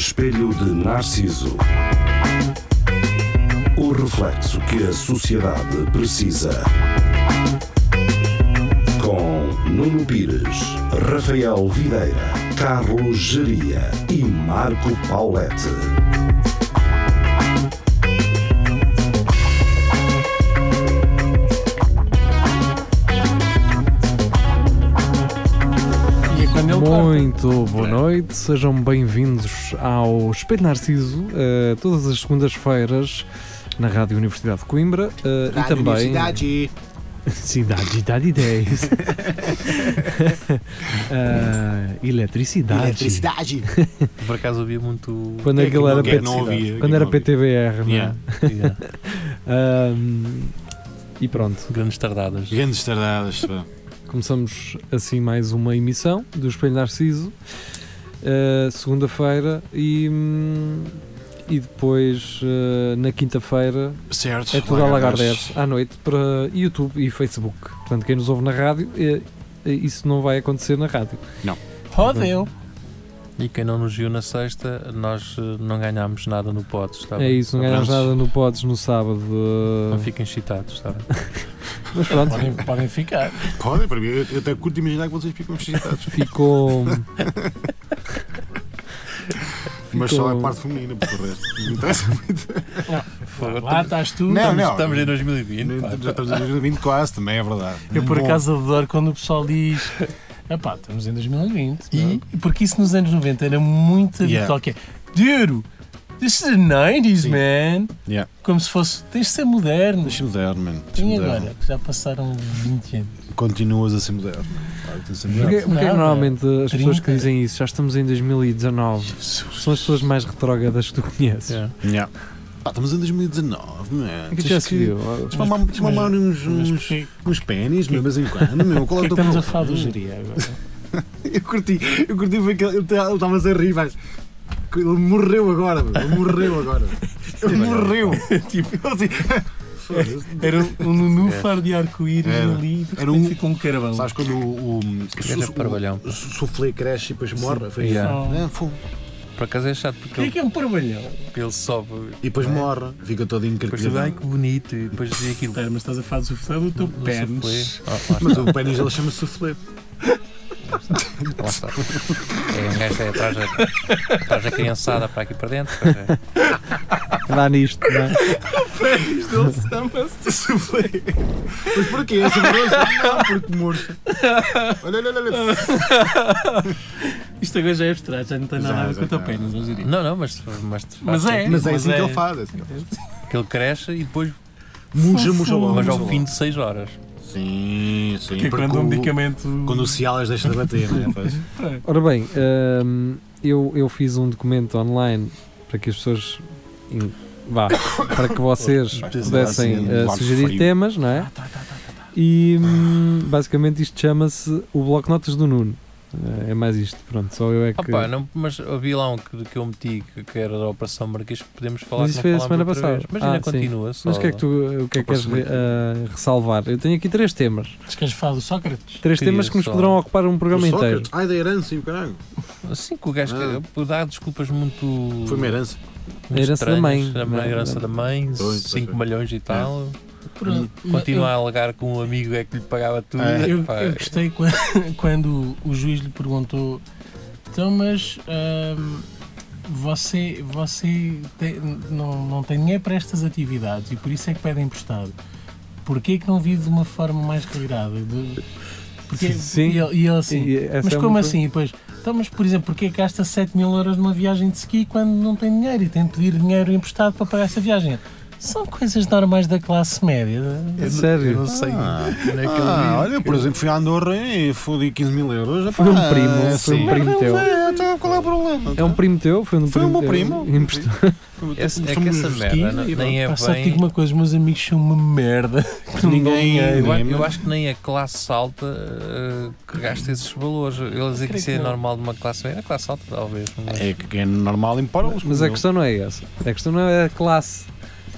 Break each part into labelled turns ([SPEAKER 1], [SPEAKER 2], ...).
[SPEAKER 1] de Narciso. O reflexo que a sociedade precisa. Com Nuno Pires, Rafael Videira, Carlos Geria e Marco Paulette.
[SPEAKER 2] Muito boa
[SPEAKER 3] É.
[SPEAKER 2] noite, sejam bem-vindos ao Espelho Narciso, eh, todas as segundas-feiras na Rádio Universidade de Coimbra eh, e também.
[SPEAKER 4] Universidade.
[SPEAKER 2] Cidade da 10. Eh, eletricidade.
[SPEAKER 4] Eletricidade.
[SPEAKER 3] Por acaso havia muito.
[SPEAKER 2] Quando
[SPEAKER 3] É que
[SPEAKER 2] aquilo
[SPEAKER 3] não-
[SPEAKER 2] era
[SPEAKER 3] quem
[SPEAKER 2] PT,
[SPEAKER 3] não ouvia,
[SPEAKER 2] quando
[SPEAKER 3] quem
[SPEAKER 2] era
[SPEAKER 3] não ouvia.
[SPEAKER 2] PTBR, não é?
[SPEAKER 3] Yeah, yeah.
[SPEAKER 2] Ahm, e pronto,
[SPEAKER 3] Grandes tardadas.
[SPEAKER 4] Grandes tardadas. pá.
[SPEAKER 2] começamos assim mais uma emissão do Espelho Narciso, eh, segunda-feira e. hum, e depois eh, na quinta-feira
[SPEAKER 4] Certo.
[SPEAKER 2] É tudo a
[SPEAKER 4] Lagardeiros.
[SPEAKER 2] Lagardère à noite para YouTube e Facebook. Portanto, quem nos ouve na rádio, eh, eh, isso não vai acontecer na rádio.
[SPEAKER 3] Rodeu! E quem não nos viu na sexta, nós eh, não ganhámos nada no Pods, está
[SPEAKER 2] é
[SPEAKER 3] Tá bem?
[SPEAKER 2] isso, não ganhamos
[SPEAKER 4] pronto.
[SPEAKER 2] nada no Pods no sábado. eh,
[SPEAKER 3] Não fiquem excitados, está bem?
[SPEAKER 2] Mas pronto,
[SPEAKER 3] podem ficar.
[SPEAKER 4] Podem, para mim. Eu eu até curto imaginar que vocês ficam excitados.
[SPEAKER 2] ficou.
[SPEAKER 4] Mas
[SPEAKER 2] Ficou-
[SPEAKER 4] só a parte feminina, porque o resto. Não interessa muito.
[SPEAKER 3] Lá estás tu,
[SPEAKER 4] Não,
[SPEAKER 3] estamos,
[SPEAKER 4] não.
[SPEAKER 3] estamos em 2020. pá. Tá-
[SPEAKER 4] Já estamos a 2020 quase, também é verdade.
[SPEAKER 5] Eu por
[SPEAKER 4] Bom,
[SPEAKER 5] acaso adoro quando o pessoal diz Epá, estamos em 2020 e? é? Porque isso nos anos 90 era muito
[SPEAKER 4] Yeah.
[SPEAKER 5] habitual que é, Dude, this is the 90s,
[SPEAKER 4] Sim.
[SPEAKER 5] man
[SPEAKER 4] Yeah.
[SPEAKER 5] Como se fosse, tens de ser moderno
[SPEAKER 4] Deixa moderno, mano. Deixa
[SPEAKER 5] E
[SPEAKER 4] moderno.
[SPEAKER 5] agora? Já passaram 20 anos
[SPEAKER 4] Continuas a ser moderno. mano. Para de ser
[SPEAKER 2] Porque,
[SPEAKER 4] moderno.
[SPEAKER 2] porque
[SPEAKER 5] Nada.
[SPEAKER 2] normalmente as pessoas que
[SPEAKER 5] Trinta.
[SPEAKER 2] dizem isso, já estamos em 2019,
[SPEAKER 5] Jesus.
[SPEAKER 2] são as pessoas mais retrógradas que tu conheces.
[SPEAKER 3] Yeah.
[SPEAKER 4] Yeah. Pá, estamos em 2019, mano.
[SPEAKER 2] O que é que
[SPEAKER 4] Tens
[SPEAKER 2] já se
[SPEAKER 4] que-
[SPEAKER 2] viu?
[SPEAKER 4] tens que mamar- tens que mamar uns,
[SPEAKER 5] Mas
[SPEAKER 4] uns,
[SPEAKER 5] porquê
[SPEAKER 4] uns pênis, meu, de vez em quando, meu.
[SPEAKER 5] porquê
[SPEAKER 4] Qual é o
[SPEAKER 5] que
[SPEAKER 4] teu
[SPEAKER 5] estamos a
[SPEAKER 4] problema?
[SPEAKER 5] falar do geria agora?
[SPEAKER 4] Eu curti, eu curti foi que ele estava a rir, mas ele morreu agora, meu, ele morreu agora. Ele morreu.
[SPEAKER 5] Tipo,
[SPEAKER 4] Ele assim, foda-se.
[SPEAKER 5] era um nenúfar de arco-íris
[SPEAKER 4] Era.
[SPEAKER 5] ali e de
[SPEAKER 4] Era
[SPEAKER 5] repente
[SPEAKER 4] um-
[SPEAKER 5] ficou um carvão
[SPEAKER 4] Sabes quando o, o,
[SPEAKER 3] Grande parvalhão.
[SPEAKER 4] o soufflé cresce e depois morre? Foi
[SPEAKER 3] Yeah.
[SPEAKER 4] isso. É, fogo.
[SPEAKER 3] Por acaso é chato porque
[SPEAKER 5] Porquê é
[SPEAKER 3] ele,
[SPEAKER 5] que é um parvalhão?
[SPEAKER 3] ele sobe.
[SPEAKER 4] E depois morre, fica todo
[SPEAKER 3] Depois tu, ai
[SPEAKER 4] encarquilhado.
[SPEAKER 3] que bonito, e depois dizia aquilo.
[SPEAKER 5] Espera, mas estás a falar do sofá do teu
[SPEAKER 3] não
[SPEAKER 5] pé
[SPEAKER 3] se foi. Oh,
[SPEAKER 4] Mas o pênis ele chama-se soufflé.
[SPEAKER 3] Lá está. É, um gajo é atrás da, atrás da criançada para aqui para dentro. pois é.
[SPEAKER 2] Dá nisto, não é?
[SPEAKER 5] Ele chama-se
[SPEAKER 4] Soufflé. Mas porquê? É saboroso? Não, porque morto. Olha, olha, olha, olha.
[SPEAKER 5] Isto agora já é abstrato, já não tem nada a ver com o teu
[SPEAKER 4] Exato,
[SPEAKER 5] pênis, vamos dizer.
[SPEAKER 3] Não, não, mas, mas,
[SPEAKER 5] Mas é.
[SPEAKER 4] Mas é
[SPEAKER 5] Mas
[SPEAKER 4] assim que
[SPEAKER 5] é-
[SPEAKER 4] ele faz. é assim que ele faz.
[SPEAKER 3] que ele cresce e depois,
[SPEAKER 4] Murcha, murcha logo.
[SPEAKER 3] mas ao
[SPEAKER 4] murcha
[SPEAKER 3] fim
[SPEAKER 4] logo.
[SPEAKER 3] de 6 horas.
[SPEAKER 4] Sim, sim.
[SPEAKER 5] Que é
[SPEAKER 4] porque
[SPEAKER 5] quando um
[SPEAKER 4] o-
[SPEAKER 5] medicamento.
[SPEAKER 4] Quando o Cialas deixa de bater, né? Pois.
[SPEAKER 2] Ora bem, hum, eu, eu fiz um documento online para que as pessoas. em- Vá, para que vocês pudessem
[SPEAKER 4] assim, um
[SPEAKER 2] eh,
[SPEAKER 4] barco
[SPEAKER 2] sugerir
[SPEAKER 4] frio.
[SPEAKER 2] temas, não é?
[SPEAKER 5] Tá,
[SPEAKER 2] E hum, basicamente isto chama-se o Bloco Notas do Nuno. Eh, É mais isto, pronto, só eu é que.
[SPEAKER 3] Ah pá, não, mas havia lá um que, que eu meti que, que era da Operação Marquês, podemos falar
[SPEAKER 2] Mas isso
[SPEAKER 3] que não
[SPEAKER 2] foi a
[SPEAKER 3] falámos
[SPEAKER 2] semana
[SPEAKER 3] outra
[SPEAKER 2] passada.
[SPEAKER 3] vez. Mas
[SPEAKER 2] Ah,
[SPEAKER 3] ainda
[SPEAKER 2] sim.
[SPEAKER 3] continua só.
[SPEAKER 2] Mas o que é que tu o que é que queres
[SPEAKER 4] Posso ver?
[SPEAKER 2] eh, ressalvar? Eu tenho aqui três temas.
[SPEAKER 5] Acho que eles falam do Sócrates.
[SPEAKER 2] Três
[SPEAKER 3] Queria
[SPEAKER 2] temas que nos
[SPEAKER 3] só-
[SPEAKER 2] poderão ocupar um programa
[SPEAKER 4] O Sócrates,
[SPEAKER 2] inteiro.
[SPEAKER 4] Ai, da herança, e o caralho.
[SPEAKER 3] Assim que o gajo
[SPEAKER 4] Ah.
[SPEAKER 3] que- dá desculpas muito.
[SPEAKER 4] Foi uma herança.
[SPEAKER 2] Ah,
[SPEAKER 3] muito
[SPEAKER 2] A herança da mãe.
[SPEAKER 3] estranhas, A
[SPEAKER 2] Não, é?
[SPEAKER 3] herança
[SPEAKER 2] não.
[SPEAKER 3] da mãe,
[SPEAKER 4] Pois, pois
[SPEAKER 3] 5
[SPEAKER 4] foi.
[SPEAKER 3] milhões e
[SPEAKER 5] Hum,
[SPEAKER 3] tal.
[SPEAKER 5] Pronto.
[SPEAKER 3] Hum, Continua a alegar que um amigo é que lhe pagava tudo.
[SPEAKER 4] Ah,
[SPEAKER 5] Eu,
[SPEAKER 3] Pá,
[SPEAKER 5] eu gostei quando, quando o juiz lhe perguntou: então, mas ahm, você, você tem- não, não tem dinheiro para estas atividades e por isso é que pede emprestado. Porquê é que não vive de uma forma mais regrada? De- Porque,
[SPEAKER 2] Sim.
[SPEAKER 5] E, ele- e ele assim,
[SPEAKER 2] E essa
[SPEAKER 5] Mas
[SPEAKER 2] é uma
[SPEAKER 5] como
[SPEAKER 2] coisa-
[SPEAKER 5] assim? E depois, então, mas por exemplo, porquê gasta 7 mil euros numa viagem de ski quando não tem dinheiro e tem de pedir dinheiro emprestado para pagar essa viagem? São coisas normais da classe média.
[SPEAKER 3] eu,
[SPEAKER 2] É sério?
[SPEAKER 3] Eu não sei.
[SPEAKER 4] Ah,
[SPEAKER 3] onde é que ele
[SPEAKER 4] Ah,
[SPEAKER 3] vive.
[SPEAKER 4] olha, por exemplo, fui à Andorra e fodi 15 mil euros.
[SPEAKER 2] Foi um primo, foi um primo teu.
[SPEAKER 4] Qual é o problema?
[SPEAKER 2] É um primo teu? Foi, um
[SPEAKER 4] Foi
[SPEAKER 2] primo
[SPEAKER 4] o meu
[SPEAKER 2] teu?
[SPEAKER 4] primo.
[SPEAKER 2] Emprestado.
[SPEAKER 3] Essa- é que essa merda não- nem é
[SPEAKER 5] Só te
[SPEAKER 3] bem.
[SPEAKER 5] digo tipo uma coisa, meus amigos são uma merda. que não dão
[SPEAKER 4] Ninguém-
[SPEAKER 2] é.
[SPEAKER 5] dinheiro.
[SPEAKER 3] Eu, a-
[SPEAKER 4] Lembra?
[SPEAKER 3] eu acho que nem a classe alta eh, que gasta esses valores. Eles dizem que
[SPEAKER 5] Creio
[SPEAKER 3] isso
[SPEAKER 5] que
[SPEAKER 3] é
[SPEAKER 5] não.
[SPEAKER 3] normal de uma classe média. A classe alta, talvez. mas-
[SPEAKER 4] É que é normal limpar os
[SPEAKER 2] Mas a questão não é essa. A questão não é a classe.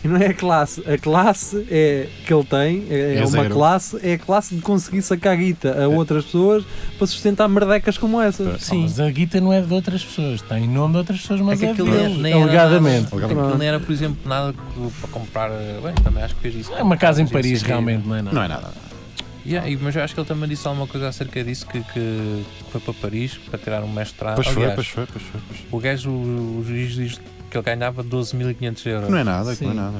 [SPEAKER 2] E não é a classe. A classe é que ele tem, é,
[SPEAKER 4] É
[SPEAKER 2] é uma
[SPEAKER 4] zero. É.
[SPEAKER 2] classe, é a classe de conseguir sacar guita a outras pessoas para sustentar merdecas como essas.
[SPEAKER 5] Sim. Mas a guita não é de outras pessoas, tem nome de outras pessoas, mas
[SPEAKER 3] que
[SPEAKER 5] é,
[SPEAKER 3] aquilo
[SPEAKER 5] dele.
[SPEAKER 3] nem era
[SPEAKER 5] alegadamente.
[SPEAKER 2] é
[SPEAKER 3] nada-
[SPEAKER 4] Alegadamente.
[SPEAKER 3] Aquilo nem era, por exemplo, nada que- para comprar. eh, Bem, também acho que fez isso.
[SPEAKER 5] É uma casa
[SPEAKER 3] Fez
[SPEAKER 5] em
[SPEAKER 3] isso
[SPEAKER 5] Paris,
[SPEAKER 3] aqui.
[SPEAKER 5] realmente, não é? nada.
[SPEAKER 4] Não é nada.
[SPEAKER 3] Yeah, e- mas eu acho que ele também disse alguma coisa acerca disso que, que foi para Paris para tirar um mestrado.
[SPEAKER 4] Pois foi,
[SPEAKER 3] Aliás,
[SPEAKER 4] pois foi, pois foi. pois foi.
[SPEAKER 3] O gajo, o, o juiz diz que ele ganhava 12.500 euros
[SPEAKER 4] Não é nada,
[SPEAKER 2] Sim.
[SPEAKER 4] não é nada.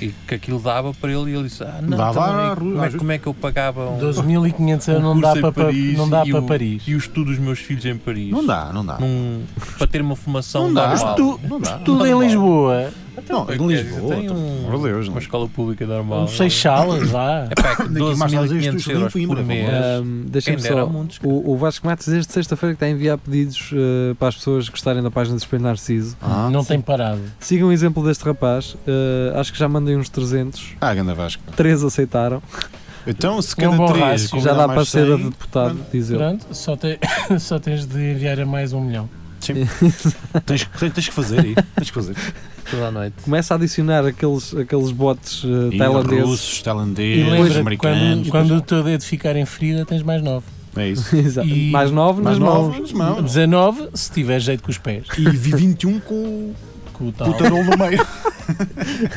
[SPEAKER 3] e que aquilo dava para ele e ele disse: Ah, não,
[SPEAKER 4] Dava
[SPEAKER 3] então,
[SPEAKER 4] à
[SPEAKER 3] e
[SPEAKER 4] ru-
[SPEAKER 3] como,
[SPEAKER 4] à
[SPEAKER 3] é,
[SPEAKER 4] ju-
[SPEAKER 3] como é que eu pagava um,
[SPEAKER 5] 12.500 euros
[SPEAKER 3] um
[SPEAKER 5] não dá
[SPEAKER 3] curso em
[SPEAKER 5] para pa-
[SPEAKER 3] Paris
[SPEAKER 5] não dá
[SPEAKER 3] e
[SPEAKER 5] para
[SPEAKER 3] o-
[SPEAKER 5] Paris.
[SPEAKER 3] e o estudo dos meus filhos em Paris?
[SPEAKER 4] Não dá, não dá.
[SPEAKER 3] Num- para ter uma formação
[SPEAKER 4] Não dá.
[SPEAKER 3] normal.
[SPEAKER 5] Tu-
[SPEAKER 4] Não dá.
[SPEAKER 5] Tudo em
[SPEAKER 3] Normal.
[SPEAKER 5] Lisboa,
[SPEAKER 4] Não, em Lisboa.
[SPEAKER 3] Tem um-
[SPEAKER 4] Por Deus, não
[SPEAKER 3] Uma
[SPEAKER 4] é?
[SPEAKER 3] escola pública normal.
[SPEAKER 5] um Seixalas, vá.
[SPEAKER 3] É pá, que
[SPEAKER 4] Daqui mais longe isto,
[SPEAKER 3] 12.500
[SPEAKER 4] isto
[SPEAKER 3] euros
[SPEAKER 4] limpo,
[SPEAKER 3] por
[SPEAKER 4] ainda,
[SPEAKER 3] mês.
[SPEAKER 2] Ahm, Deixa-me
[SPEAKER 3] Quem dera
[SPEAKER 2] só.
[SPEAKER 3] ao mundo, cara.
[SPEAKER 2] O, o Vasco Matos, desde sexta-feira, que está a enviar pedidos eh, para as pessoas que gostarem da página de Espelho Narciso.
[SPEAKER 3] É
[SPEAKER 4] Ah,
[SPEAKER 5] Não tem parado.
[SPEAKER 2] Sigam o exemplo deste rapaz. eh, acho que já mandei uns 300.
[SPEAKER 4] ah ganda Vasco.
[SPEAKER 2] Três aceitaram.
[SPEAKER 4] Então, se
[SPEAKER 5] É
[SPEAKER 4] cada
[SPEAKER 5] um bom
[SPEAKER 4] três
[SPEAKER 5] rasgo,
[SPEAKER 2] Já
[SPEAKER 4] convidar
[SPEAKER 2] dá
[SPEAKER 4] mais
[SPEAKER 2] para ser a
[SPEAKER 4] 100,
[SPEAKER 2] deputado, diz ele.
[SPEAKER 5] Pronto, só, te- só tens de enviar a mais um milhão.
[SPEAKER 4] tens, tens- tens que fazer aí. Tens que fazer.
[SPEAKER 3] Toda a noite.
[SPEAKER 2] Começa a adicionar aqueles, aqueles botes eh,
[SPEAKER 4] E
[SPEAKER 2] tailandeses.
[SPEAKER 4] russos,
[SPEAKER 5] E
[SPEAKER 4] tailandeses,
[SPEAKER 5] lembra-te,
[SPEAKER 4] americanos.
[SPEAKER 5] quando, quando o teu dedo ficar em ferida, tens mais 9.
[SPEAKER 4] É isso.
[SPEAKER 2] Exato.
[SPEAKER 5] E-
[SPEAKER 2] Mais nove
[SPEAKER 4] Mais
[SPEAKER 2] nas
[SPEAKER 4] novos, nas
[SPEAKER 2] mãos.
[SPEAKER 4] mãos.
[SPEAKER 5] 19, se tiver jeito com os pés.
[SPEAKER 4] E vi 21 com o
[SPEAKER 5] Com o tal.
[SPEAKER 4] putarolo no meio.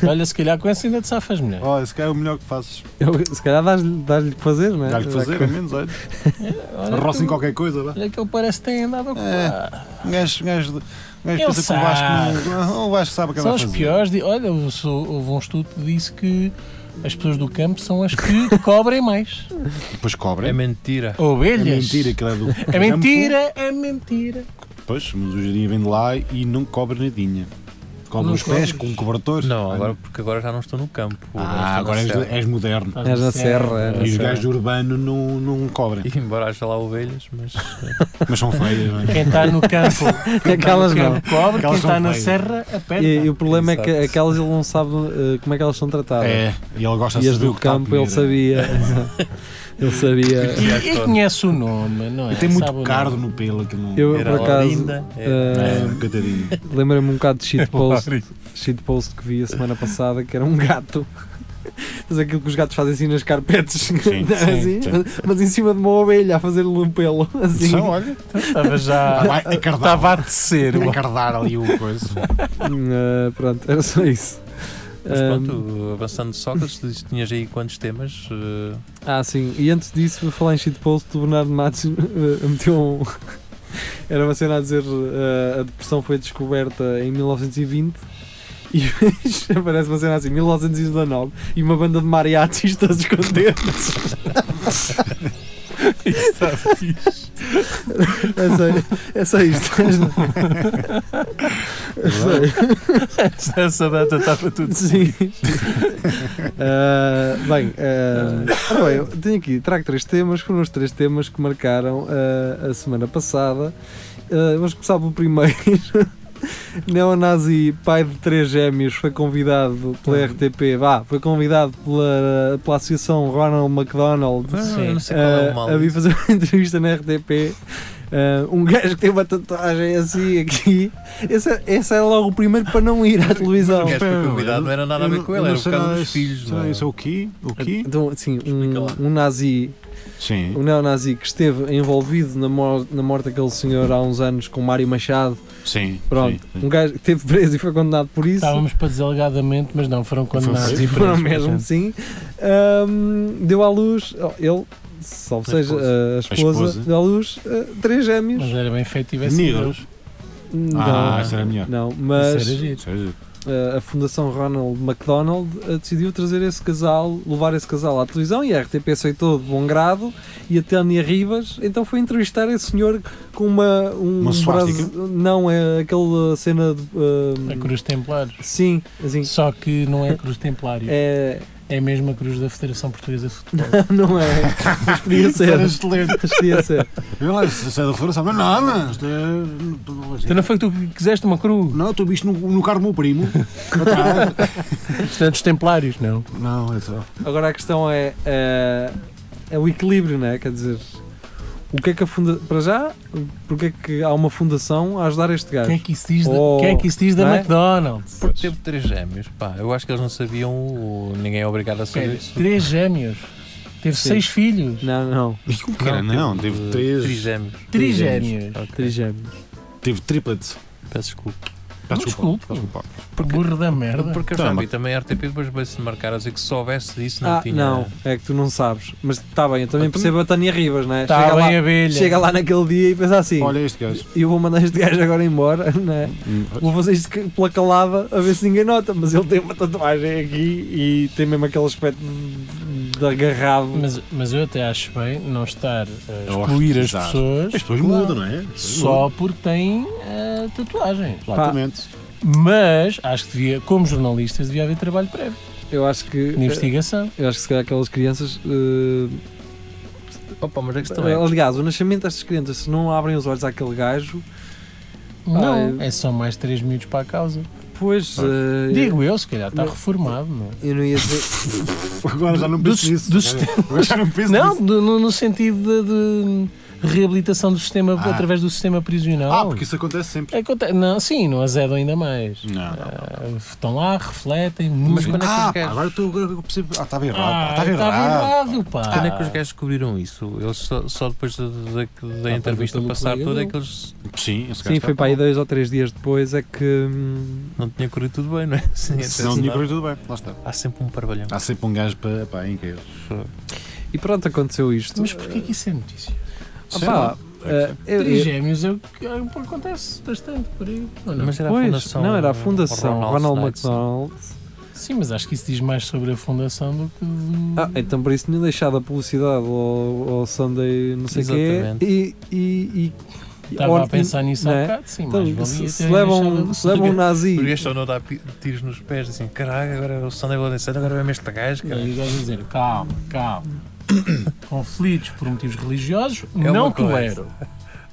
[SPEAKER 5] Olha, se calhar com essa ainda te safas melhor.
[SPEAKER 4] Olha, se calhar é o melhor que fazes.
[SPEAKER 2] Eu- se calhar dás-lhe dás que fazer, não é?
[SPEAKER 4] Dá-lhe fazer, ao menos, olha.
[SPEAKER 5] Olha
[SPEAKER 4] Roça em
[SPEAKER 5] que-
[SPEAKER 4] qualquer coisa, vá.
[SPEAKER 5] Olha que ele parece que tem andado a ocupar.
[SPEAKER 4] Um gajo, um gajo, um gajo
[SPEAKER 5] Ele
[SPEAKER 4] pensa que o Vasco, não, o Vasco sabe o que
[SPEAKER 5] São
[SPEAKER 4] vai
[SPEAKER 5] os
[SPEAKER 4] fazer.
[SPEAKER 5] piores. de- Olha, eu sou- houve um estudo que disse que as pessoas do campo são as que cobrem mais.
[SPEAKER 4] Depois
[SPEAKER 3] É
[SPEAKER 4] cobra.
[SPEAKER 3] mentira.
[SPEAKER 4] É
[SPEAKER 5] Ovelhas.
[SPEAKER 4] mentira que ele é do
[SPEAKER 5] É mentira, é mentira.
[SPEAKER 4] Pois, mas o Jeria vem de lá e não cobra nadinha. Cobra
[SPEAKER 5] Não
[SPEAKER 4] os pés
[SPEAKER 5] cobras.
[SPEAKER 4] com um cobertor.
[SPEAKER 3] Não,
[SPEAKER 4] Olha.
[SPEAKER 3] agora, porque agora já não estou no campo.
[SPEAKER 4] Ah, agora és,
[SPEAKER 3] estou na selva.
[SPEAKER 4] és moderno.
[SPEAKER 5] Estás
[SPEAKER 2] És na serra, é na
[SPEAKER 4] E os
[SPEAKER 2] Sim.
[SPEAKER 4] gajos do urbano não, não cobrem.
[SPEAKER 3] E embora haja lá ovelhas, mas.
[SPEAKER 4] Mas são feios, não é?
[SPEAKER 5] Quem está no campo, quem
[SPEAKER 2] Aquelas
[SPEAKER 5] está no
[SPEAKER 2] não.
[SPEAKER 5] campo cobre, quem
[SPEAKER 4] Aquelas
[SPEAKER 5] está
[SPEAKER 4] são
[SPEAKER 5] na
[SPEAKER 4] feias.
[SPEAKER 5] serra
[SPEAKER 2] E,
[SPEAKER 5] aperta.
[SPEAKER 2] e o problema é que
[SPEAKER 3] Exato.
[SPEAKER 2] aquelas ele não sabe eh, como é que elas são tratadas.
[SPEAKER 4] É, e ele gosta
[SPEAKER 2] e
[SPEAKER 4] de
[SPEAKER 2] as
[SPEAKER 4] saber
[SPEAKER 2] do
[SPEAKER 4] o que está a é.
[SPEAKER 2] campo ele
[SPEAKER 4] comer.
[SPEAKER 2] sabia. ele sabia.
[SPEAKER 5] E, e conhece o nome, não é?
[SPEAKER 4] E tem
[SPEAKER 5] Sabe o
[SPEAKER 4] muito
[SPEAKER 5] nome.
[SPEAKER 4] cardo no pelo, aquilo não.
[SPEAKER 2] Eu,
[SPEAKER 3] Era
[SPEAKER 2] por acaso,
[SPEAKER 3] Laurinda,
[SPEAKER 4] É,
[SPEAKER 2] eh,
[SPEAKER 4] um catadinho.
[SPEAKER 2] Lembra-me um bocado de shitpost,
[SPEAKER 3] Laurinda.
[SPEAKER 2] shitpost que vi a semana passada, que era um gato. Mas aquilo que os gatos fazem assim nas carpetes, assim,
[SPEAKER 4] sim.
[SPEAKER 2] mas- mas em cima de uma ovelha a fazer-lhe um pelo. Assim.
[SPEAKER 4] São, olha.
[SPEAKER 5] Estava já.
[SPEAKER 2] Ah,
[SPEAKER 4] Vai a cardar.
[SPEAKER 5] Estava a descer.
[SPEAKER 4] A cardar ali o coisa.
[SPEAKER 2] Eh, pronto, era só isso. Eh,
[SPEAKER 3] Mas
[SPEAKER 2] Ahm,
[SPEAKER 3] pronto, avançando só, que tu disse que tinhas aí quantos temas? eh,
[SPEAKER 2] Ah, sim. E antes disso, vou falar em shitpost, o Bernardo Matos eh, meteu um. Era uma cena a dizer eh, a depressão foi descoberta em 1920 e aparece uma cena assim, 1919 e uma banda de mariachis todos contentes. é, só, é só isto. É só isto.
[SPEAKER 5] Essa data estava tudo.
[SPEAKER 2] Sim. Ah, bem, ah, ora bem, eu tenho aqui, trago três temas, foram os três temas que marcaram ah, a semana passada. Ah, vamos começar pelo primeiro. Neonazi, pai de três gêmeos, foi convidado
[SPEAKER 3] Uhum.
[SPEAKER 2] pela RTP, vá, foi convidado pela, pela Associação Ronald McDonald
[SPEAKER 3] eu não sei qual é
[SPEAKER 2] ah,
[SPEAKER 3] o mal.
[SPEAKER 2] a vir fazer uma entrevista na RTP. ah, um gajo que tem uma tatuagem assim aqui. Esse é, esse é logo o primeiro para não ir à televisão.
[SPEAKER 3] O gajo foi
[SPEAKER 4] Espera,
[SPEAKER 3] convidado,
[SPEAKER 4] eu-
[SPEAKER 3] não era nada a
[SPEAKER 4] eu
[SPEAKER 3] ver
[SPEAKER 4] não-
[SPEAKER 3] com
[SPEAKER 4] eu
[SPEAKER 3] ele,
[SPEAKER 4] não
[SPEAKER 3] era por
[SPEAKER 4] sei
[SPEAKER 3] causa
[SPEAKER 4] nada,
[SPEAKER 3] dos filhos.
[SPEAKER 4] será
[SPEAKER 3] não é?
[SPEAKER 4] Isso é o quê? O quê?
[SPEAKER 2] Então, assim,
[SPEAKER 3] Explica lá.
[SPEAKER 2] um, um nazi,
[SPEAKER 4] Sim.
[SPEAKER 2] um neonazi que esteve envolvido na, mor- na morte daquele senhor há uns anos com Mário Machado,
[SPEAKER 4] Sim.
[SPEAKER 2] pronto,
[SPEAKER 4] sim, sim.
[SPEAKER 2] um gajo que esteve preso e foi condenado por isso.
[SPEAKER 5] Estávamos para dizer alegadamente, mas não, foram condenados e
[SPEAKER 2] Foram
[SPEAKER 5] presos,
[SPEAKER 2] mesmo,
[SPEAKER 5] portanto.
[SPEAKER 2] sim. Ahm, deu à luz, oh, ele, salvo
[SPEAKER 3] A
[SPEAKER 2] seja
[SPEAKER 3] esposa.
[SPEAKER 2] a esposa,
[SPEAKER 4] esposa.
[SPEAKER 2] deu à luz ah, três gêmeos.
[SPEAKER 5] Mas era bem feito e tivesse
[SPEAKER 4] Negros.
[SPEAKER 2] Não,
[SPEAKER 4] Ah, isso era melhor.
[SPEAKER 2] não,
[SPEAKER 5] Mas...
[SPEAKER 2] mas ah, a Fundação Ronald McDonald ah, decidiu trazer esse casal, levar esse casal à televisão e a RTP aceitou de bom grado e a Tânia Rivas então foi entrevistar esse senhor com uma um
[SPEAKER 4] Uma suástica?
[SPEAKER 2] não é aquela cena de, ah,
[SPEAKER 5] A Cruz Templar.
[SPEAKER 2] sim assim
[SPEAKER 5] Só que não é a Cruz Templário. É,
[SPEAKER 2] é,
[SPEAKER 5] mesmo a Cruz da Federação Portuguesa de Futebol.
[SPEAKER 2] não é mas podia ser
[SPEAKER 4] Era excelente.
[SPEAKER 2] mas podia ser
[SPEAKER 4] Eu lá, se se é da floresta, mas não, mas. isto é-
[SPEAKER 5] Então não foi que tu quiseste uma cruz?
[SPEAKER 4] Não, tu viste no, no carro do meu primo. Atrás.
[SPEAKER 5] Portanto, os Templários, não.
[SPEAKER 4] não, é só.
[SPEAKER 2] eh, agora a questão é ah, é o equilíbrio né quer dizer O que é que a funda... Para já, porque é que há uma fundação a ajudar este
[SPEAKER 5] O
[SPEAKER 2] gajo?
[SPEAKER 5] que é que isso diz, da-
[SPEAKER 2] Oh,
[SPEAKER 5] o que é que isso diz
[SPEAKER 2] não
[SPEAKER 5] da
[SPEAKER 2] é?
[SPEAKER 5] McDonald's?
[SPEAKER 3] Porque teve três gêmeos, pá. Eu acho que eles não sabiam, o- ninguém é obrigado a saber
[SPEAKER 5] Espera,
[SPEAKER 3] isso.
[SPEAKER 5] três gêmeos. Teve
[SPEAKER 2] Sim.
[SPEAKER 5] seis filhos.
[SPEAKER 2] Não, não.
[SPEAKER 3] Não,
[SPEAKER 4] Cara, não,
[SPEAKER 3] teve,
[SPEAKER 4] teve
[SPEAKER 3] eh,
[SPEAKER 4] três-
[SPEAKER 3] Trigêmeos.
[SPEAKER 5] Trigêmeos.
[SPEAKER 3] Ok.
[SPEAKER 2] Trigêmeos.
[SPEAKER 4] Teve triplets.
[SPEAKER 3] Peço desculpa.
[SPEAKER 4] Pá,
[SPEAKER 5] Não,
[SPEAKER 4] desculpa. pá,
[SPEAKER 5] desculpa.
[SPEAKER 4] desculpa.
[SPEAKER 3] Porque-
[SPEAKER 5] Burro da merda.
[SPEAKER 3] Porque eu já
[SPEAKER 4] Toma.
[SPEAKER 3] vi também a RTP depois veio-se marcar a dizer que se soubesse disso não
[SPEAKER 2] Ah,
[SPEAKER 3] tinha.
[SPEAKER 2] não. É que tu não sabes. Mas está bem, eu também
[SPEAKER 3] Ah, tu-
[SPEAKER 2] percebo a Tânia Rivas, não é?
[SPEAKER 5] Está
[SPEAKER 2] chega,
[SPEAKER 5] Tá bem
[SPEAKER 2] lá,
[SPEAKER 5] abelha.
[SPEAKER 2] chega lá naquele dia e pensa assim...
[SPEAKER 4] Olha este gajo.
[SPEAKER 2] eu vou mandar este gajo agora embora, não é? Vou fazer isto ca- pela calada a ver se ninguém nota, mas ele tem uma tatuagem aqui e tem mesmo aquele aspecto de, de agarrado.
[SPEAKER 5] Mas, mas eu até acho bem não estar a
[SPEAKER 4] Eu
[SPEAKER 5] excluir
[SPEAKER 4] acho
[SPEAKER 5] as
[SPEAKER 4] bizarro.
[SPEAKER 5] pessoas
[SPEAKER 4] É As pessoas mudam, não é? As pessoas
[SPEAKER 5] só porque têm eh, tatuagens.
[SPEAKER 4] mudam. Exatamente.
[SPEAKER 5] Mas acho que devia, como jornalistas, devia haver trabalho prévio
[SPEAKER 2] Eu acho
[SPEAKER 3] É.
[SPEAKER 2] que
[SPEAKER 5] de investigação.
[SPEAKER 2] eu acho que se calhar aquelas crianças. eh,
[SPEAKER 3] Opa, mas a questão é.
[SPEAKER 2] aliás, o nascimento destas crianças, se não abrem os olhos àquele gajo,
[SPEAKER 5] Não,
[SPEAKER 2] eu-
[SPEAKER 5] é só mais três minutos para a causa.
[SPEAKER 2] pois
[SPEAKER 3] É.
[SPEAKER 2] eh,
[SPEAKER 5] Digo eu, se calhar está
[SPEAKER 2] Não.
[SPEAKER 5] reformado. Não, é?
[SPEAKER 2] eu não ia dizer.
[SPEAKER 4] Agora já não penso
[SPEAKER 5] Do-
[SPEAKER 4] nisso.
[SPEAKER 5] do-
[SPEAKER 4] Agora já não penso
[SPEAKER 5] não
[SPEAKER 4] nisso.
[SPEAKER 5] do- no, no sentido de, de reabilitação do sistema
[SPEAKER 4] Ah.
[SPEAKER 5] através do sistema prisional.
[SPEAKER 4] Ah, porque isso acontece sempre.
[SPEAKER 5] Aconte- Não, sim, não azedam ainda mais.
[SPEAKER 4] Não, não.
[SPEAKER 5] Ah, estão lá, refletem,
[SPEAKER 3] Mas
[SPEAKER 5] mudam.
[SPEAKER 3] quando é que
[SPEAKER 4] Ah,
[SPEAKER 3] os
[SPEAKER 4] pá,
[SPEAKER 3] gajos-
[SPEAKER 4] agora estou agora eu percebo. Ah, estava errado. pá,
[SPEAKER 5] Ah,
[SPEAKER 4] estava
[SPEAKER 5] estava
[SPEAKER 2] tá
[SPEAKER 4] errado.
[SPEAKER 5] errado, pá.
[SPEAKER 3] Quando é que os gajos descobriram isso? Eles só, só depois da, da- da entrevista
[SPEAKER 5] Ah, pelo
[SPEAKER 3] passar
[SPEAKER 5] colega
[SPEAKER 3] toda é
[SPEAKER 5] dele.
[SPEAKER 3] que eles
[SPEAKER 4] Sim, esse gajo
[SPEAKER 2] Sim,
[SPEAKER 4] está tá
[SPEAKER 2] foi para aí
[SPEAKER 4] bom.
[SPEAKER 2] dois ou três dias depois é que. hum,
[SPEAKER 3] não tinha corrido tudo bem, não é? Sim, até
[SPEAKER 4] Se não
[SPEAKER 3] se
[SPEAKER 4] tinha
[SPEAKER 3] dá.
[SPEAKER 4] corrido tudo bem, lá está.
[SPEAKER 3] Há sempre um
[SPEAKER 5] Ah,
[SPEAKER 3] parvalhão.
[SPEAKER 4] Há sempre um gajo para. Pá, é incrível.
[SPEAKER 2] E pronto, aconteceu isto.
[SPEAKER 5] Mas porquê que isso é notícia?
[SPEAKER 2] Ah,
[SPEAKER 4] Sei
[SPEAKER 2] pá,
[SPEAKER 4] lá, é que
[SPEAKER 2] eh,
[SPEAKER 4] sei.
[SPEAKER 2] eu- eu-
[SPEAKER 5] Trigêmeos é o que é o que acontece bastante por aí. ou não?
[SPEAKER 3] Mas era
[SPEAKER 2] pois,
[SPEAKER 3] a fundação.
[SPEAKER 2] não, era a
[SPEAKER 3] eh,
[SPEAKER 2] fundação Ronald,
[SPEAKER 3] Snyder.
[SPEAKER 2] McDonald.
[SPEAKER 5] Sim, mas acho que isso diz mais sobre a fundação do que do...
[SPEAKER 2] Ah, então por isso tinha deixado a publicidade ao, ao Sunday não sei o quê
[SPEAKER 3] Exatamente.
[SPEAKER 2] e, e, e
[SPEAKER 5] Estava
[SPEAKER 2] or-
[SPEAKER 5] a pensar nisso
[SPEAKER 2] não
[SPEAKER 5] há
[SPEAKER 2] é?
[SPEAKER 5] bocado, sim,
[SPEAKER 2] Então,
[SPEAKER 5] mas valia
[SPEAKER 2] se, se
[SPEAKER 5] terem
[SPEAKER 2] levam,
[SPEAKER 5] deixado-
[SPEAKER 2] se levam um nazi
[SPEAKER 3] Os gajos só não
[SPEAKER 5] é
[SPEAKER 3] dá pi- tiros nos pés, assim, caralho, agora o Sunday Golden State, agora vem este gajo, cara.
[SPEAKER 5] Não, E o gajo a dizer, calma, calma. Conflitos por motivos religiosos,
[SPEAKER 2] É
[SPEAKER 3] É uma
[SPEAKER 5] não
[SPEAKER 3] coisa.
[SPEAKER 5] tolero.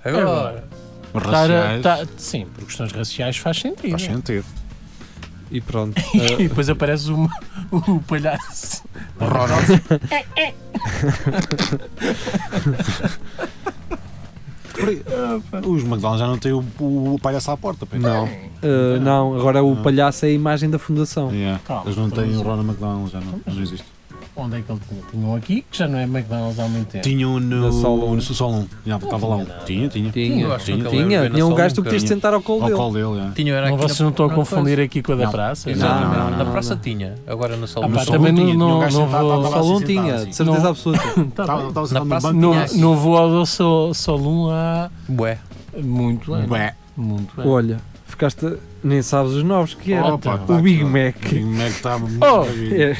[SPEAKER 3] Agora,
[SPEAKER 4] Os
[SPEAKER 5] Estar a-
[SPEAKER 4] raciais.
[SPEAKER 5] tá- sim, por questões raciais faz sentido.
[SPEAKER 4] Faz sentido.
[SPEAKER 2] e pronto Eh,
[SPEAKER 5] E depois aparece o, o palhaço.
[SPEAKER 4] Ronald. ah, Os McDonald's já não têm o, o palhaço à porta, pois.
[SPEAKER 2] Não. Uh, não, agora o palhaço é a imagem da fundação
[SPEAKER 4] Yeah.
[SPEAKER 5] Calma,
[SPEAKER 4] Eles não têm
[SPEAKER 5] mas-
[SPEAKER 4] o Ronald McDonald, já não, já não existe.
[SPEAKER 5] Onde é que ele tinha? Tinha um aqui, que já não é McDonald's há muito tempo.
[SPEAKER 4] Tinham no,
[SPEAKER 2] Na Sol um.
[SPEAKER 4] no Solon. Já estava lá um.
[SPEAKER 5] tinha nada.
[SPEAKER 4] Tinha, tinha.
[SPEAKER 3] eu acho que
[SPEAKER 4] tinha,
[SPEAKER 3] nunca lembro
[SPEAKER 2] tinha,
[SPEAKER 3] bem na
[SPEAKER 2] tinha um
[SPEAKER 3] sala,
[SPEAKER 2] gajo que tu
[SPEAKER 3] nunca.
[SPEAKER 2] podias sentar ao colo
[SPEAKER 4] Ao
[SPEAKER 2] dele
[SPEAKER 4] colo dele, já.
[SPEAKER 3] Tinha, era
[SPEAKER 5] Não,
[SPEAKER 3] aqui
[SPEAKER 5] vocês
[SPEAKER 3] na-
[SPEAKER 5] não estão a
[SPEAKER 3] na
[SPEAKER 5] confundir
[SPEAKER 3] praça.
[SPEAKER 5] aqui com a da
[SPEAKER 4] Não.
[SPEAKER 5] praça?
[SPEAKER 4] Exato.
[SPEAKER 2] não,
[SPEAKER 4] não,
[SPEAKER 2] não,
[SPEAKER 3] Na
[SPEAKER 2] não,
[SPEAKER 3] praça
[SPEAKER 2] não.
[SPEAKER 3] tinha, agora no salão.
[SPEAKER 5] Ah, pá,
[SPEAKER 3] Mas
[SPEAKER 4] Sol
[SPEAKER 5] também
[SPEAKER 4] tinha, tinha
[SPEAKER 5] não-
[SPEAKER 4] um
[SPEAKER 5] não-
[SPEAKER 4] gajo
[SPEAKER 5] não
[SPEAKER 4] sentado,
[SPEAKER 5] vou-
[SPEAKER 4] estava lá
[SPEAKER 2] Só um
[SPEAKER 4] assim, sentado,
[SPEAKER 2] tinha,
[SPEAKER 4] assim.
[SPEAKER 2] de certeza
[SPEAKER 5] Não.
[SPEAKER 2] absoluta
[SPEAKER 5] Tá
[SPEAKER 4] Estava
[SPEAKER 5] bem.
[SPEAKER 4] estava sentado no
[SPEAKER 3] praça
[SPEAKER 4] banco.
[SPEAKER 5] não,
[SPEAKER 3] tinha aqui.
[SPEAKER 5] não vou ao Sol- Solum há
[SPEAKER 3] Bué.
[SPEAKER 5] muito ano.
[SPEAKER 4] Ué.
[SPEAKER 5] Muito ano.
[SPEAKER 2] Olha, ficaste, nem sabes os novos que é. era
[SPEAKER 5] Opa,
[SPEAKER 2] O Big Mac
[SPEAKER 4] O Big Mac está muito
[SPEAKER 5] Oh,
[SPEAKER 4] bem.
[SPEAKER 2] É.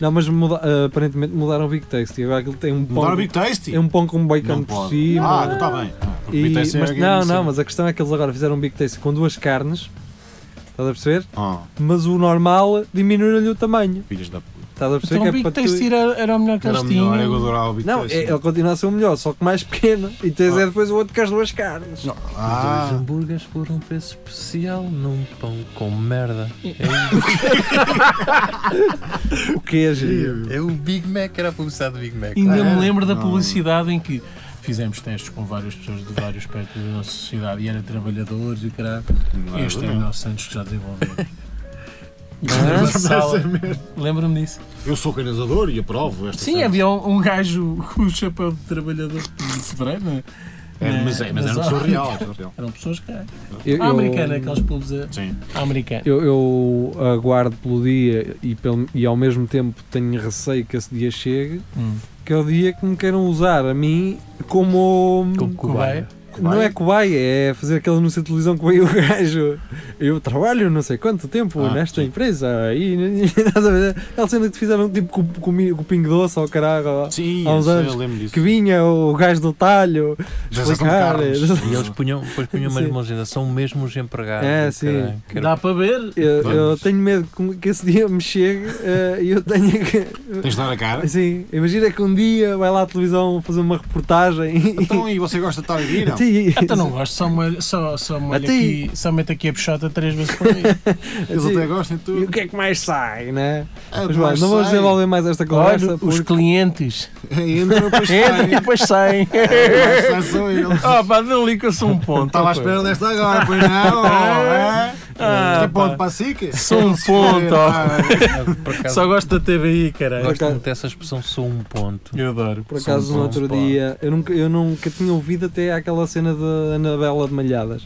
[SPEAKER 2] Não, mas muda- uh, aparentemente mudaram o Big Taste e agora aquilo tem um pão
[SPEAKER 4] Mudaram o Big Tasty?
[SPEAKER 2] é um pão com bacon
[SPEAKER 4] Não
[SPEAKER 2] por
[SPEAKER 4] pode.
[SPEAKER 2] cima
[SPEAKER 4] Ah, não está bem. Ah, porque
[SPEAKER 2] E-
[SPEAKER 4] Big Tasty
[SPEAKER 2] mas,
[SPEAKER 4] era
[SPEAKER 2] não,
[SPEAKER 4] aquele-
[SPEAKER 2] não, mas a questão é que eles agora fizeram um Big Taste com duas carnes, estás a perceber?
[SPEAKER 4] Ah,
[SPEAKER 2] Mas o normal diminuiu-lhe o tamanho,
[SPEAKER 4] filhas da puta.
[SPEAKER 2] estás a perceber?
[SPEAKER 5] Então o
[SPEAKER 2] que é
[SPEAKER 5] Big
[SPEAKER 2] para tu-
[SPEAKER 5] Tasty era, era o melhor que
[SPEAKER 4] Era
[SPEAKER 5] eles
[SPEAKER 4] melhor, eu
[SPEAKER 5] tinham.
[SPEAKER 4] adorava o Big
[SPEAKER 2] Não,
[SPEAKER 4] Tasty.
[SPEAKER 2] é- ele continua a ser o melhor, só que mais pequeno. E tens
[SPEAKER 4] Ah.
[SPEAKER 2] é depois o outro com as duas carnes.
[SPEAKER 4] Ah,
[SPEAKER 3] Dois hambúrgueres por um preço especial num pão com merda.
[SPEAKER 2] O que é, giro?
[SPEAKER 3] É o Big Mac, era a publicidade do Big Mac.
[SPEAKER 5] Ainda
[SPEAKER 4] Ah,
[SPEAKER 5] me lembro da
[SPEAKER 4] não.
[SPEAKER 5] publicidade em que fizemos testes com várias pessoas de vários aspectos da nossa sociedade e era trabalhadores e caralho.
[SPEAKER 4] não é
[SPEAKER 5] Este é o
[SPEAKER 4] verdade.
[SPEAKER 5] nosso Santos que já desenvolveu.
[SPEAKER 2] Ah,
[SPEAKER 5] Lembro-me disso.
[SPEAKER 4] Eu sou canalizador e aprovo esta
[SPEAKER 5] Sim,
[SPEAKER 4] cena.
[SPEAKER 5] havia um, um gajo com o chapéu de trabalhador de fevereiro, não é?
[SPEAKER 4] É, mas é, mas era uma pessoa real. era uma pessoa real.
[SPEAKER 5] Eram pessoas que. A
[SPEAKER 2] Eu, eu-
[SPEAKER 4] é
[SPEAKER 5] americana, aqueles pubs a,
[SPEAKER 4] Sim.
[SPEAKER 5] a americana.
[SPEAKER 2] eu- eu aguardo pelo dia e, pelo- e ao mesmo tempo tenho receio que esse dia chegue,
[SPEAKER 5] Hum.
[SPEAKER 2] que é o dia que me queiram usar a mim como. hum,
[SPEAKER 3] Como cobaia.
[SPEAKER 2] Não é cobaia, é fazer aquele anúncio de televisão com o gajo. Eu trabalho não sei quanto tempo
[SPEAKER 4] Ah,
[SPEAKER 2] nesta
[SPEAKER 4] sim.
[SPEAKER 2] empresa e. Estás a ver? Aquela cena que te fizeram tipo com, com, com pingo doce ou caralho. ou-
[SPEAKER 4] Sim,
[SPEAKER 2] Há uns
[SPEAKER 4] eu
[SPEAKER 2] anos
[SPEAKER 4] lembro disso.
[SPEAKER 2] Que vinha o gajo do talho.
[SPEAKER 4] Jesus de
[SPEAKER 2] explicar,
[SPEAKER 4] Carlos.
[SPEAKER 2] é-
[SPEAKER 3] E eles punham, depois punham mais
[SPEAKER 2] Sim.
[SPEAKER 3] uma agenda, são mesmo os empregados.
[SPEAKER 2] É,
[SPEAKER 3] e
[SPEAKER 2] sim.
[SPEAKER 3] caralho, que era-
[SPEAKER 5] Dá para ver?
[SPEAKER 2] Eu,
[SPEAKER 4] Vamos.
[SPEAKER 2] eu tenho medo que- que esse dia me chegue eh, e eu tenha que.
[SPEAKER 4] Tens de dar a cara.
[SPEAKER 2] Assim, imagina que um dia vai lá à televisão fazer uma reportagem e.
[SPEAKER 4] Então, e você gosta de estar aqui? Não?
[SPEAKER 2] Até aí.
[SPEAKER 5] Então não gosto, só, molho, só, só, molho
[SPEAKER 2] Até aí.
[SPEAKER 5] aqui, só meto aqui a peixota três vezes por mês.
[SPEAKER 4] Eles até gostam de
[SPEAKER 2] E
[SPEAKER 4] tudo.
[SPEAKER 2] o que é que mais sai, né?
[SPEAKER 4] Ah,
[SPEAKER 2] Mas vai,
[SPEAKER 4] depois
[SPEAKER 2] não vamos
[SPEAKER 4] sai.
[SPEAKER 2] desenvolver mais esta conversa.
[SPEAKER 5] Olha, os clientes
[SPEAKER 4] É, Entram e depois
[SPEAKER 5] entram e
[SPEAKER 4] saem.
[SPEAKER 5] depois saem.
[SPEAKER 4] Depois saem só eles.
[SPEAKER 2] Ah,
[SPEAKER 5] Oh pá, delica-se um ponto.
[SPEAKER 2] tá
[SPEAKER 4] Estava à espera desta agora, pois não. é?
[SPEAKER 5] Ah,
[SPEAKER 4] Isto é ponto
[SPEAKER 5] pá.
[SPEAKER 4] para a SIC?
[SPEAKER 5] Sou um ponto.
[SPEAKER 4] Ah,
[SPEAKER 3] Não, Por acaso,
[SPEAKER 5] Só gosto da TVI, caralho.
[SPEAKER 3] gosto muito dessa expressão, sou um ponto.
[SPEAKER 5] Eu adoro.
[SPEAKER 2] Por
[SPEAKER 3] São
[SPEAKER 2] acaso, no
[SPEAKER 3] bons,
[SPEAKER 2] outro
[SPEAKER 3] pá.
[SPEAKER 2] dia, eu nunca, eu nunca tinha ouvido até aquela cena da Anabela de Malhadas.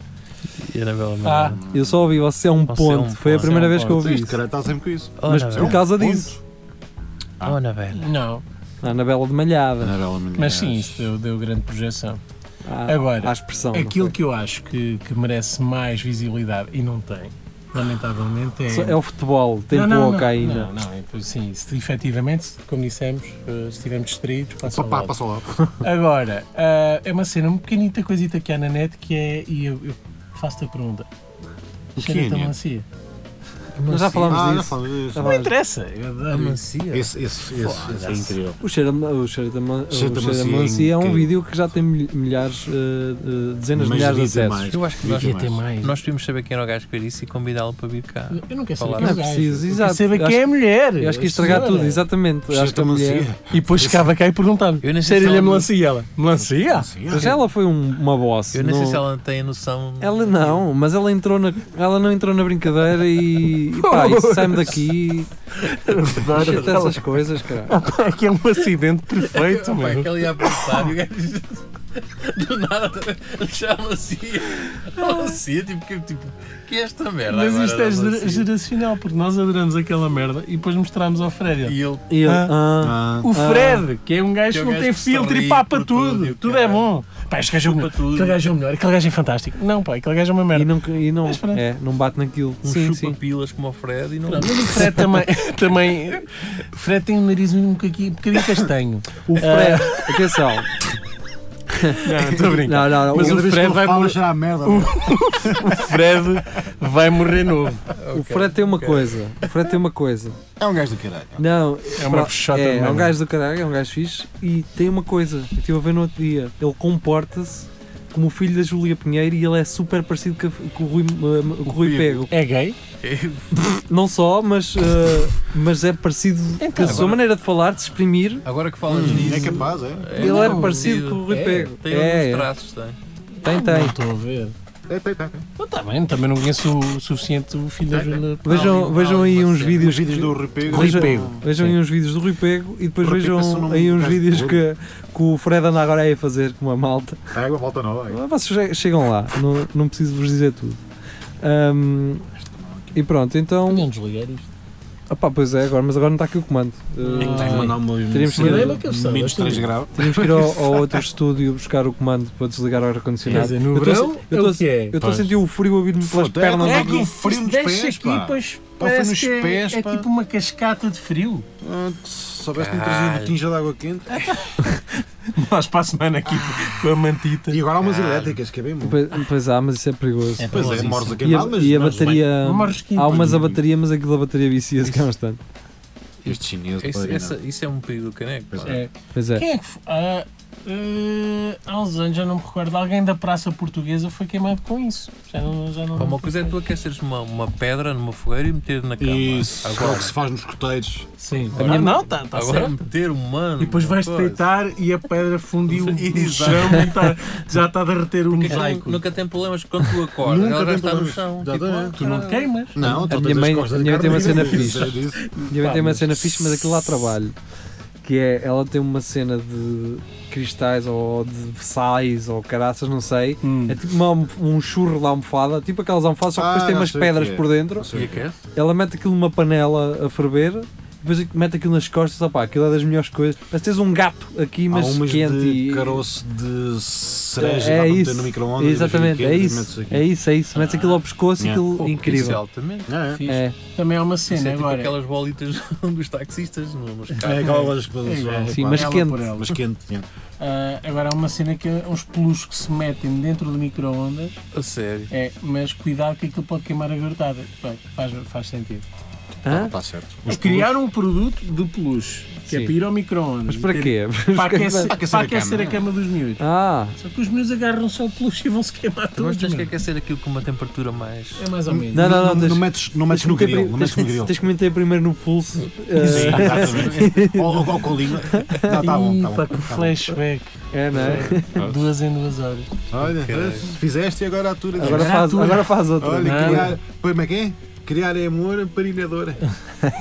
[SPEAKER 3] E era bela
[SPEAKER 5] Ah.
[SPEAKER 3] merda.
[SPEAKER 2] Eu só ouvi, você é um
[SPEAKER 3] Você é um
[SPEAKER 2] ponto. Foi a
[SPEAKER 3] ponto.
[SPEAKER 2] primeira
[SPEAKER 5] Você é um
[SPEAKER 2] vez que eu
[SPEAKER 5] ponto.
[SPEAKER 2] ouvi
[SPEAKER 4] Este
[SPEAKER 2] isso.
[SPEAKER 4] cara está tá sempre com isso.
[SPEAKER 3] Oh,
[SPEAKER 2] Mas
[SPEAKER 3] Anabela.
[SPEAKER 2] por causa disso,
[SPEAKER 3] Oh, Anabela.
[SPEAKER 5] Não,
[SPEAKER 2] a Anabela de Malhadas.
[SPEAKER 5] mas sim, isso deu, deu grande projeção.
[SPEAKER 2] À,
[SPEAKER 5] Agora,
[SPEAKER 2] à expressão. Ah, não
[SPEAKER 5] Aquilo
[SPEAKER 2] foi?
[SPEAKER 5] que eu acho que, que merece mais visibilidade e não tem, lamentavelmente, é.
[SPEAKER 2] Só- É o futebol, tem
[SPEAKER 5] Não, não,
[SPEAKER 2] pouca
[SPEAKER 5] não,
[SPEAKER 2] ainda.
[SPEAKER 5] Não, não, então, sim, se, efetivamente, se- como dissemos, eh, se estivermos distraídos, passa
[SPEAKER 4] Papá,
[SPEAKER 5] logo.
[SPEAKER 4] passa lá.
[SPEAKER 5] Agora, ah, é uma cena, uma pequenita coisita que há na net que é. E eu, eu faço-te a pergunta.
[SPEAKER 4] O que é
[SPEAKER 5] Cheira-te a
[SPEAKER 4] net?
[SPEAKER 5] melancia?
[SPEAKER 2] Nós já falámos
[SPEAKER 4] Ah, já
[SPEAKER 2] disso.
[SPEAKER 4] falamos disso.
[SPEAKER 2] Já
[SPEAKER 5] Não
[SPEAKER 2] falámos.
[SPEAKER 5] interessa. Eu
[SPEAKER 3] A
[SPEAKER 5] adoro.
[SPEAKER 3] mancia.
[SPEAKER 4] Esse, esse, esse, esse é incrível.
[SPEAKER 2] O cheiro, da- o cheiro da, man- o
[SPEAKER 4] Cheiro da
[SPEAKER 2] cheiro
[SPEAKER 4] melancia
[SPEAKER 2] da
[SPEAKER 4] é
[SPEAKER 2] melancia é um
[SPEAKER 4] incrível.
[SPEAKER 2] vídeo que já tem mil- milhares, eh, eh, dezenas de
[SPEAKER 4] Mas
[SPEAKER 2] milhares de
[SPEAKER 4] dizem
[SPEAKER 2] acessos.
[SPEAKER 4] mais.
[SPEAKER 3] Eu acho que nós,
[SPEAKER 4] Dizem
[SPEAKER 5] Devia ter mais.
[SPEAKER 3] nós podíamos saber quem era o gajo que fez isso e convidá-lo para vir cá.
[SPEAKER 5] Eu não quero saber
[SPEAKER 3] Falar.
[SPEAKER 5] quem é
[SPEAKER 2] Não
[SPEAKER 5] o
[SPEAKER 2] é
[SPEAKER 5] gajo.
[SPEAKER 2] preciso,
[SPEAKER 5] Eu
[SPEAKER 2] exato.
[SPEAKER 5] Quero saber
[SPEAKER 2] Eu acho
[SPEAKER 5] quem é a mulher.
[SPEAKER 2] Eu acho que ia estragar
[SPEAKER 5] senhora.
[SPEAKER 2] tudo, exatamente. Eu
[SPEAKER 4] Cheiro
[SPEAKER 2] Acho que
[SPEAKER 4] da
[SPEAKER 2] a mulher.
[SPEAKER 4] melancia.
[SPEAKER 5] E depois chegava cá e perguntava.
[SPEAKER 3] Eu nem sei se
[SPEAKER 5] Cheira-lhe a
[SPEAKER 3] ela,
[SPEAKER 5] melancia ela. Melancia?
[SPEAKER 2] Mas ela foi um- uma boss.
[SPEAKER 3] eu nem sei
[SPEAKER 2] não-
[SPEAKER 3] se ela tem a noção.
[SPEAKER 2] Ela não, mas ela entrou na. Ela não entrou na brincadeira e. e pá, isso sai-me daqui. Chata essas coisas, cara.
[SPEAKER 5] Aqui é um acidente
[SPEAKER 3] Pá,
[SPEAKER 5] perfeito, meu.
[SPEAKER 3] que ele ia apontar e o gajo assim, do nada já a melancia. A melancia, tipo, que, tipo, que é esta merda?
[SPEAKER 5] Mas
[SPEAKER 3] agora assim.
[SPEAKER 5] isto
[SPEAKER 3] da
[SPEAKER 5] é
[SPEAKER 3] melancia?
[SPEAKER 5] gera- geracional, porque nós adoramos aquela merda e depois mostramos ao Fred.
[SPEAKER 3] E ele
[SPEAKER 2] E ele.
[SPEAKER 5] Ah.
[SPEAKER 2] Ah,
[SPEAKER 5] O Fred, que é um
[SPEAKER 3] Que
[SPEAKER 5] gajo
[SPEAKER 3] é
[SPEAKER 5] que
[SPEAKER 3] um
[SPEAKER 5] não
[SPEAKER 3] gajo
[SPEAKER 5] tem
[SPEAKER 3] que se
[SPEAKER 5] filtro
[SPEAKER 3] ri
[SPEAKER 5] e papa
[SPEAKER 3] por
[SPEAKER 5] tudo,
[SPEAKER 3] tudo,
[SPEAKER 5] tudo,
[SPEAKER 3] e o
[SPEAKER 5] é
[SPEAKER 3] caralho.
[SPEAKER 5] bom. Pá, este gajo é o melhor,
[SPEAKER 3] tudo.
[SPEAKER 5] aquele gajo é o melhor, aquele gajo é fantástico. Não, pá, aquele gajo é uma
[SPEAKER 2] e
[SPEAKER 5] merda.
[SPEAKER 2] não, e não,
[SPEAKER 5] Mas pronto.
[SPEAKER 2] é, não bate naquilo.
[SPEAKER 3] um
[SPEAKER 2] sim, sim.
[SPEAKER 3] chupa-pilas como o Fred e não.
[SPEAKER 5] Pronto, Mas o Fred também, também. O Fred tem um nariz um bocadinho, um bocadinho castanho. Ah,
[SPEAKER 2] O Fred, Ah, atenção.
[SPEAKER 5] Não, estou a brincar.
[SPEAKER 2] Não, não, não.
[SPEAKER 5] Mas
[SPEAKER 2] o,
[SPEAKER 5] o Fred vai
[SPEAKER 4] fala,
[SPEAKER 5] mor-
[SPEAKER 4] já a merda.
[SPEAKER 5] O Fred vai morrer novo.
[SPEAKER 2] o Fred tem uma coisa. O Fred tem uma coisa.
[SPEAKER 4] É um gajo do caralho.
[SPEAKER 2] Não,
[SPEAKER 5] É uma puxota
[SPEAKER 2] é,
[SPEAKER 5] de
[SPEAKER 2] é um
[SPEAKER 5] merda.
[SPEAKER 2] gajo do caralho, é um gajo fixe e tem uma coisa, eu estive a ver no outro dia, ele comporta-se como o filho da Júlia Pinheiro e ele é super parecido com, a- com o Rui, eh, com o Rui Pego.
[SPEAKER 5] É gay?
[SPEAKER 2] Não só, mas, eh, mas é parecido
[SPEAKER 4] Então,
[SPEAKER 2] com a sua
[SPEAKER 3] agora-
[SPEAKER 2] maneira de falar, de se exprimir,
[SPEAKER 3] Agora que falas nisso.
[SPEAKER 4] É capaz, é? um
[SPEAKER 3] é
[SPEAKER 2] ele
[SPEAKER 3] um
[SPEAKER 2] era
[SPEAKER 5] não,
[SPEAKER 2] parecido
[SPEAKER 3] bandido.
[SPEAKER 2] com o Rui
[SPEAKER 5] é,
[SPEAKER 2] Pego.
[SPEAKER 3] Tem
[SPEAKER 2] é,
[SPEAKER 3] alguns
[SPEAKER 2] é,
[SPEAKER 3] traços, tem.
[SPEAKER 2] tem,
[SPEAKER 5] Não
[SPEAKER 2] tem.
[SPEAKER 5] estou a ver.
[SPEAKER 4] É, tem, tem. tem.
[SPEAKER 5] Não está bem, também não conheço o suficiente o filho da Júlia.
[SPEAKER 2] Vejam,
[SPEAKER 3] Há
[SPEAKER 2] vejam aí
[SPEAKER 3] alguma
[SPEAKER 2] uns
[SPEAKER 3] cena.
[SPEAKER 2] vídeos.
[SPEAKER 4] Os vídeos do Repego.
[SPEAKER 5] Rui
[SPEAKER 2] Vejam-
[SPEAKER 5] Pego.
[SPEAKER 2] Vejam aí
[SPEAKER 5] Sim.
[SPEAKER 2] uns vídeos do Rui Pego e depois
[SPEAKER 4] Rui Pego parece o
[SPEAKER 2] vejam
[SPEAKER 4] nome
[SPEAKER 2] aí
[SPEAKER 4] de um
[SPEAKER 2] uns
[SPEAKER 4] gajo de
[SPEAKER 2] vídeos
[SPEAKER 4] ouro.
[SPEAKER 2] que, que o Fred anda agora aí a fazer com uma malta.
[SPEAKER 4] Água, volta nova. é.
[SPEAKER 2] Ah, Vocês che- chegam lá, não, não preciso vos dizer tudo. Ahm, e pronto, então.
[SPEAKER 5] Podiam desligar isto.
[SPEAKER 2] Opá, pois é, agora, mas agora não está aqui o comando. Ah,
[SPEAKER 5] Tem que
[SPEAKER 4] um
[SPEAKER 5] mandar
[SPEAKER 2] Teríamos que ir,
[SPEAKER 5] que eu sei,
[SPEAKER 4] menos
[SPEAKER 5] é eu tenho.
[SPEAKER 4] 3 graus.
[SPEAKER 2] teríamos que ir ao, ao outro estúdio buscar o comando para desligar o
[SPEAKER 5] Quer
[SPEAKER 2] ar-condicionado.
[SPEAKER 5] dizer,
[SPEAKER 2] Eu
[SPEAKER 5] no
[SPEAKER 2] tô a
[SPEAKER 5] verão,
[SPEAKER 2] se- eu tô a
[SPEAKER 5] é o
[SPEAKER 2] se-
[SPEAKER 5] que é?
[SPEAKER 2] Eu estou a
[SPEAKER 4] Pois.
[SPEAKER 2] sentir o frio a vir-me pelas
[SPEAKER 4] Foda-se,
[SPEAKER 2] pernas.
[SPEAKER 4] é
[SPEAKER 5] É
[SPEAKER 4] que
[SPEAKER 5] que
[SPEAKER 4] um
[SPEAKER 5] frio
[SPEAKER 4] frio nos
[SPEAKER 5] deixa
[SPEAKER 4] pés,
[SPEAKER 5] aqui,
[SPEAKER 4] pá.
[SPEAKER 5] pois
[SPEAKER 4] foi
[SPEAKER 5] parece
[SPEAKER 4] nos
[SPEAKER 5] que é,
[SPEAKER 4] pés,
[SPEAKER 5] é
[SPEAKER 4] pá.
[SPEAKER 5] tipo uma cascata de frio.
[SPEAKER 4] Ah, Se soubesse que me trazia uma
[SPEAKER 3] Caralho.
[SPEAKER 4] tinja de água quente.
[SPEAKER 5] Nós para a semana aqui com a mantita.
[SPEAKER 4] E agora há umas elétricas, que é bem bom.
[SPEAKER 2] Pois, pois há, mas isso é perigoso.
[SPEAKER 5] É,
[SPEAKER 4] Pois
[SPEAKER 5] Mas
[SPEAKER 4] é,
[SPEAKER 5] isso-
[SPEAKER 4] moros a
[SPEAKER 2] E a,
[SPEAKER 4] queimar, mas.
[SPEAKER 2] e a
[SPEAKER 4] mas
[SPEAKER 2] bateria.
[SPEAKER 5] Uma rosquinha.
[SPEAKER 2] Há umas a bateria, mas aquilo da bateria vicia-se constante.
[SPEAKER 4] bem. Estes chineses,
[SPEAKER 3] Isso,
[SPEAKER 4] pá,
[SPEAKER 3] essa- isso é um perigo do caneco. pá.
[SPEAKER 5] É.
[SPEAKER 2] Pois é.
[SPEAKER 5] Quem é que foi? Ah, eh, há uns anos, já não me recordo, alguém da Praça Portuguesa foi queimado com isso. Já não, já não
[SPEAKER 3] Pá, Uma coisa é tu aqueceres uma, uma pedra numa fogueira e meter na cama.
[SPEAKER 4] Isso, é o
[SPEAKER 3] Agora,
[SPEAKER 4] que se faz nos coteiros.
[SPEAKER 2] Tipo,
[SPEAKER 5] Sim.
[SPEAKER 3] Agora-
[SPEAKER 5] Ah, não, está tá
[SPEAKER 3] agora
[SPEAKER 5] certo.
[SPEAKER 3] meter um mano.
[SPEAKER 5] E depois
[SPEAKER 3] uma
[SPEAKER 5] vais-te
[SPEAKER 3] coisa.
[SPEAKER 5] deitar e a pedra fundiu o
[SPEAKER 3] Exato.
[SPEAKER 5] chão e tá- já está a derreter o
[SPEAKER 3] Porque aquilo
[SPEAKER 5] mosaico.
[SPEAKER 3] Nunca tem problemas quando tu acordas.
[SPEAKER 4] Nunca
[SPEAKER 3] ela já
[SPEAKER 4] tem
[SPEAKER 3] está no
[SPEAKER 4] problemas.
[SPEAKER 3] chão.
[SPEAKER 4] Já
[SPEAKER 3] tipo,
[SPEAKER 4] dá,
[SPEAKER 3] ah,
[SPEAKER 5] Tu não queimas.
[SPEAKER 4] Não,
[SPEAKER 2] A
[SPEAKER 4] tu
[SPEAKER 2] minha
[SPEAKER 4] tens
[SPEAKER 2] mãe-
[SPEAKER 4] as costas
[SPEAKER 2] a
[SPEAKER 4] de
[SPEAKER 2] minha mãe tem uma
[SPEAKER 4] carne,
[SPEAKER 2] cena
[SPEAKER 4] eu
[SPEAKER 2] fixe.
[SPEAKER 4] sei disso.
[SPEAKER 2] E ela
[SPEAKER 5] Pá,
[SPEAKER 2] tem uma
[SPEAKER 5] mas-
[SPEAKER 2] cena fixe, mas aquilo lá trabalho. Que é, ela tem uma cena de cristais ou de sais ou caraças, não sei. É tipo uma, almo- um churro de almofada, tipo aquelas almofadas, só que
[SPEAKER 4] Ah,
[SPEAKER 2] depois tem
[SPEAKER 4] já
[SPEAKER 2] umas
[SPEAKER 4] sei o que
[SPEAKER 2] pedras
[SPEAKER 4] é.
[SPEAKER 2] por dentro.
[SPEAKER 4] Não sei
[SPEAKER 3] E
[SPEAKER 4] o que é.
[SPEAKER 3] aquece?
[SPEAKER 2] Ela mete aquilo numa panela a ferver, depois mete aquilo nas costas, opá, aquilo é das melhores coisas. Mas tens um gato aqui, mas
[SPEAKER 4] Há umas
[SPEAKER 2] quente
[SPEAKER 4] de
[SPEAKER 2] e.
[SPEAKER 4] caroço de cereja dá
[SPEAKER 2] É
[SPEAKER 4] para meter
[SPEAKER 2] isso.
[SPEAKER 4] no micro-ondas.
[SPEAKER 2] Exatamente, é isso, é isso, é isso. Metes aquilo ao pescoço e
[SPEAKER 4] Yeah.
[SPEAKER 2] aquilo
[SPEAKER 3] Pô, Isso é
[SPEAKER 2] incrível.
[SPEAKER 3] altamente.
[SPEAKER 4] É,
[SPEAKER 3] Fixe.
[SPEAKER 2] É,
[SPEAKER 5] Também há uma
[SPEAKER 3] Isso
[SPEAKER 5] cena
[SPEAKER 3] é tipo
[SPEAKER 5] né, agora.
[SPEAKER 3] aquelas bolitas um dos taxistas no- nos
[SPEAKER 4] é
[SPEAKER 3] carros.
[SPEAKER 4] aquelas
[SPEAKER 5] É,
[SPEAKER 2] sim,
[SPEAKER 5] pá,
[SPEAKER 2] mas
[SPEAKER 5] ela
[SPEAKER 2] quente.
[SPEAKER 5] por ela.
[SPEAKER 4] mas quente. quente.
[SPEAKER 5] Ah, agora há uma cena que é uns peluches que se metem dentro do micro-ondas,
[SPEAKER 3] A sério.
[SPEAKER 5] é, mas cuidado que aquilo pode queimar a garotada. Bem, faz, faz sentido.
[SPEAKER 2] Hã?
[SPEAKER 4] Está certo.
[SPEAKER 5] Eles criaram um produto de peluche, que é
[SPEAKER 4] Sim.
[SPEAKER 5] para ir ao micro-ondas.
[SPEAKER 2] Mas para
[SPEAKER 5] meter-
[SPEAKER 2] quê?
[SPEAKER 5] Para aquecer,
[SPEAKER 4] Aquecer
[SPEAKER 5] para
[SPEAKER 4] a
[SPEAKER 5] aquecer a
[SPEAKER 4] cama.
[SPEAKER 5] cama dos miúdos.
[SPEAKER 2] Ah,
[SPEAKER 5] Só que os miúdos agarram só o peluche e vão-se queimar
[SPEAKER 3] Tu
[SPEAKER 5] todos.
[SPEAKER 3] mas tens que
[SPEAKER 5] meu.
[SPEAKER 3] aquecer aquilo com uma temperatura mais.
[SPEAKER 5] É mais ou menos.
[SPEAKER 2] Não, não, não,
[SPEAKER 4] Não,
[SPEAKER 2] tens-
[SPEAKER 4] metes, não metes no
[SPEAKER 2] tens que
[SPEAKER 4] grill.
[SPEAKER 2] meter-
[SPEAKER 4] Não metes no
[SPEAKER 2] tens-
[SPEAKER 4] grill.
[SPEAKER 2] Tens que meter primeiro no pulso. eh,
[SPEAKER 4] Sim, exatamente. ou, ou, ou com a língua. Não, tá bom, tá bom.
[SPEAKER 5] Ipa, que
[SPEAKER 4] tá bom.
[SPEAKER 5] flashback.
[SPEAKER 2] é, não é?
[SPEAKER 5] Duas em duas horas.
[SPEAKER 4] Olha,
[SPEAKER 3] Caralho.
[SPEAKER 4] fizeste e agora a altura de-
[SPEAKER 2] Agora
[SPEAKER 5] Era
[SPEAKER 2] faz,
[SPEAKER 5] tudo.
[SPEAKER 2] agora faz outra.
[SPEAKER 4] Olha,
[SPEAKER 5] Não.
[SPEAKER 4] criar. Pois, como é que é? Criar é amor, parinadora.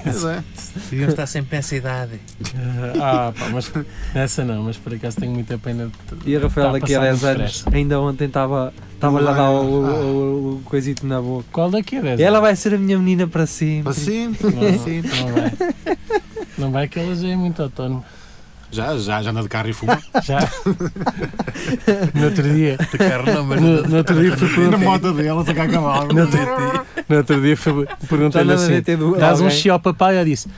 [SPEAKER 4] Pois é.
[SPEAKER 3] Deviam estar sempre nessa idade.
[SPEAKER 5] Ah, pá, mas essa não, mas por acaso tenho muita pena de.
[SPEAKER 2] E a Rafael
[SPEAKER 5] Tá a
[SPEAKER 2] daqui a
[SPEAKER 5] passar
[SPEAKER 2] 10
[SPEAKER 5] de
[SPEAKER 2] anos,
[SPEAKER 5] stress.
[SPEAKER 2] ainda ontem estava estava lá a dar o,
[SPEAKER 4] Ah.
[SPEAKER 2] o- o- o coisito na boca.
[SPEAKER 5] Qual daqui a 10
[SPEAKER 2] Ela vai ser a minha menina para sempre.
[SPEAKER 4] Assim,
[SPEAKER 5] Não,
[SPEAKER 4] sim.
[SPEAKER 5] Não vai. Não vai que ela já é muito autónoma.
[SPEAKER 4] Já, já, já anda de carro e fuma.
[SPEAKER 5] Já. No outro dia.
[SPEAKER 3] De carro não, mas
[SPEAKER 5] No, no outro dia fui
[SPEAKER 4] Na
[SPEAKER 5] perguntar-
[SPEAKER 4] moto dela, se caga mal.
[SPEAKER 5] no outro, no outro dia fui
[SPEAKER 2] Está
[SPEAKER 5] perguntar-lhe
[SPEAKER 2] na
[SPEAKER 5] assim:
[SPEAKER 2] DT do-
[SPEAKER 5] dás um
[SPEAKER 2] alguém.
[SPEAKER 5] chi ao papai? Ela disse: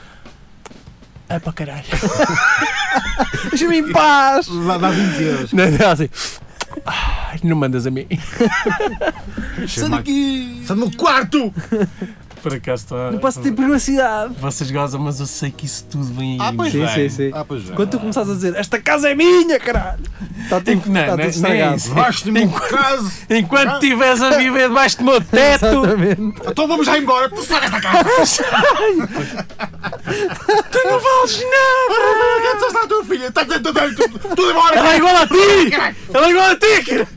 [SPEAKER 5] é para caralho.
[SPEAKER 2] Deixa-me em paz!
[SPEAKER 4] Dá, dá 20 euros.
[SPEAKER 5] Não, ela assim: "Ai, não mandas a mim.
[SPEAKER 4] Sai daqui! Sai do meu quarto!
[SPEAKER 5] Por acaso está.
[SPEAKER 2] Não posso ter privacidade.
[SPEAKER 5] Vocês gozam, mas eu sei que isso tudo vem.
[SPEAKER 4] Ah, pois
[SPEAKER 2] Sim,
[SPEAKER 4] vem.
[SPEAKER 2] sim, sim.
[SPEAKER 4] Ah, pois vem.
[SPEAKER 2] Quando tu começares a dizer esta casa é minha, caralho! Está tudo,
[SPEAKER 5] Não,
[SPEAKER 2] está tudo
[SPEAKER 5] não, não é
[SPEAKER 2] estragado.
[SPEAKER 5] isso.
[SPEAKER 4] Baixo do meu um caso!
[SPEAKER 5] Enquanto estiveres a viver debaixo do meu teto,
[SPEAKER 2] Ah. Exatamente.
[SPEAKER 4] Então vamos já embora! Tu sai desta casa!
[SPEAKER 5] tu não vales nada!
[SPEAKER 2] Ah.
[SPEAKER 4] Tu estás lá a tua filha! Tá- tá- tá- tá- tu- Tudo embora!
[SPEAKER 5] Ela é igual a ti! Ela é igual a ti, cara!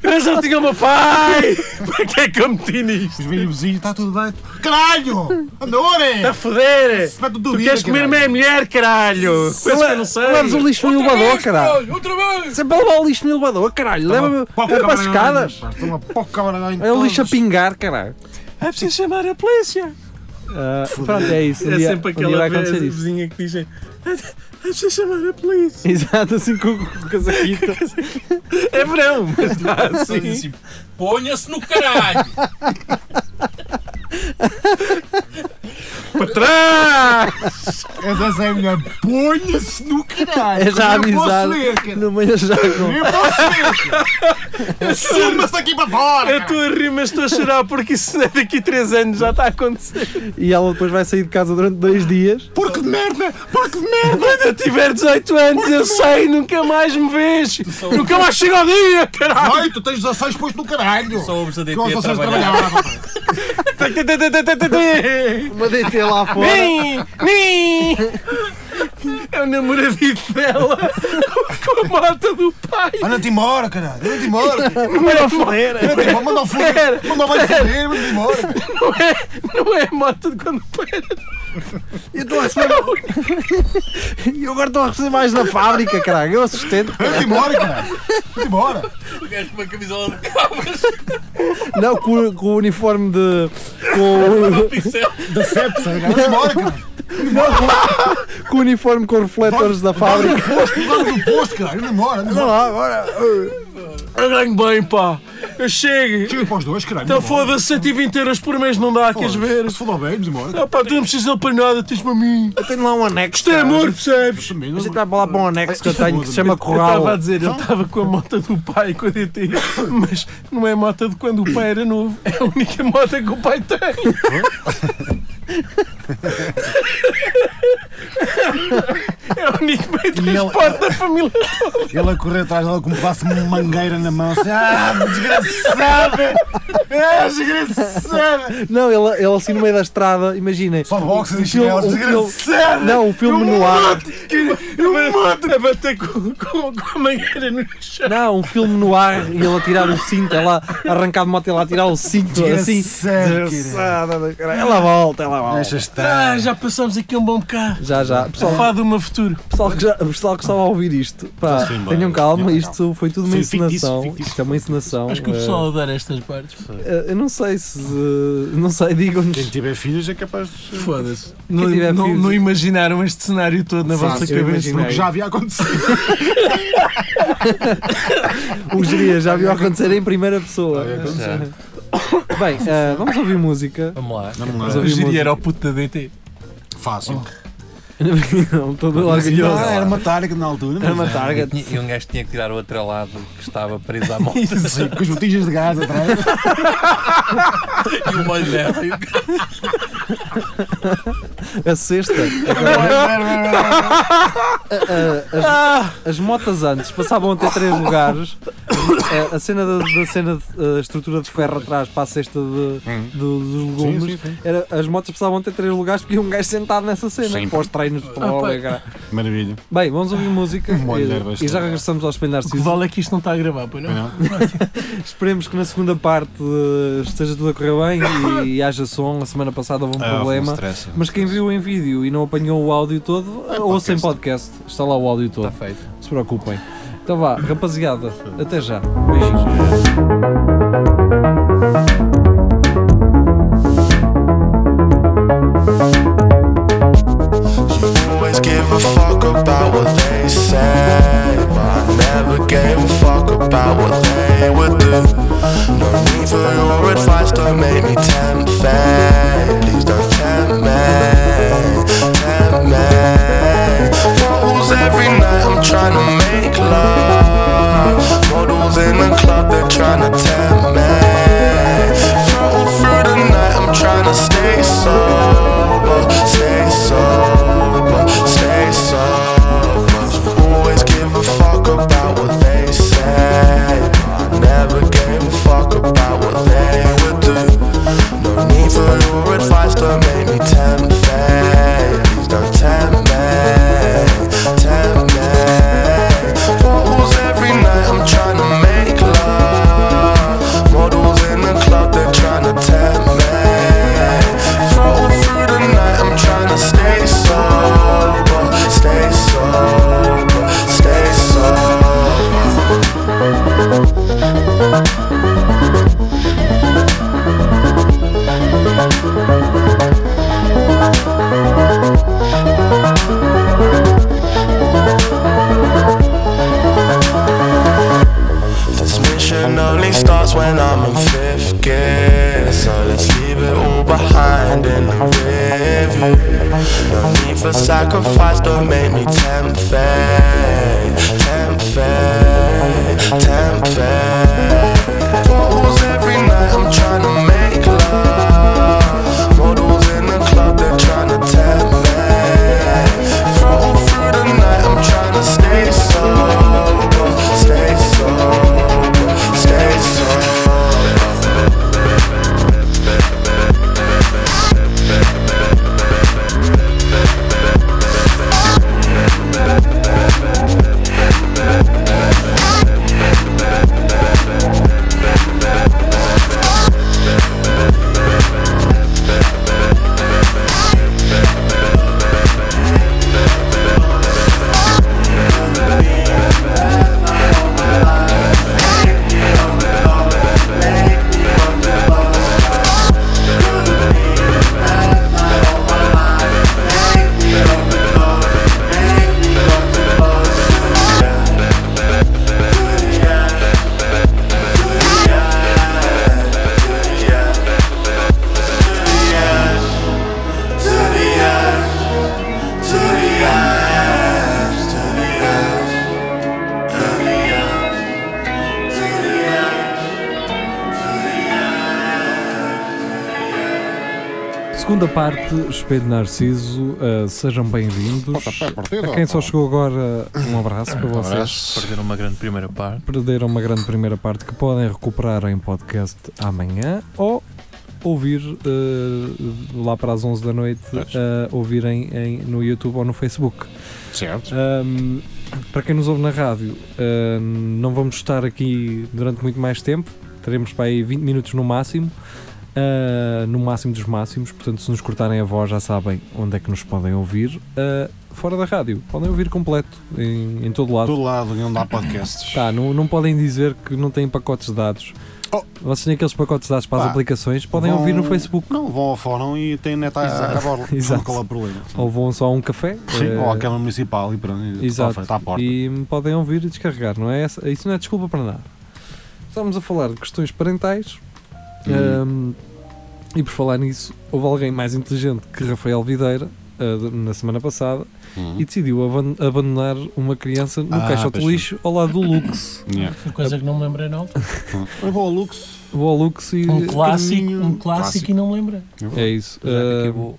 [SPEAKER 5] Eu já tinha o meu pai! Para que é que eu meti nisto?
[SPEAKER 4] Os meus vizinhos, está tá tudo bem! Caralho! Andore!
[SPEAKER 5] Está a foder!
[SPEAKER 4] Vai tudo
[SPEAKER 5] Tu
[SPEAKER 4] vida,
[SPEAKER 5] queres comer a
[SPEAKER 4] caralho.
[SPEAKER 5] minha mulher, caralho! Coisas que eu não sei!
[SPEAKER 2] Levas o lixo no elevador, caralho!
[SPEAKER 3] Outra vez!
[SPEAKER 2] Sempre a levar o lixo no elevador, caralho!
[SPEAKER 4] Tá
[SPEAKER 2] Leva-me
[SPEAKER 4] Pouca
[SPEAKER 2] para as
[SPEAKER 4] baralhada,
[SPEAKER 2] escadas!
[SPEAKER 4] pá, Estou uma pouca baralhada em
[SPEAKER 2] É o lixo a
[SPEAKER 4] todos.
[SPEAKER 2] pingar, caralho!
[SPEAKER 5] É preciso chamar a polícia!
[SPEAKER 2] Ah, pronto, é isso. Um
[SPEAKER 5] é
[SPEAKER 2] dia, um
[SPEAKER 5] sempre
[SPEAKER 2] dia
[SPEAKER 5] aquela
[SPEAKER 2] vai acontecer
[SPEAKER 5] ve-
[SPEAKER 2] isso.
[SPEAKER 5] vizinha que diz: É preciso chamar a polícia!
[SPEAKER 2] Exato, assim com com o casaquito.
[SPEAKER 5] É verão! Mas está assim!
[SPEAKER 3] Ponha-se no caralho!
[SPEAKER 5] Para trás!
[SPEAKER 4] Essa é a minha. Ponha-se no caralho!
[SPEAKER 2] É já a
[SPEAKER 4] Nem posso ler,
[SPEAKER 2] amizade.
[SPEAKER 4] cara!
[SPEAKER 2] No meio já com.
[SPEAKER 4] Nem posso ler! cara. Assuma-se daqui para fora!
[SPEAKER 5] Eu
[SPEAKER 4] cara.
[SPEAKER 5] estou a rir, mas estou a chorar porque isso é daqui a 3 anos já está a acontecer.
[SPEAKER 2] E ela depois vai sair de casa durante dois dias.
[SPEAKER 4] Porco de merda! Porco de merda!
[SPEAKER 5] Quando eu tiver 18 anos, eu sei, nunca mais me vês! Nunca mais chega ao dia, caralho!
[SPEAKER 4] Ai, tu tens 16 pois no caralho!
[SPEAKER 3] Só ouves a DT
[SPEAKER 4] Igual
[SPEAKER 3] a
[SPEAKER 4] vocês
[SPEAKER 3] trabalhar.
[SPEAKER 4] trabalhavam!
[SPEAKER 2] Uma DT lá fora.
[SPEAKER 5] Vim! Vim! É o namoradinho dela com a moto do pai!
[SPEAKER 4] Anda-te embora, caralho! Anda-te embora!
[SPEAKER 5] Não é foder!
[SPEAKER 4] Anda-te embora! Manda o
[SPEAKER 5] Espera.
[SPEAKER 4] foder! Manda o velho foder! Anda-te embora! cara.
[SPEAKER 5] Não é, não é a moto de quando o pai era.
[SPEAKER 2] Eu estou a receber. Eu agora estou a receber mais na fábrica, caralho. Eu assistente.
[SPEAKER 4] Anda-te embora, caralho! Anda-te embora!
[SPEAKER 3] O gajo com uma camisola de cabras,
[SPEAKER 2] Não, com, com o uniforme de. Com,
[SPEAKER 3] pincel.
[SPEAKER 4] Da sepsa, caralho! Anda-te embora, caralho!
[SPEAKER 2] o- com o uniforme com refletores da fábrica.
[SPEAKER 4] Anda do posto, caralho! Anda-te embora! Anda-te embora!
[SPEAKER 5] Eu ganho É um bem, pá! Eu chego!
[SPEAKER 4] Chega para os dois, caralho!
[SPEAKER 5] Então foda-se, 120 euros por mês não dá, queres ver?
[SPEAKER 4] Se foda bem, anda-te embora!
[SPEAKER 5] Ah pá, tu não precisas dele para nada, tens-me a mim!
[SPEAKER 2] Eu tenho lá um anexo.
[SPEAKER 5] Isto é amor, percebes?
[SPEAKER 2] A gente vai para lá para um anexo que eu tenho que se chama
[SPEAKER 5] Eu estava a
[SPEAKER 2] Corral.
[SPEAKER 5] dizer, ele estava com a moto do pai com a DT, mas não é a moto de quando o pai era novo, é a única moto que o pai tem. É o único meio de
[SPEAKER 4] E ele-
[SPEAKER 5] transporte da família.
[SPEAKER 4] Ele a correr atrás dela com um pedaço de mangueira na mão, assim, ah, desgraçada! Ah, desgraçada!
[SPEAKER 2] Não, ele, ele assim no meio da estrada, imaginem.
[SPEAKER 4] Só boxes
[SPEAKER 2] Um
[SPEAKER 4] e
[SPEAKER 2] filme-
[SPEAKER 4] chinelos,
[SPEAKER 2] um filme-
[SPEAKER 4] desgraçada!
[SPEAKER 2] Não, o filme no ar.
[SPEAKER 5] Eu mato a bater com, com, com a mangueira no chão.
[SPEAKER 2] Não, um filme no ar e ele a tirar o cinto, ela arrancar de moto e ela a tirar o cinto, assim.
[SPEAKER 4] Desgraçado,
[SPEAKER 2] Desgraçada do caralho. Ela volta, ela volta.
[SPEAKER 4] Deixa estar!
[SPEAKER 5] Ah, já passamos aqui um bom bocado.
[SPEAKER 2] Já, já. Pessoal,
[SPEAKER 5] Fado uma futuro.
[SPEAKER 2] pessoal, que já, pessoal que estava a ouvir isto, pá,
[SPEAKER 4] Sim, bem,
[SPEAKER 2] tenham calma,
[SPEAKER 4] bem,
[SPEAKER 2] isto foi tudo uma
[SPEAKER 4] Sim, fictício,
[SPEAKER 2] encenação.
[SPEAKER 4] fictício.
[SPEAKER 2] Isto é uma encenação.
[SPEAKER 5] Acho que o pessoal adora estas partes.
[SPEAKER 2] eh, eh, eu não sei se. eh, Não sei, digam-nos.
[SPEAKER 4] Quem tiver filhos é capaz de.
[SPEAKER 5] Foda-se. Não,
[SPEAKER 2] tiver
[SPEAKER 5] não-
[SPEAKER 2] filhos-
[SPEAKER 5] não imaginaram este cenário todo na
[SPEAKER 4] Sabe,
[SPEAKER 5] vossa
[SPEAKER 2] eu
[SPEAKER 5] cabeça.
[SPEAKER 2] imaginei.
[SPEAKER 4] Porque já havia acontecido.
[SPEAKER 2] O Jeria já viu acontecer em primeira pessoa.
[SPEAKER 4] Vai acontecer.
[SPEAKER 2] Bem, eh, vamos ouvir música.
[SPEAKER 3] Vamos lá.
[SPEAKER 4] Não,
[SPEAKER 2] Mas
[SPEAKER 5] Eu
[SPEAKER 2] ouvir
[SPEAKER 5] diria
[SPEAKER 2] música. Oh.
[SPEAKER 5] era o puto da DT.
[SPEAKER 4] Fácil.
[SPEAKER 2] Não, todo
[SPEAKER 4] Não,
[SPEAKER 2] orgulhoso.
[SPEAKER 4] Ah, era uma target na altura.
[SPEAKER 2] Era é uma
[SPEAKER 4] mas- é.
[SPEAKER 2] target.
[SPEAKER 3] E, tinha- e um gajo tinha que tirar o atrelado que estava preso à mão.
[SPEAKER 4] Sim, com os botijas de gás atrás.
[SPEAKER 3] e o Mangela. E o
[SPEAKER 2] A sexta. A- a- as, as motas antes passavam até três lugares. É, A, a cena da, da cena de- a estrutura de ferro atrás para a cesta de- do- dos
[SPEAKER 4] Hum. Sim, sim,
[SPEAKER 2] legumes.
[SPEAKER 4] sim.
[SPEAKER 2] Era, as motas precisavam ter três lugares porque ia um gajo sentado nessa cena.
[SPEAKER 4] Sempre.
[SPEAKER 2] Para os treinos de prova, cara.
[SPEAKER 4] Maravilha.
[SPEAKER 2] Bem, vamos ouvir música
[SPEAKER 4] Um Molho de ervas
[SPEAKER 2] e, e já
[SPEAKER 4] também.
[SPEAKER 2] regressamos ao Espelho
[SPEAKER 5] O que
[SPEAKER 2] Narciso.
[SPEAKER 5] vale é que isto não está a gravar, pois não?
[SPEAKER 4] Não.
[SPEAKER 2] Esperemos que na segunda parte eh, esteja tudo a correr bem e, haja som. A semana passada houve um
[SPEAKER 4] Ah, não
[SPEAKER 2] problema.
[SPEAKER 4] stressa.
[SPEAKER 2] Mas quem viu em vídeo e não apanhou o áudio todo, eh, ouça em podcast. Está lá o áudio todo.
[SPEAKER 3] Está feito.
[SPEAKER 2] Se preocupem. Então vá, rapaziada, até já. Beijinhos.
[SPEAKER 6] always give a fuck about what they say. But I never gave a fuck about what they would do. No need for your advice, don't make me tempt fate. Please don't tempt me, tempt me. Bottles every night, I'm trying to make love. Models in the club, they're trying to tempt me. Throttle through the night, I'm trying to stay sober, stay sober, stay sober. Always give a fuck about what they say. I never gave a fuck about what they would do. No need for your advice, don't make me tempt fate. Please don't tempt me, tempt me. Bottles every night, I'm trying to make love. Models in the club, they're trying to tempt me. Throttle through the night, I'm trying to stay sober, stay sober, stay sober. This mission only starts when I'm in fifth gear. So let's leave it all behind in the review. No need for sacrifice, don't make me tempt fate. Tempt fate, tempt fate. Bottles every night, I'm trying to make love. Models in the club, they're trying to tempt me. Throttle through the night, I'm trying to stay sober, stay sober, stay sober. To the edge, to the edge, to the edge, to the edge, to the edge, to the edge.
[SPEAKER 2] Segunda parte, Espelho Narciso, uh, sejam bem-vindos. A quem só chegou agora, um abraço para vocês.
[SPEAKER 3] Perderam uma grande primeira parte.
[SPEAKER 2] Perderam uma grande primeira parte que podem recuperar em podcast amanhã ou ouvir uh, lá para as 11 da noite, uh, ouvirem em- no YouTube ou no Facebook.
[SPEAKER 4] Certo.
[SPEAKER 2] Um, para quem nos ouve na rádio, um, não vamos estar aqui durante muito mais tempo, teremos para aí 20 minutos no máximo, uh, no máximo dos máximos, portanto, se nos cortarem a voz já sabem onde é que nos podem ouvir. Uh, fora da rádio, podem ouvir completo, em, em todo lado.
[SPEAKER 4] Todo lado, não dá podcasts.
[SPEAKER 2] Tá, não, não podem dizer que não têm pacotes de dados.
[SPEAKER 4] Oh.
[SPEAKER 2] Vocês têm aqueles pacotes de dados para as
[SPEAKER 4] Pá,
[SPEAKER 2] aplicações, podem
[SPEAKER 4] vão-
[SPEAKER 2] ouvir no Facebook.
[SPEAKER 4] Não, vão ao fórum e têm net a a cabo.
[SPEAKER 2] Exato.
[SPEAKER 4] Não qual é o problema.
[SPEAKER 2] Ou vão só a um café.
[SPEAKER 4] Sim,
[SPEAKER 2] uh,
[SPEAKER 4] ou à Câmara Municipal e pronto. e Está
[SPEAKER 2] Exato.
[SPEAKER 4] feito, está à porta.
[SPEAKER 2] E podem ouvir e descarregar, não é? essa- Isso não é desculpa para nada. Estamos a falar de questões parentais ehm,
[SPEAKER 4] Hum.
[SPEAKER 2] hum, e por falar nisso, houve alguém mais inteligente que Rafael Videira ah, de- na semana passada
[SPEAKER 3] Uhum.
[SPEAKER 2] e decidiu aban- abandonar uma criança no
[SPEAKER 3] Ah,
[SPEAKER 2] caixote
[SPEAKER 3] pois
[SPEAKER 2] de lixo ao lado do Lux.
[SPEAKER 3] Yeah.
[SPEAKER 5] Uma coisa que não me lembrei na altura.
[SPEAKER 7] Olha para o Lux.
[SPEAKER 2] Vou ao Lux e.
[SPEAKER 5] Um clássico, um clássico
[SPEAKER 7] clássico.
[SPEAKER 5] e não me lembrei.
[SPEAKER 2] É isso.
[SPEAKER 3] Já
[SPEAKER 2] Ah,
[SPEAKER 3] acabou.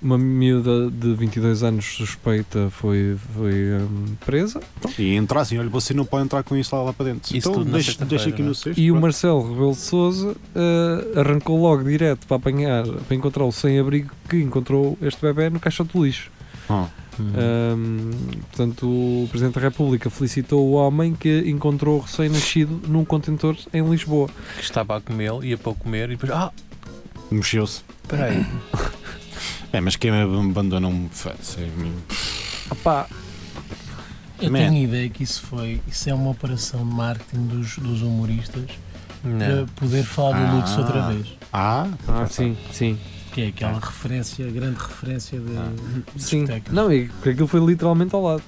[SPEAKER 2] uma miúda de 22 anos suspeita foi, foi ah, presa
[SPEAKER 4] E entrar assim, olha, você não pode entrar com isso lá, lá para dentro.
[SPEAKER 3] Isso
[SPEAKER 4] então
[SPEAKER 3] tudo na
[SPEAKER 4] deixa,
[SPEAKER 3] sexta-feira,
[SPEAKER 4] deixa aqui
[SPEAKER 3] não é?
[SPEAKER 4] no sexto.
[SPEAKER 2] e o
[SPEAKER 4] pronto.
[SPEAKER 2] Marcelo Rebelo de Souza arrancou logo direto para apanhar, para encontrar o sem-abrigo que encontrou este bebê no caixote de lixo.
[SPEAKER 4] Ah,
[SPEAKER 2] Ahm, portanto, o Presidente da República felicitou o homem que encontrou o recém-nascido num contentor em Lisboa.
[SPEAKER 3] Que estava a comê-lo, ia para o comer e depois. Ah,
[SPEAKER 4] Mexeu-se.
[SPEAKER 3] peraí.
[SPEAKER 4] É, mas quem abandona um buffet? Sei, meu.
[SPEAKER 2] Opá,
[SPEAKER 5] Eu
[SPEAKER 4] Man.
[SPEAKER 5] tenho ideia que isso foi, isso é uma operação de marketing dos, dos humoristas
[SPEAKER 3] Não.
[SPEAKER 5] para poder falar do Lux
[SPEAKER 4] Ah.
[SPEAKER 5] outra vez.
[SPEAKER 4] Ah,
[SPEAKER 2] ah, sim, sim.
[SPEAKER 5] Que é aquela referência, a grande referência de de
[SPEAKER 2] sim.
[SPEAKER 5] discoteca.
[SPEAKER 2] Não, e porque aquilo foi literalmente ao lado.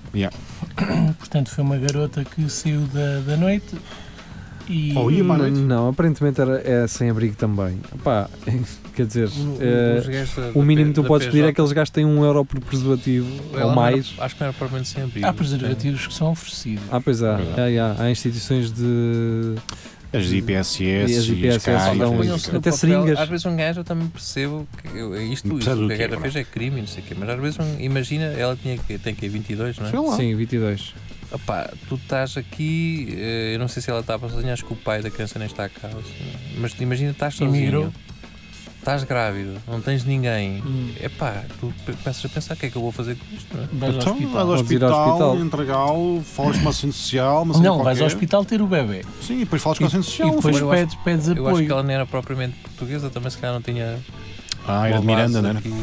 [SPEAKER 5] Portanto, foi uma garota que saiu da, da noite e.
[SPEAKER 4] Ou ia para a noite.
[SPEAKER 2] Não, aparentemente era é sem-abrigo também. Opá, quer dizer, eh,
[SPEAKER 3] os gajos da-
[SPEAKER 2] o
[SPEAKER 3] da
[SPEAKER 2] mínimo que
[SPEAKER 3] P-
[SPEAKER 2] tu
[SPEAKER 3] da
[SPEAKER 2] podes pedir
[SPEAKER 3] PJ.
[SPEAKER 2] é que eles gastem um euro por preservativo
[SPEAKER 3] Ela
[SPEAKER 2] ou
[SPEAKER 3] não
[SPEAKER 2] mais.
[SPEAKER 3] era- acho que não era propriamente sem abrigo.
[SPEAKER 5] Há preservativos que são oferecidos.
[SPEAKER 2] Ah, pois há.
[SPEAKER 4] Verdade.
[SPEAKER 2] É, há. Há instituições de.
[SPEAKER 4] as IPSS e
[SPEAKER 2] E as
[SPEAKER 4] as,
[SPEAKER 2] IPSS
[SPEAKER 4] caixas,
[SPEAKER 2] dão-
[SPEAKER 4] as-
[SPEAKER 3] Põem-se no
[SPEAKER 2] Até
[SPEAKER 3] papel.
[SPEAKER 2] seringas.
[SPEAKER 3] Às vezes um gajo, eu também percebo que eu- é isto,
[SPEAKER 4] Percebes
[SPEAKER 3] isto
[SPEAKER 4] o
[SPEAKER 3] o que
[SPEAKER 4] quê,
[SPEAKER 3] a guerra
[SPEAKER 4] bro?
[SPEAKER 3] fez é crime, não sei o quê, mas às vezes um, imagina, ela tinha que, tem que ir 22, não é?
[SPEAKER 4] Sei lá.
[SPEAKER 2] Sim, 22.
[SPEAKER 3] Opá, tu estás aqui, eh, eu não sei se ela estava sozinha, acho que o pai da criança nem está a casa, assim, mas te imagina, estás sozinho,
[SPEAKER 5] Emigrou.
[SPEAKER 3] estás grávido, não tens ninguém, epá, tu pe- começas a pensar o que é que eu vou fazer com isto, não é?
[SPEAKER 5] Hum. Vais ao
[SPEAKER 4] Então, vais
[SPEAKER 5] hospital.
[SPEAKER 4] ao
[SPEAKER 2] Podes ir ao
[SPEAKER 4] hospital, assim,
[SPEAKER 2] hospital.
[SPEAKER 4] entregá-lo, falas com uma assistente social, mas
[SPEAKER 5] Não, vais ao hospital ter o bebê.
[SPEAKER 4] Sim, e depois falas com a assistente social.
[SPEAKER 5] e depois
[SPEAKER 4] foi-
[SPEAKER 3] eu
[SPEAKER 5] pedes, pedes
[SPEAKER 3] Eu acho que
[SPEAKER 5] apoio.
[SPEAKER 3] ela não era propriamente portuguesa, também se calhar não tinha.
[SPEAKER 4] Ah, era de
[SPEAKER 3] uma base
[SPEAKER 4] Miranda, não era?
[SPEAKER 3] aqui.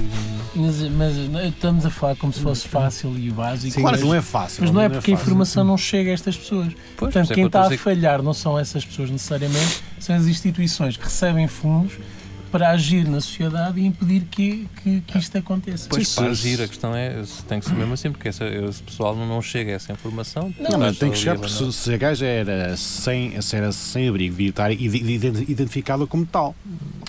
[SPEAKER 5] Mas, mas não, estamos a falar como se fosse fácil e o básico.
[SPEAKER 4] Claro
[SPEAKER 5] mas,
[SPEAKER 4] que não é fácil.
[SPEAKER 5] mas não é porque a
[SPEAKER 4] fácil.
[SPEAKER 5] informação não chega a estas pessoas.
[SPEAKER 3] Pois, por isso
[SPEAKER 5] Portanto,
[SPEAKER 3] é que
[SPEAKER 5] Então, quem
[SPEAKER 3] eu estou a
[SPEAKER 5] está a
[SPEAKER 3] dizer que-
[SPEAKER 5] falhar não são essas pessoas necessariamente, são as instituições que recebem fundos para agir na sociedade e impedir que, que, que isto aconteça.
[SPEAKER 3] Pois
[SPEAKER 4] Sim,
[SPEAKER 3] para
[SPEAKER 4] sim,
[SPEAKER 3] agir,
[SPEAKER 4] sim.
[SPEAKER 3] a questão é se tem que ser mesmo assim, porque essa- esse pessoal não não chega a essa informação.
[SPEAKER 4] Não, mas
[SPEAKER 3] Está
[SPEAKER 4] tem que chegar,
[SPEAKER 3] ali
[SPEAKER 4] porque
[SPEAKER 3] abanado.
[SPEAKER 4] se, se a gaja era sem, se era sem abrigo, devia estar ide- ide- identificada como tal.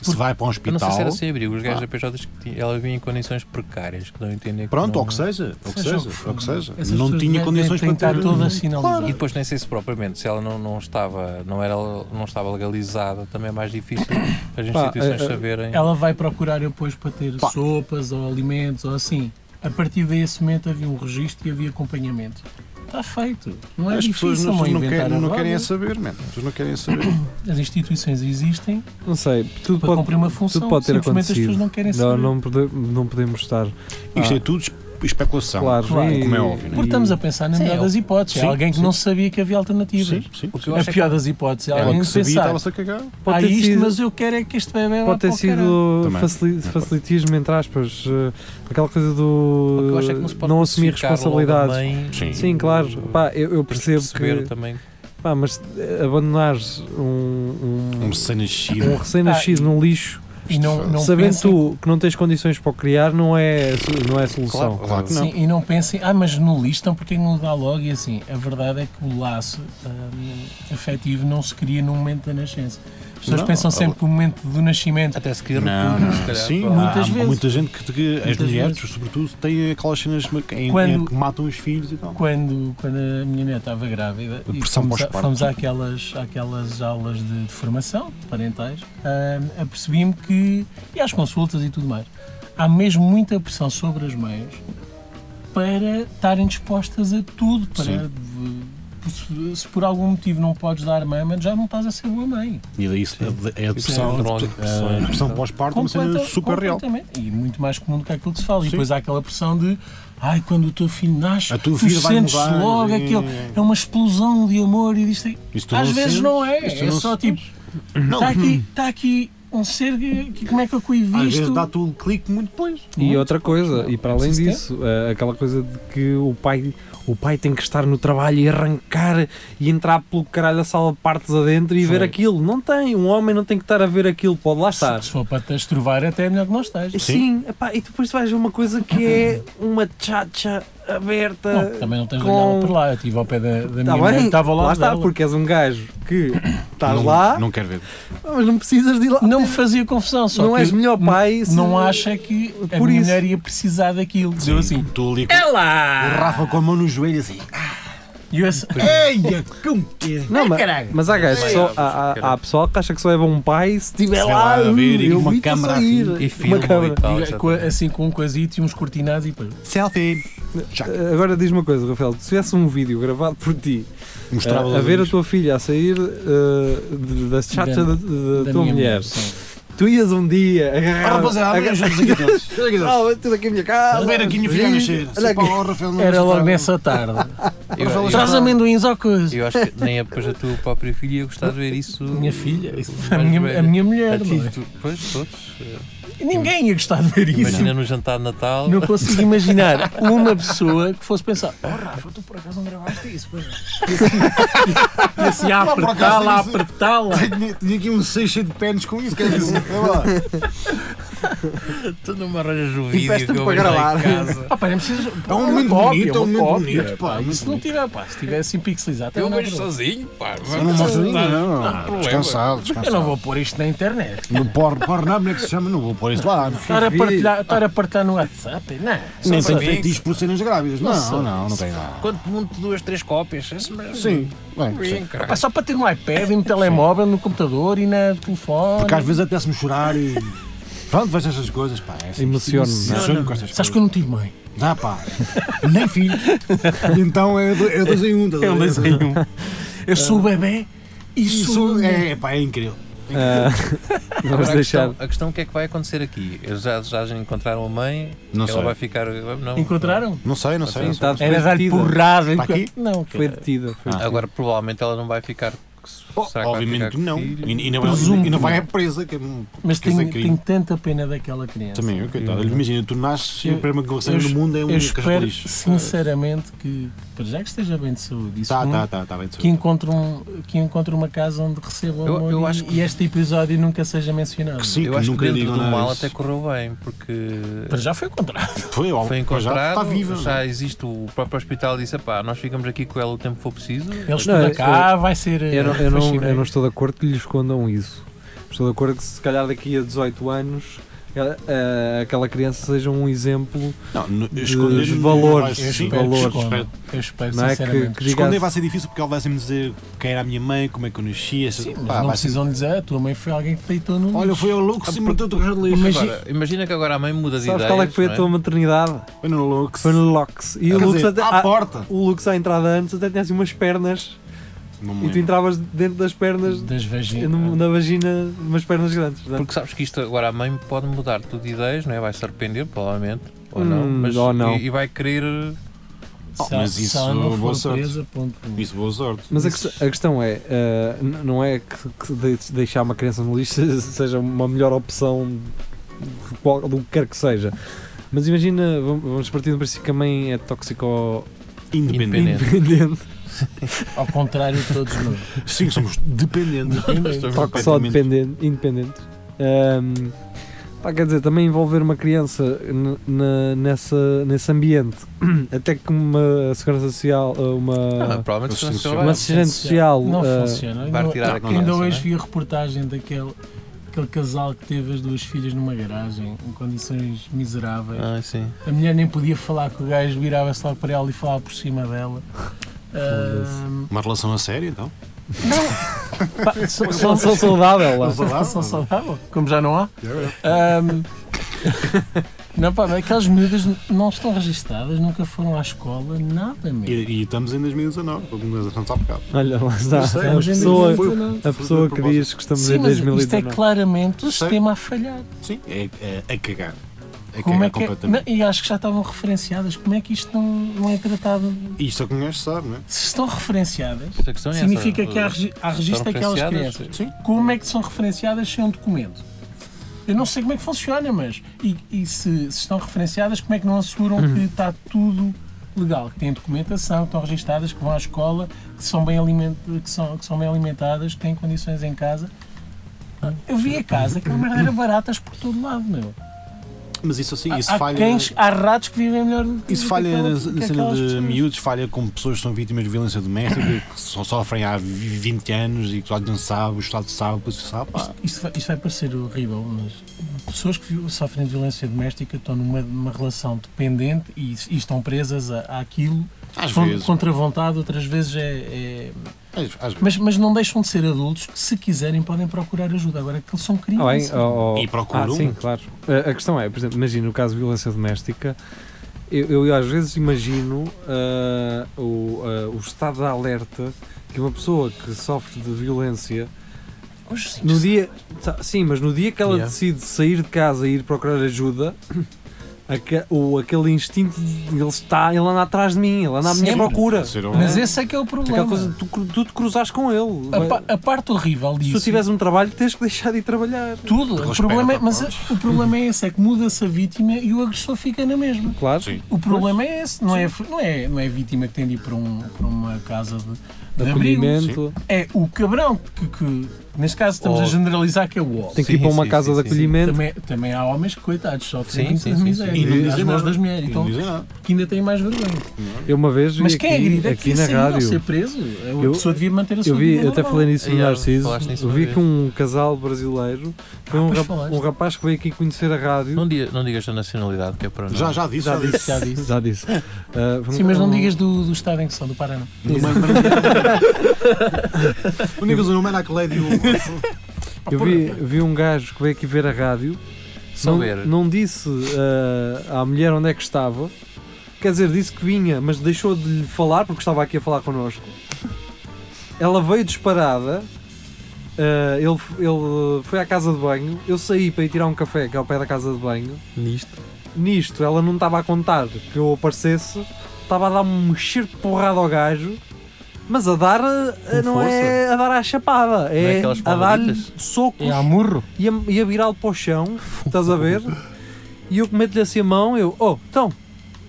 [SPEAKER 4] Se vai para um
[SPEAKER 3] Eu não sei se
[SPEAKER 4] hospital,
[SPEAKER 3] era
[SPEAKER 5] assim.
[SPEAKER 3] sem abrigo, os gajos
[SPEAKER 4] Ah.
[SPEAKER 3] da PJ diz que tinha- ela vinha em condições precárias, que não entendem que
[SPEAKER 4] pronto,
[SPEAKER 3] não...
[SPEAKER 4] ou que seja, ou é que
[SPEAKER 5] Seja o
[SPEAKER 4] seja,
[SPEAKER 5] que
[SPEAKER 4] ou que
[SPEAKER 5] for.
[SPEAKER 4] seja.
[SPEAKER 5] Essas
[SPEAKER 4] Não
[SPEAKER 5] pessoas
[SPEAKER 4] tinha
[SPEAKER 5] devem- assim,
[SPEAKER 4] condições
[SPEAKER 5] devem
[SPEAKER 4] para
[SPEAKER 5] estar
[SPEAKER 4] ter. um-
[SPEAKER 5] todas sinalizadas.
[SPEAKER 3] E depois nem sei se propriamente, se ela não, não estava, não era, não estava legalizada, também é mais difícil as
[SPEAKER 2] Pá,
[SPEAKER 3] instituições
[SPEAKER 2] eh, eh,
[SPEAKER 3] saberem.
[SPEAKER 5] Ela vai procurar apoios para ter sopas ou alimentos ou assim. A partir desse momento havia um registro e havia acompanhamento. Está feito. Não é
[SPEAKER 4] As
[SPEAKER 5] difícil
[SPEAKER 4] pessoas não, não,
[SPEAKER 5] inventar
[SPEAKER 4] querem,
[SPEAKER 5] a
[SPEAKER 4] não
[SPEAKER 5] roda.
[SPEAKER 4] querem é saber, man. As pessoas não querem é saber.
[SPEAKER 5] As instituições existem
[SPEAKER 2] Não sei, tudo
[SPEAKER 5] para
[SPEAKER 2] pode,
[SPEAKER 5] cumprir uma função.
[SPEAKER 2] tudo pode ter
[SPEAKER 5] Simplesmente as
[SPEAKER 2] acontecido.
[SPEAKER 5] pessoas não querem
[SPEAKER 2] Não,
[SPEAKER 5] saber.
[SPEAKER 2] não, pode- não podemos estar.
[SPEAKER 4] Isto
[SPEAKER 2] Ah.
[SPEAKER 4] é tudo especulação.
[SPEAKER 2] Claro,
[SPEAKER 5] Claro,
[SPEAKER 2] e-
[SPEAKER 4] como é óbvio, né?
[SPEAKER 5] Porque estamos a pensar na
[SPEAKER 3] Sim,
[SPEAKER 5] melhor
[SPEAKER 3] eu-
[SPEAKER 5] das hipóteses.
[SPEAKER 4] sim,
[SPEAKER 5] é alguém que
[SPEAKER 4] sim.
[SPEAKER 5] não sabia que havia alternativas.
[SPEAKER 4] Sim, sim.
[SPEAKER 3] O que eu
[SPEAKER 5] A
[SPEAKER 3] acho é que
[SPEAKER 5] pior das hipóteses. É
[SPEAKER 4] Ela
[SPEAKER 5] alguém
[SPEAKER 4] que sabia
[SPEAKER 5] pensar.
[SPEAKER 4] estava-se a cagar.
[SPEAKER 5] Há
[SPEAKER 2] Pode ter
[SPEAKER 5] isto,
[SPEAKER 2] sido-
[SPEAKER 5] mas eu quero é que este bebê vá
[SPEAKER 2] Pode ter
[SPEAKER 5] para o caralho.
[SPEAKER 2] sido
[SPEAKER 4] Também.
[SPEAKER 2] facili- facilitismo, entre aspas, eh, aquela coisa do
[SPEAKER 3] o que eu acho é que não se pode
[SPEAKER 2] assumir
[SPEAKER 3] crucificar logo a
[SPEAKER 2] responsabilidades.
[SPEAKER 3] mãe,
[SPEAKER 4] Sim.
[SPEAKER 2] Sim, claro. Pá, eu, eu
[SPEAKER 3] Temos de
[SPEAKER 2] percebo
[SPEAKER 3] perceber
[SPEAKER 2] que.
[SPEAKER 3] também.
[SPEAKER 2] Pá, mas eh, abandonares um, um,
[SPEAKER 4] Um recém-nascido.
[SPEAKER 2] um recém-nascido num lixo,
[SPEAKER 5] Ah, E não, não
[SPEAKER 2] sabendo
[SPEAKER 5] pensem-
[SPEAKER 2] tu que não tens condições para o criar, não é, su- não é a solução.
[SPEAKER 4] Claro que não.
[SPEAKER 5] Sim, e não pensem, ah, mas no lixo, então porque não dá logo? E assim, a verdade é que o laço hum, afetivo não se cria no momento da nascença. As pessoas
[SPEAKER 4] Não,
[SPEAKER 5] pensam
[SPEAKER 4] ah,
[SPEAKER 5] sempre que o momento do nascimento.
[SPEAKER 3] Até se queria
[SPEAKER 4] Não,
[SPEAKER 3] reproduzir, se
[SPEAKER 4] não.
[SPEAKER 3] calhar,
[SPEAKER 4] Sim,
[SPEAKER 3] pá.
[SPEAKER 4] muitas há,
[SPEAKER 5] Muitas
[SPEAKER 4] há
[SPEAKER 5] vezes.
[SPEAKER 4] muita gente que, que as
[SPEAKER 5] Muitas
[SPEAKER 4] mulheres,
[SPEAKER 5] vezes.
[SPEAKER 4] sobretudo, têm aquelas cenas em,
[SPEAKER 5] Quando-
[SPEAKER 4] em que matam os filhos e tal.
[SPEAKER 5] Quando, quando a minha neta estava grávida, e
[SPEAKER 4] Pressão
[SPEAKER 5] fomos, a-
[SPEAKER 4] pós-parto.
[SPEAKER 5] fomos àquelas, àquelas aulas de, de formação parentais, hum, apercebi-me que, e às consultas e tudo mais, há mesmo muita pressão sobre as mães para estarem dispostas a tudo, para
[SPEAKER 4] Sim.
[SPEAKER 5] por- se- se por algum motivo não podes dar mama, já não estás a ser boa mãe.
[SPEAKER 4] E daí isso, é a depressão,
[SPEAKER 3] controla as
[SPEAKER 4] a- a
[SPEAKER 3] depressões,
[SPEAKER 4] depressão
[SPEAKER 3] então.
[SPEAKER 4] pós-parto é uma cena
[SPEAKER 5] Completa-
[SPEAKER 4] super real.
[SPEAKER 5] completamente. E muito mais comum do que aquilo que se fala.
[SPEAKER 4] Sim.
[SPEAKER 5] E depois há aquela pressão de ai, quando o teu filho nasce,
[SPEAKER 4] A tua
[SPEAKER 5] tu
[SPEAKER 4] filha vai
[SPEAKER 5] sentes
[SPEAKER 4] mudar,
[SPEAKER 5] logo
[SPEAKER 4] é.
[SPEAKER 5] aquilo. É uma explosão de amor e disto.
[SPEAKER 4] Isto
[SPEAKER 5] Às
[SPEAKER 4] não
[SPEAKER 5] vezes
[SPEAKER 4] sentes,
[SPEAKER 5] não é.
[SPEAKER 4] isto
[SPEAKER 5] É
[SPEAKER 4] não
[SPEAKER 5] só
[SPEAKER 4] sentes.
[SPEAKER 5] tipo, está aqui, tá aqui um ser que, que- como é que eu coivi
[SPEAKER 4] Às vezes
[SPEAKER 5] isto?
[SPEAKER 4] dá-te um clique muito depois.
[SPEAKER 5] é?
[SPEAKER 2] E outra coisa, e para além
[SPEAKER 5] Preciso ter.
[SPEAKER 2] disso, eh, aquela coisa de que o pai, o pai tem que estar no trabalho e arrancar e entrar pelo caralho da sala de partes adentro e ver aquilo. Não tem, um homem não tem que estar a ver aquilo, pode lá estar.
[SPEAKER 5] Se for para te estrovar, até é melhor que não
[SPEAKER 2] Sim,
[SPEAKER 5] estejas.
[SPEAKER 2] epá, e depois vais ver uma coisa que é uma chacha aberta.
[SPEAKER 5] Não, também não tens de
[SPEAKER 2] com-
[SPEAKER 5] olhar lá para lá. Eu estive ao pé da, da
[SPEAKER 2] Tá
[SPEAKER 5] minha mulher
[SPEAKER 2] bem?
[SPEAKER 5] que estava lá.
[SPEAKER 2] lá está, porque és um gajo que estás
[SPEAKER 8] não,
[SPEAKER 2] Tá lá,
[SPEAKER 8] Não quero ver.
[SPEAKER 2] mas não precisas de ir lá.
[SPEAKER 5] Não me fazia confusão, só
[SPEAKER 2] não
[SPEAKER 5] que
[SPEAKER 2] és melhor pai se-
[SPEAKER 5] não acha que a
[SPEAKER 2] Por
[SPEAKER 5] minha
[SPEAKER 2] isso.
[SPEAKER 5] mulher ia precisar daquilo. Deu assim.
[SPEAKER 8] Tu ali com
[SPEAKER 5] Ela!
[SPEAKER 4] O Rafa com a mão no joelho assim.
[SPEAKER 5] E eu assim,
[SPEAKER 4] Eia, como que é?
[SPEAKER 2] Não, mas,
[SPEAKER 5] caralho.
[SPEAKER 2] mas há gajos que só. Há, há, há pessoal que acha que só é bom pai se tiver
[SPEAKER 8] Sei
[SPEAKER 2] lá,
[SPEAKER 8] lá, a ver, e
[SPEAKER 2] eu
[SPEAKER 8] uma
[SPEAKER 2] vi-te
[SPEAKER 8] câmara
[SPEAKER 2] sair.
[SPEAKER 8] assim,
[SPEAKER 3] E filme
[SPEAKER 2] uma câmara.
[SPEAKER 3] e tal.
[SPEAKER 5] e com-
[SPEAKER 3] exatamente.
[SPEAKER 5] assim com um coisito e uns cortinados e pá.
[SPEAKER 8] selfie. Já
[SPEAKER 2] Ah, Agora diz uma coisa, Rafael: se tivesse um vídeo gravado por ti
[SPEAKER 8] mostrava
[SPEAKER 2] ah, a ver a
[SPEAKER 8] luz.
[SPEAKER 2] tua filha a sair ah, de- da chacha da, da
[SPEAKER 5] Da- da
[SPEAKER 2] tua
[SPEAKER 5] minha
[SPEAKER 2] mulher,
[SPEAKER 5] sim.
[SPEAKER 2] tu ias um dia agarrar.
[SPEAKER 4] Ah, rapaziada,
[SPEAKER 2] agarrar-
[SPEAKER 4] ajuda-nos aqui todos. Ajuda aqui todos.
[SPEAKER 2] Ah, tudo aqui a minha casa.
[SPEAKER 4] Vamos ver aqui no filho a nascer.
[SPEAKER 2] Olha
[SPEAKER 4] Sim,
[SPEAKER 2] aqui.
[SPEAKER 4] pá, o Rafael não
[SPEAKER 5] Era
[SPEAKER 4] nasceu
[SPEAKER 5] logo
[SPEAKER 4] tarde.
[SPEAKER 5] nessa tarde.
[SPEAKER 3] Eu, eu,
[SPEAKER 5] Traz amendoins ao coisa.
[SPEAKER 3] eu acho que nem é depois a tua própria filha ia gostar de ver isso.
[SPEAKER 5] Minha filha, isso- a
[SPEAKER 3] mais
[SPEAKER 5] minha,
[SPEAKER 3] velha.
[SPEAKER 5] a minha
[SPEAKER 3] A
[SPEAKER 5] mulher.
[SPEAKER 3] ti,
[SPEAKER 5] não é?
[SPEAKER 3] tu- pois, todos. eh,
[SPEAKER 5] Ninguém ia gostar de ver isso.
[SPEAKER 3] Imagina no jantar de Natal.
[SPEAKER 5] Não consigo imaginar uma pessoa que fosse pensar: Oh Rafa, tu por acaso não gravaste isso? Pois não." E assim, e assim a
[SPEAKER 4] Não, por acaso,
[SPEAKER 5] apertá-la, a
[SPEAKER 4] isso-
[SPEAKER 5] apertá-la.
[SPEAKER 4] Tinha, tinha aqui um seis cheio de penas com isso, quer dizer, vamos lá.
[SPEAKER 3] Tu não me arranjas o vídeo que
[SPEAKER 4] Empresta-me
[SPEAKER 3] eu
[SPEAKER 4] para
[SPEAKER 3] vejo lá
[SPEAKER 4] gravar.
[SPEAKER 3] em casa.
[SPEAKER 5] Ah, pá, não precisas-
[SPEAKER 4] É um
[SPEAKER 5] uma
[SPEAKER 4] momento
[SPEAKER 5] cópia,
[SPEAKER 4] bonito, é um
[SPEAKER 5] uma
[SPEAKER 4] momento
[SPEAKER 5] cópia,
[SPEAKER 4] bonito, pá, é um
[SPEAKER 5] e
[SPEAKER 4] momento
[SPEAKER 5] se não tiver, pá, se tiver assim pixelizado,
[SPEAKER 3] Eu
[SPEAKER 5] também
[SPEAKER 3] vejo
[SPEAKER 5] não é
[SPEAKER 3] sozinho, pá.
[SPEAKER 8] Eu não mostro ninguém, não.
[SPEAKER 3] problema.
[SPEAKER 8] descansado,
[SPEAKER 5] Ah, problema.
[SPEAKER 8] descansado.
[SPEAKER 5] Eu não vou pôr isto na internet.
[SPEAKER 8] No por, pornab, não é que se chama? Não vou pôr isso lá. Não.
[SPEAKER 5] Estar a partilhar, estar a partilhar no WhatsApp, não. é?
[SPEAKER 8] Nem
[SPEAKER 3] para
[SPEAKER 8] tenho
[SPEAKER 3] mim.
[SPEAKER 8] feitiço por cenas grávidas. Não,
[SPEAKER 5] Nossa.
[SPEAKER 8] não, não, tem nada.
[SPEAKER 3] Quanto muito duas, três cópias. Isso mesmo.
[SPEAKER 8] Sim, bem, sim.
[SPEAKER 3] Sim, cara.
[SPEAKER 5] Pá, É só para ter no iPad e no telemóvel, no computador e na telefone.
[SPEAKER 8] Porque às vezes apetece-me chorar e. Pronto, vejo essas coisas, pá. É assim.
[SPEAKER 2] Emociono-me. não é?
[SPEAKER 8] Emociono com estas coisas.
[SPEAKER 5] Sabes que eu não tive mãe?
[SPEAKER 8] Dá, pá. Nem filho.
[SPEAKER 4] E Então é, do- é dois em
[SPEAKER 8] tá
[SPEAKER 4] um, estás a ver?
[SPEAKER 5] Eu sou o
[SPEAKER 8] Ah.
[SPEAKER 5] bebê e sou.
[SPEAKER 4] Isso é, pá, é incrível.
[SPEAKER 2] Ah, Vamos
[SPEAKER 3] Agora, a,
[SPEAKER 2] deixar.
[SPEAKER 3] questão, a questão que é que vai acontecer aqui? Eles já, já encontraram a mãe,
[SPEAKER 8] Não
[SPEAKER 3] ela
[SPEAKER 8] sei.
[SPEAKER 3] vai ficar. Não,
[SPEAKER 5] Encontraram?
[SPEAKER 8] Não sei, não sei.
[SPEAKER 3] Sim,
[SPEAKER 8] não sei.
[SPEAKER 2] Tá, foi
[SPEAKER 5] Era dar
[SPEAKER 2] detida.
[SPEAKER 5] porrada.
[SPEAKER 8] Está aqui?
[SPEAKER 5] Não,
[SPEAKER 2] Foi
[SPEAKER 5] cara.
[SPEAKER 2] detida. foi
[SPEAKER 8] Ah.
[SPEAKER 2] detida.
[SPEAKER 3] Agora provavelmente ela não vai ficar. Será que vai ficar
[SPEAKER 8] Oh, Obviamente que
[SPEAKER 3] com
[SPEAKER 8] não.
[SPEAKER 3] filho?
[SPEAKER 8] E, e não, é
[SPEAKER 5] Presumo
[SPEAKER 8] e não
[SPEAKER 5] que
[SPEAKER 8] vai
[SPEAKER 5] não.
[SPEAKER 8] à presa. Que, é um-
[SPEAKER 5] Mas
[SPEAKER 8] que isso é
[SPEAKER 5] tenho,
[SPEAKER 8] crime.
[SPEAKER 5] tenho tanta pena daquela criança.
[SPEAKER 8] Também, eu, coitado. Imagina, tu nasces e a
[SPEAKER 5] Eu-
[SPEAKER 8] primeira coisa
[SPEAKER 5] eu
[SPEAKER 8] que sai
[SPEAKER 5] es-
[SPEAKER 8] no mundo é um
[SPEAKER 5] eu
[SPEAKER 8] caixa de
[SPEAKER 5] espero
[SPEAKER 8] lixo.
[SPEAKER 5] sinceramente que, para já que esteja bem de saúde, e
[SPEAKER 8] Tá,
[SPEAKER 5] segundo,
[SPEAKER 8] tá, tá, tá bem.
[SPEAKER 5] Que, encontre um, que encontre uma casa onde receba
[SPEAKER 3] Eu-
[SPEAKER 5] amor
[SPEAKER 3] eu
[SPEAKER 5] e-
[SPEAKER 3] acho que-
[SPEAKER 5] e este episódio nunca seja mencionado.
[SPEAKER 8] Que sim,
[SPEAKER 3] Eu
[SPEAKER 8] que
[SPEAKER 3] acho que
[SPEAKER 8] nunca
[SPEAKER 3] dentro
[SPEAKER 8] digam
[SPEAKER 3] do
[SPEAKER 8] nada
[SPEAKER 3] mal
[SPEAKER 8] disso.
[SPEAKER 3] até correu bem, porque
[SPEAKER 5] Para já foi o contrário.
[SPEAKER 8] Foi, ó,
[SPEAKER 3] foi
[SPEAKER 8] já
[SPEAKER 3] encontrado,
[SPEAKER 8] Está viva. né?
[SPEAKER 3] já existe o próprio hospital disse, pá, nós ficamos aqui com ela o tempo que for preciso.
[SPEAKER 5] Ele estuda
[SPEAKER 2] eu-
[SPEAKER 5] cá, vai ser. eh,
[SPEAKER 2] Eu não, eu, não,
[SPEAKER 5] fascinante.
[SPEAKER 2] eu não estou de acordo que lhe escondam isso. Estou de acordo que se calhar daqui a 18 anos eh, eh, aquela criança seja um exemplo,
[SPEAKER 8] Não, no-
[SPEAKER 2] De-
[SPEAKER 8] esconder é
[SPEAKER 2] de
[SPEAKER 8] não
[SPEAKER 2] valores,
[SPEAKER 8] vai
[SPEAKER 5] Eu
[SPEAKER 8] ser-
[SPEAKER 5] espero
[SPEAKER 8] sim,
[SPEAKER 5] que
[SPEAKER 2] valores.
[SPEAKER 5] escondam. Eu espero,
[SPEAKER 2] não é? Que,
[SPEAKER 5] sinceramente.
[SPEAKER 2] que
[SPEAKER 8] Esconder
[SPEAKER 2] diga
[SPEAKER 8] vai ser difícil porque ela vai sempre dizer quem era a minha mãe, como é que eu nasci. Essa...
[SPEAKER 5] Sim, mas
[SPEAKER 8] pá,
[SPEAKER 5] não
[SPEAKER 8] vai ser-
[SPEAKER 5] precisam dizer, a tua mãe foi alguém que te deitou no.
[SPEAKER 8] Olha, foi eu louco se matou do gajo de lixo.
[SPEAKER 5] Imagina-
[SPEAKER 3] Agora, imagina que agora a mãe muda de
[SPEAKER 2] Sabes
[SPEAKER 3] ideias.
[SPEAKER 2] qual é que foi
[SPEAKER 3] não
[SPEAKER 2] a tua maternidade?
[SPEAKER 8] Foi no louco.
[SPEAKER 2] Foi no Lux. E o
[SPEAKER 8] Quer
[SPEAKER 2] Lux,
[SPEAKER 8] dizer,
[SPEAKER 2] até,
[SPEAKER 8] à
[SPEAKER 2] ah,
[SPEAKER 8] porta.
[SPEAKER 2] o Lux à entrada antes até tinha assim umas pernas
[SPEAKER 8] Não me
[SPEAKER 2] e tu
[SPEAKER 8] lembro.
[SPEAKER 2] entravas dentro das pernas,
[SPEAKER 5] das vaginas.
[SPEAKER 2] no- na vagina, umas pernas grandes. portanto.
[SPEAKER 3] Porque sabes que isto agora a mãe pode mudar tudo de ideias, não é? Vai se arrepender, provavelmente, ou
[SPEAKER 2] Hum,
[SPEAKER 3] não, mas
[SPEAKER 2] ou não.
[SPEAKER 3] E, e vai querer.
[SPEAKER 5] Se
[SPEAKER 8] Oh,
[SPEAKER 5] ela-
[SPEAKER 8] mas
[SPEAKER 5] se
[SPEAKER 8] isso,
[SPEAKER 5] ela não
[SPEAKER 8] boa
[SPEAKER 5] for
[SPEAKER 8] sorte.
[SPEAKER 5] presa, ponto. um.
[SPEAKER 8] Isso, boa sorte.
[SPEAKER 2] Mas a, quest- a questão é, eh, n- não é que, que de- deixar uma criança no lixo se- seja uma melhor opção de qual- do que quer que seja. Mas imagina, vam- vamos partir do princípio que a mãe é tóxico
[SPEAKER 8] Independente.
[SPEAKER 2] independente,
[SPEAKER 5] Ao contrário de todos nós.
[SPEAKER 8] Sim, somos dependentes.
[SPEAKER 2] toque só dependente, independente. Ahm, pá, quer dizer, também envolver uma criança n- na- nessa, nesse ambiente, até que uma segurança social, eh,
[SPEAKER 3] Ah,
[SPEAKER 2] uma,
[SPEAKER 3] provavelmente
[SPEAKER 8] Mas
[SPEAKER 3] se não
[SPEAKER 8] sim,
[SPEAKER 3] se
[SPEAKER 8] senhor.
[SPEAKER 2] uma
[SPEAKER 3] vai.
[SPEAKER 2] assistente social,
[SPEAKER 5] é Não
[SPEAKER 2] eh,
[SPEAKER 5] funciona.
[SPEAKER 3] vai
[SPEAKER 5] Ainda-
[SPEAKER 3] retirar a
[SPEAKER 8] não,
[SPEAKER 3] criança.
[SPEAKER 5] Ainda
[SPEAKER 3] não é?
[SPEAKER 5] hoje vi a reportagem daquele aquele casal que teve as duas filhas numa garagem, em condições miseráveis.
[SPEAKER 3] Ah, sim.
[SPEAKER 5] A mulher nem podia falar com o gajo, virava-se logo para ela e falava por cima dela. Ahm,
[SPEAKER 8] Uma relação a sério, então?
[SPEAKER 5] pá, são-
[SPEAKER 2] são,
[SPEAKER 5] são-
[SPEAKER 2] são saudável lá.
[SPEAKER 5] São saudável, como já não há. Ahm, não, pá, aquelas miúdas não estão registadas, nunca foram à escola, nada
[SPEAKER 8] E,
[SPEAKER 5] mesmo.
[SPEAKER 8] e estamos em 2019, como nós estamos há bocado.
[SPEAKER 2] Olha, lá está.
[SPEAKER 8] Não sei,
[SPEAKER 2] a
[SPEAKER 8] mas ainda
[SPEAKER 2] pessoa,
[SPEAKER 8] não foi-
[SPEAKER 2] a
[SPEAKER 8] foi
[SPEAKER 2] pessoa
[SPEAKER 8] de
[SPEAKER 2] que
[SPEAKER 8] propósito.
[SPEAKER 2] diz que estamos
[SPEAKER 5] Sim,
[SPEAKER 2] em
[SPEAKER 5] mas isto é
[SPEAKER 2] 2019.
[SPEAKER 5] claramente
[SPEAKER 8] Sei.
[SPEAKER 5] o sistema a falhar.
[SPEAKER 8] Sim, é, é a cagar. A
[SPEAKER 5] Como
[SPEAKER 8] cagar
[SPEAKER 5] é que é-
[SPEAKER 8] completamente.
[SPEAKER 5] não, e acho que já estavam referenciadas. Como é que isto não, não é tratado?
[SPEAKER 8] E Isto é que um gajo sabe, não é?
[SPEAKER 5] Se estão referenciadas,
[SPEAKER 3] Esta questão é
[SPEAKER 5] significa
[SPEAKER 3] essa,
[SPEAKER 5] que há,
[SPEAKER 3] uh,
[SPEAKER 5] regi- há
[SPEAKER 3] estão
[SPEAKER 5] registro daquelas
[SPEAKER 3] referenciadas?
[SPEAKER 5] crianças.
[SPEAKER 8] Sim.
[SPEAKER 5] Como é que são referenciadas sem um documento? Eu não sei como é que funciona, mas. E, e se, se estão referenciadas, como é que não asseguram
[SPEAKER 8] Uhum.
[SPEAKER 5] que está tudo legal? Que têm documentação, que estão registadas, que vão à escola, que são bem, aliment, que são, que são bem alimentadas, que têm condições é em casa. Eu vi a casa, aquela merda era baratas por todo lado, meu.
[SPEAKER 8] Mas isso assim, isso
[SPEAKER 5] há,
[SPEAKER 8] falha.
[SPEAKER 5] cães- há ratos que vivem melhor do que
[SPEAKER 8] Isso
[SPEAKER 5] do
[SPEAKER 8] falha
[SPEAKER 5] que
[SPEAKER 8] na,
[SPEAKER 5] aquela-
[SPEAKER 8] na
[SPEAKER 5] que
[SPEAKER 8] cena
[SPEAKER 5] aquelas
[SPEAKER 8] de
[SPEAKER 5] pessoas.
[SPEAKER 8] miúdos, falha com pessoas que são vítimas de violência doméstica, que só sofrem há vi- 20 anos e que o Estado não sabe, o Estado sabe, depois sabe. Pá.
[SPEAKER 5] Isto vai, isto vai parecer horrível, mas pessoas que vi- sofrem de violência doméstica estão numa, numa relação dependente e, e estão presas a, àquilo
[SPEAKER 8] Às
[SPEAKER 5] con-
[SPEAKER 8] vezes.
[SPEAKER 5] contra a vontade, outras vezes é. é-
[SPEAKER 8] Às- às vezes.
[SPEAKER 5] Mas, mas não deixam de ser adultos que, se quiserem, podem procurar ajuda. Agora que eles são
[SPEAKER 2] Ah, bem,
[SPEAKER 5] crianças.
[SPEAKER 2] ó, ó-
[SPEAKER 8] E procura
[SPEAKER 2] ah, sim,
[SPEAKER 8] uma.
[SPEAKER 2] claro. A, a questão é, por exemplo, imagina o caso de violência doméstica. Eu, eu às vezes imagino ah, o, ah, o estado de alerta que uma pessoa que sofre de violência ah,
[SPEAKER 5] Hoje sim,
[SPEAKER 2] no dia. sa- Sim, mas no dia que ela
[SPEAKER 5] Yeah.
[SPEAKER 2] decide sair de casa e ir procurar ajuda, aca- o, aquele instinto de ele está, ele anda atrás de mim, ele anda à minha
[SPEAKER 5] Sempre.
[SPEAKER 2] procura.
[SPEAKER 8] Ser um-
[SPEAKER 5] Mas esse é que é o
[SPEAKER 2] Aquela
[SPEAKER 5] problema.
[SPEAKER 2] coisa, de tu, cru- tu te cruzares com ele.
[SPEAKER 5] A,
[SPEAKER 2] Vai-
[SPEAKER 5] pa- a parte horrível
[SPEAKER 2] se
[SPEAKER 5] disso.
[SPEAKER 2] tu tiveres um trabalho, tens que deixar de ir trabalhar.
[SPEAKER 5] tudo. O
[SPEAKER 8] Respeita,
[SPEAKER 5] problema é, mas
[SPEAKER 8] pronto.
[SPEAKER 5] o problema é esse: é que muda-se a vítima e o agressor fica na mesma.
[SPEAKER 2] Claro.
[SPEAKER 8] Sim.
[SPEAKER 5] O problema é esse, não é, não, é, não é a vítima que tem de ir para, um, para uma casa de, de abrigo.
[SPEAKER 2] Acolhimento.
[SPEAKER 5] É o cabrão que, que- neste caso, estamos
[SPEAKER 3] Ou-
[SPEAKER 5] a generalizar que é o homem.
[SPEAKER 2] Tem que ir
[SPEAKER 3] Sim,
[SPEAKER 2] para uma
[SPEAKER 3] sim,
[SPEAKER 2] casa
[SPEAKER 3] sim,
[SPEAKER 2] de
[SPEAKER 3] sim.
[SPEAKER 2] acolhimento.
[SPEAKER 5] Também, também há homens que, coitados, sofrem
[SPEAKER 3] Sim,
[SPEAKER 5] muitas
[SPEAKER 3] sim, sim,
[SPEAKER 5] misérias.
[SPEAKER 3] sim.
[SPEAKER 8] E não
[SPEAKER 5] às
[SPEAKER 8] dizem
[SPEAKER 5] mãos
[SPEAKER 8] nada.
[SPEAKER 5] das
[SPEAKER 8] E
[SPEAKER 5] mulheres, então,
[SPEAKER 8] não dizem nada.
[SPEAKER 5] que ainda têm mais vergonha.
[SPEAKER 2] Eu uma vez vi
[SPEAKER 5] Mas
[SPEAKER 2] aqui,
[SPEAKER 5] quem agride é que
[SPEAKER 2] aqui
[SPEAKER 5] isso
[SPEAKER 2] na
[SPEAKER 5] é melhor ser
[SPEAKER 2] rádio.
[SPEAKER 5] preso. A
[SPEAKER 2] Eu-
[SPEAKER 5] pessoa devia manter a sua
[SPEAKER 2] Eu vi,
[SPEAKER 5] vida
[SPEAKER 2] eu até
[SPEAKER 5] normal.
[SPEAKER 2] falei nisso no
[SPEAKER 3] Ah, já,
[SPEAKER 2] Narciso.
[SPEAKER 3] falaste nisso
[SPEAKER 2] Eu
[SPEAKER 3] uma
[SPEAKER 2] vi
[SPEAKER 3] vez.
[SPEAKER 2] que um casal brasileiro foi um,
[SPEAKER 5] Ah, pois
[SPEAKER 2] rap-
[SPEAKER 5] falaste.
[SPEAKER 2] um rapaz que veio aqui conhecer a rádio.
[SPEAKER 3] Não, diga, não digas a nacionalidade, que é para nós.
[SPEAKER 8] Já, já disse, já, disse.
[SPEAKER 5] Já disse.
[SPEAKER 2] Já disse. Ah, foi um-
[SPEAKER 5] Sim, mas não
[SPEAKER 2] um-
[SPEAKER 5] digas do, do estado em que são, do Paraná.
[SPEAKER 8] Não, mas- mas-
[SPEAKER 4] O Nicolas não era aquele é de um-
[SPEAKER 2] Eu vi, vi um gajo que veio aqui ver a rádio.
[SPEAKER 3] Só
[SPEAKER 2] não,
[SPEAKER 3] ver.
[SPEAKER 2] não disse ah, à mulher onde é que estava. Quer dizer, disse que vinha, mas deixou de lhe falar porque estava aqui a falar connosco. Ela veio disparada. ah, ele, ele foi à casa de banho. Eu saí para ir tirar um café, que é ao pé da casa de banho.
[SPEAKER 3] Nisto.
[SPEAKER 2] Nisto, ela não estava a contar que eu aparecesse. Estava a dar um mexer de porrada ao gajo. Mas a dar, ah,
[SPEAKER 3] Com
[SPEAKER 2] não
[SPEAKER 3] força.
[SPEAKER 2] é a dar à chapada, é,
[SPEAKER 3] aquelas
[SPEAKER 2] a dar-lhe
[SPEAKER 3] porraditas?
[SPEAKER 2] socos
[SPEAKER 5] É a murro.
[SPEAKER 2] ia, ia virá-lo para o chão, estás a ver? E eu meto-lhe assim a mão, eu, oh, então,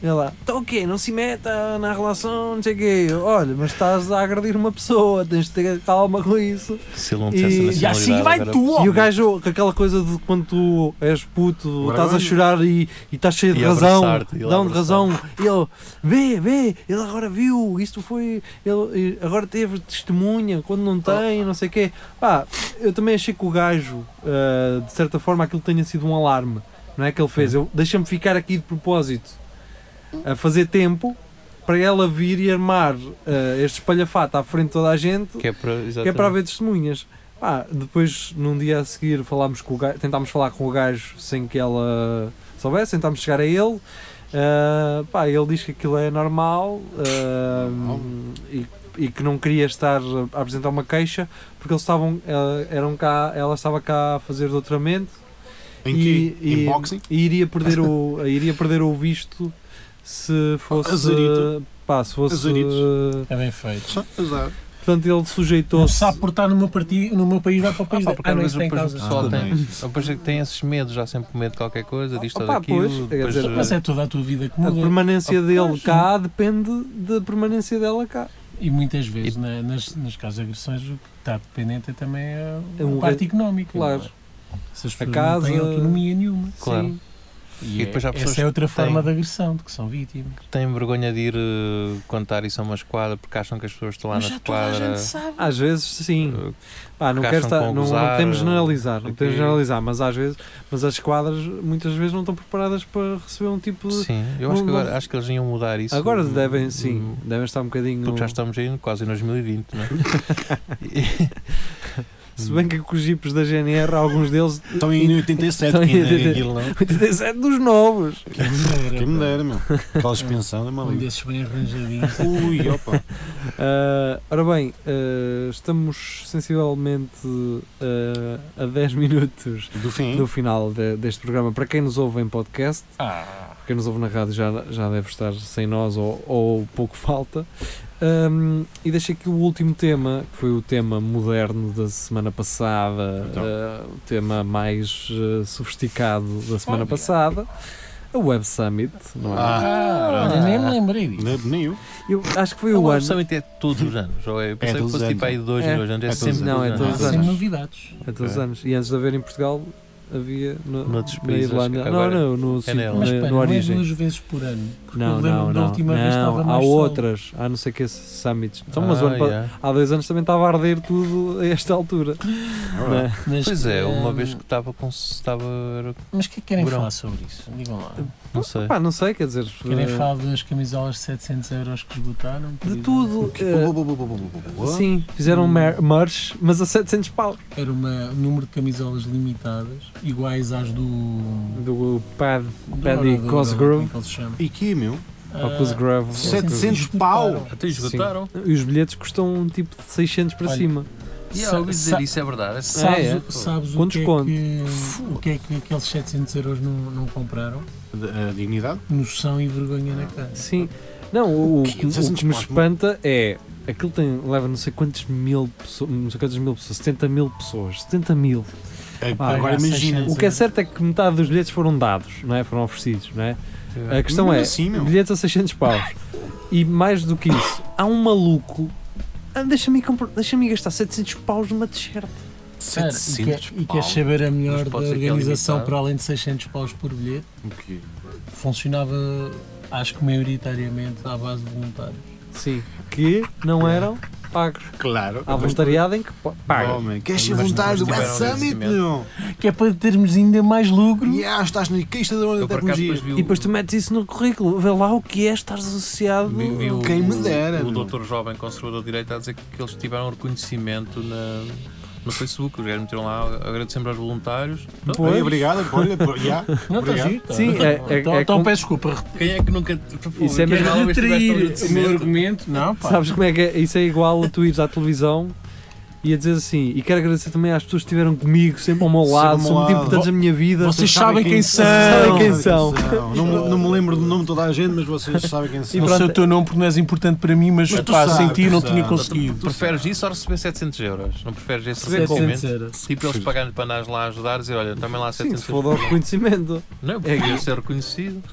[SPEAKER 2] ele lá, então o quê? Não se meta na relação, não sei o quê. Eu, Olha, mas estás a agredir uma pessoa, tens de ter calma com isso.
[SPEAKER 3] Se ele não dissesse
[SPEAKER 2] E-
[SPEAKER 3] a
[SPEAKER 2] e
[SPEAKER 3] nacionalidade.
[SPEAKER 5] assim vai
[SPEAKER 3] agora-
[SPEAKER 5] tu, ó.
[SPEAKER 2] E o gajo, com aquela coisa de quando tu és puto,
[SPEAKER 8] Agora
[SPEAKER 2] estás a
[SPEAKER 8] vai.
[SPEAKER 2] chorar e, e estás cheio de
[SPEAKER 3] E
[SPEAKER 2] razão,
[SPEAKER 3] abraçar-te, ele
[SPEAKER 2] dão de
[SPEAKER 3] abraçar-te.
[SPEAKER 2] razão, ele, vê, vê, ele agora viu, isto foi, ele agora teve testemunha, quando
[SPEAKER 3] Oh.
[SPEAKER 2] não tem, não sei o quê. Pá, eu também achei que o gajo, ah, de certa forma, aquilo tenha sido um alarme, não é que ele
[SPEAKER 3] Uhum.
[SPEAKER 2] fez, eu deixa-me ficar aqui de propósito, a fazer tempo, para ela vir e armar ah, este espalhafato à frente de toda a gente,
[SPEAKER 3] Que é para,
[SPEAKER 2] que é para
[SPEAKER 3] exatamente.
[SPEAKER 2] haver testemunhas. Pá, depois, num dia a seguir, falámos com o gajo, tentámos falar com o gajo sem que ela soubesse, tentámos chegar a ele. Ah, pá, ele diz que aquilo é normal ah, e, e que não queria estar a apresentar uma queixa porque eles estavam, ah, eram cá, ela estava cá a fazer doutoramento
[SPEAKER 8] Em
[SPEAKER 2] e,
[SPEAKER 8] que?
[SPEAKER 2] e-
[SPEAKER 8] Em boxing?
[SPEAKER 2] e iria perder o iria perder o visto se fosse
[SPEAKER 8] Azarito.
[SPEAKER 2] pá, se fosse
[SPEAKER 8] Azaritos.
[SPEAKER 5] É bem feito.
[SPEAKER 8] Exato.
[SPEAKER 2] portanto ele
[SPEAKER 5] Não
[SPEAKER 2] sujeitou-se
[SPEAKER 5] sabe portar no meu, parti- no meu país, vai para o país
[SPEAKER 3] pá,
[SPEAKER 5] da-
[SPEAKER 3] porque
[SPEAKER 5] Ah,
[SPEAKER 3] às
[SPEAKER 5] não,
[SPEAKER 3] vezes
[SPEAKER 5] isso tem
[SPEAKER 3] depois o
[SPEAKER 5] causa.
[SPEAKER 3] pessoal
[SPEAKER 8] Ah,
[SPEAKER 3] tem.
[SPEAKER 8] bem.
[SPEAKER 3] Depois é que tem esses medos, já sempre medo de qualquer coisa, disto ou
[SPEAKER 2] Opa,
[SPEAKER 3] daquilo.
[SPEAKER 2] pois, quer
[SPEAKER 3] depois,
[SPEAKER 2] dizer,
[SPEAKER 3] eh,
[SPEAKER 5] Mas é toda a tua vida que
[SPEAKER 2] A
[SPEAKER 5] muda.
[SPEAKER 2] permanência
[SPEAKER 5] Ah,
[SPEAKER 2] dele
[SPEAKER 5] pois.
[SPEAKER 2] cá depende da permanência dela cá.
[SPEAKER 5] E muitas vezes, na- nas, nos casos de agressões, o que está dependente é também a,
[SPEAKER 2] É um
[SPEAKER 5] a parte económica.
[SPEAKER 2] claro.
[SPEAKER 5] não é? Se as
[SPEAKER 2] A
[SPEAKER 5] pessoas
[SPEAKER 2] casa-
[SPEAKER 5] não têm autonomia nenhuma.
[SPEAKER 3] Claro.
[SPEAKER 2] Sim.
[SPEAKER 5] E,
[SPEAKER 3] E
[SPEAKER 5] é-
[SPEAKER 3] depois há pessoas
[SPEAKER 5] essa é outra
[SPEAKER 3] que têm-
[SPEAKER 5] forma de agressão, de que são vítimas.
[SPEAKER 3] Têm vergonha de ir eh, contar isso a uma esquadra porque acham que as pessoas estão lá na esquadra.
[SPEAKER 2] Às vezes sim.
[SPEAKER 3] eh,
[SPEAKER 2] Pá, não
[SPEAKER 3] Porque
[SPEAKER 2] quero
[SPEAKER 3] acham
[SPEAKER 2] estar,
[SPEAKER 3] que vão
[SPEAKER 2] não, não
[SPEAKER 3] gozar,
[SPEAKER 2] temos de generalizar, não
[SPEAKER 3] aqui.
[SPEAKER 2] temos de generalizar, mas às vezes, mas as esquadras muitas vezes não estão preparadas para receber um tipo de
[SPEAKER 3] Sim, eu acho que,
[SPEAKER 2] Não- não-
[SPEAKER 3] agora, acho que eles iam mudar isso.
[SPEAKER 2] Agora
[SPEAKER 3] hum,
[SPEAKER 2] devem, sim,
[SPEAKER 3] hum,
[SPEAKER 2] devem estar um bocadinho.
[SPEAKER 3] Porque já estamos aí quase em 2020, não é?
[SPEAKER 2] Se bem que com os jipes da GNR, alguns deles.
[SPEAKER 8] Estão Então, em 87,
[SPEAKER 2] Estão Então, em
[SPEAKER 8] que ainda é
[SPEAKER 2] 87.
[SPEAKER 8] Irlanda.
[SPEAKER 2] 87 dos novos!
[SPEAKER 5] Que maneira,
[SPEAKER 8] Quem me dera, meu. Aquela suspensão é
[SPEAKER 5] pá. Um
[SPEAKER 8] maluco.
[SPEAKER 5] desses bem arranjadinhos.
[SPEAKER 8] Ui, opa.
[SPEAKER 2] Ah, ora bem, ah, estamos sensivelmente ah, a 10 minutos
[SPEAKER 8] Do fim.
[SPEAKER 2] do final de- deste programa. Para quem nos ouve em podcast.
[SPEAKER 5] Ah,
[SPEAKER 2] quem nos ouve na rádio já, já deve estar sem nós ou, ou pouco falta. Ahm, e deixei aqui o último tema, que foi o tema moderno da semana passada,
[SPEAKER 8] Então.
[SPEAKER 2] ah, o tema mais ah, sofisticado da semana
[SPEAKER 5] Olha.
[SPEAKER 2] passada, a Web Summit, não é?
[SPEAKER 8] Ah,
[SPEAKER 5] ah,
[SPEAKER 3] pronto.
[SPEAKER 5] nem me lembrei disso.
[SPEAKER 8] nem- nem eu.
[SPEAKER 2] Eu acho que foi
[SPEAKER 3] Não,
[SPEAKER 2] o
[SPEAKER 3] o
[SPEAKER 2] ano.
[SPEAKER 3] orçamento é todos os anos. Ou é, eu pensei que
[SPEAKER 8] todos os
[SPEAKER 3] fosse tipo
[SPEAKER 8] anos.
[SPEAKER 3] aí de dois
[SPEAKER 2] É.
[SPEAKER 3] em dois anos. É,
[SPEAKER 8] É todos
[SPEAKER 3] sempre
[SPEAKER 8] os
[SPEAKER 2] anos. Não, é
[SPEAKER 5] Há
[SPEAKER 2] todos os
[SPEAKER 5] sempre
[SPEAKER 2] anos.
[SPEAKER 5] novidades.
[SPEAKER 2] A todos os anos. E antes de haver em Portugal, havia no,
[SPEAKER 3] Noutros
[SPEAKER 2] na
[SPEAKER 3] países,
[SPEAKER 2] Irlanda.
[SPEAKER 3] acho que
[SPEAKER 2] Não,
[SPEAKER 3] agora
[SPEAKER 2] não, no, sítio-
[SPEAKER 3] nela.
[SPEAKER 5] Mas
[SPEAKER 2] na, no
[SPEAKER 5] espera, não é
[SPEAKER 2] um origem.
[SPEAKER 5] duas vezes por ano. Porque eu
[SPEAKER 2] Não,
[SPEAKER 5] lembro
[SPEAKER 2] não,
[SPEAKER 5] da
[SPEAKER 2] não.
[SPEAKER 5] última vez
[SPEAKER 2] não
[SPEAKER 5] estava mais
[SPEAKER 2] há
[SPEAKER 5] sol.
[SPEAKER 2] outras. Há não sei que esses summits. Então, mas o
[SPEAKER 3] Ah,
[SPEAKER 2] ano pa-
[SPEAKER 3] yeah.
[SPEAKER 2] há dois anos também estava a arder tudo a esta altura. né?
[SPEAKER 5] Mas,
[SPEAKER 3] Pois é, uma
[SPEAKER 5] hum,
[SPEAKER 3] vez que estava com. Estava. era-
[SPEAKER 5] Mas o que é que querem
[SPEAKER 3] Verão.
[SPEAKER 5] falar sobre isso? Digam lá.
[SPEAKER 3] Não sei.
[SPEAKER 2] Pá, não sei, quer dizer.
[SPEAKER 5] Querem
[SPEAKER 2] eh,
[SPEAKER 5] falar das camisolas de 700 euros que esgotaram? por
[SPEAKER 2] de
[SPEAKER 5] exemplo?
[SPEAKER 2] tudo. eh, Sim, fizeram
[SPEAKER 5] Hum.
[SPEAKER 2] mer- merch, mas a 700 pau.
[SPEAKER 5] Era uma- um número de camisolas limitadas, iguais às do.
[SPEAKER 2] Do Pad
[SPEAKER 5] do-
[SPEAKER 2] Paddy
[SPEAKER 5] do- do-
[SPEAKER 2] Cosgrove.
[SPEAKER 5] como é que ele se chama?
[SPEAKER 8] E que, meu?
[SPEAKER 5] Ah,
[SPEAKER 2] ao Cosgrove.
[SPEAKER 8] 700 pau!
[SPEAKER 3] Até
[SPEAKER 2] esgotaram?
[SPEAKER 3] esgotaram?
[SPEAKER 2] E os bilhetes custam tipo de 600 para
[SPEAKER 5] Olha,
[SPEAKER 2] cima.
[SPEAKER 3] E
[SPEAKER 5] Sa-
[SPEAKER 3] eu ouvi
[SPEAKER 5] sa-
[SPEAKER 3] dizer isso, é verdade. é sério.
[SPEAKER 5] Sabes,
[SPEAKER 2] é?
[SPEAKER 5] o- sabes o,
[SPEAKER 2] Quantos
[SPEAKER 5] que é
[SPEAKER 2] conto?
[SPEAKER 5] que, o que é que aqueles 700 euros não, não compraram?
[SPEAKER 8] A dignidade?
[SPEAKER 5] Noção e vergonha na cara.
[SPEAKER 2] Sim. Não, o, o, que- o
[SPEAKER 8] 600
[SPEAKER 2] que me
[SPEAKER 8] pau.
[SPEAKER 2] espanta é. Aquilo tem, leva não sei quantos mil pessoas, não sei quantas mil pessoas, 70 mil pessoas, 70 mil.
[SPEAKER 8] Ah, Agora
[SPEAKER 5] pagar
[SPEAKER 8] imagina.
[SPEAKER 5] 600.
[SPEAKER 2] O que é certo é que metade dos bilhetes foram dados, não é? Foram oferecidos, não é? A questão
[SPEAKER 8] Mesmo
[SPEAKER 2] é,
[SPEAKER 8] assim, meu.
[SPEAKER 2] bilhetes a 600 paus. E mais do que isso, há um maluco. "Ah, Deixa-me comprar- deixa-me gastar 700 paus numa t-shirt.
[SPEAKER 5] Cara, e, quer,
[SPEAKER 8] 700
[SPEAKER 5] e é
[SPEAKER 8] pau.
[SPEAKER 5] queres saber a melhor
[SPEAKER 3] é- Mas
[SPEAKER 5] da
[SPEAKER 3] pode ser que é
[SPEAKER 5] organização
[SPEAKER 3] limitado.
[SPEAKER 5] para além de 600 paus por bilhete?
[SPEAKER 8] O quê?
[SPEAKER 5] Funcionava, acho que maioritariamente, à base de voluntários.
[SPEAKER 2] Sim. Que não eram pagos.
[SPEAKER 8] Claro.
[SPEAKER 2] Há voluntariado em que po- pagam.
[SPEAKER 8] Homem, queres ser
[SPEAKER 5] Mas-
[SPEAKER 8] voluntário do
[SPEAKER 3] mas
[SPEAKER 8] West
[SPEAKER 3] tiveram
[SPEAKER 8] Summit,
[SPEAKER 3] investimento.
[SPEAKER 8] meu?
[SPEAKER 5] Que é para termos ainda mais lucro.
[SPEAKER 8] Yeah, estás na crista da onda da
[SPEAKER 3] Eu por acaso depois
[SPEAKER 8] tecnologia.
[SPEAKER 3] vi o.
[SPEAKER 2] E depois tu metes isso no currículo. Vê lá o que é estar associado.
[SPEAKER 3] vi-
[SPEAKER 8] Uhum.
[SPEAKER 3] vi o-
[SPEAKER 8] Quem me dera,
[SPEAKER 3] O
[SPEAKER 8] meu.
[SPEAKER 3] doutor jovem conservador de direito a dizer que eles tiveram reconhecimento na, no Facebook. Os gajos meteram lá, agradecemos aos voluntários. Não,
[SPEAKER 2] Pois.
[SPEAKER 8] Oi, obrigado, olha, por- yeah.
[SPEAKER 5] Não está
[SPEAKER 8] Obrigado.
[SPEAKER 5] giro? tá?
[SPEAKER 2] Sim, é- é-
[SPEAKER 5] então,
[SPEAKER 2] é
[SPEAKER 5] então
[SPEAKER 2] como-
[SPEAKER 5] peço desculpa.
[SPEAKER 3] Quem é que nunca.
[SPEAKER 2] Isso é
[SPEAKER 3] quem
[SPEAKER 2] mesmo
[SPEAKER 3] que alguma vez tiveste um
[SPEAKER 5] o meu
[SPEAKER 3] agradecimento?
[SPEAKER 5] argumento. Não, pá.
[SPEAKER 2] Sabes como é que é? Isso é igual a tu ires à televisão e a dizer assim. E quero agradecer também às pessoas que estiveram comigo, sempre ao meu
[SPEAKER 8] Sempre ao
[SPEAKER 2] lado,
[SPEAKER 8] meu
[SPEAKER 2] são muito
[SPEAKER 8] lado.
[SPEAKER 2] importantes na minha vida.
[SPEAKER 5] Vocês sabem
[SPEAKER 2] é
[SPEAKER 5] quem são.
[SPEAKER 2] Sabem quem são.
[SPEAKER 8] Não, me- não me lembro do nome de toda a gente, mas vocês sabem quem são.
[SPEAKER 5] Não sei o teu nome porque não és importante para mim, mas,
[SPEAKER 8] Mas tu
[SPEAKER 5] pá,
[SPEAKER 8] sabes,
[SPEAKER 5] sem ti não
[SPEAKER 8] tu
[SPEAKER 5] tinha
[SPEAKER 8] sabes.
[SPEAKER 5] conseguido.
[SPEAKER 3] Tu preferes isso ou receber 700 euros? Não preferes esse
[SPEAKER 2] Receber
[SPEAKER 3] reconhecimento?
[SPEAKER 5] 700 euros.
[SPEAKER 3] Tipo, eles pagarem para andares lá a ajudar e dizer, olha, também
[SPEAKER 5] é.
[SPEAKER 3] lá há
[SPEAKER 2] Sim,
[SPEAKER 3] 700
[SPEAKER 2] se for dar reconhecimento.
[SPEAKER 3] Não, eu
[SPEAKER 2] É
[SPEAKER 3] prefiro ser reconhecido.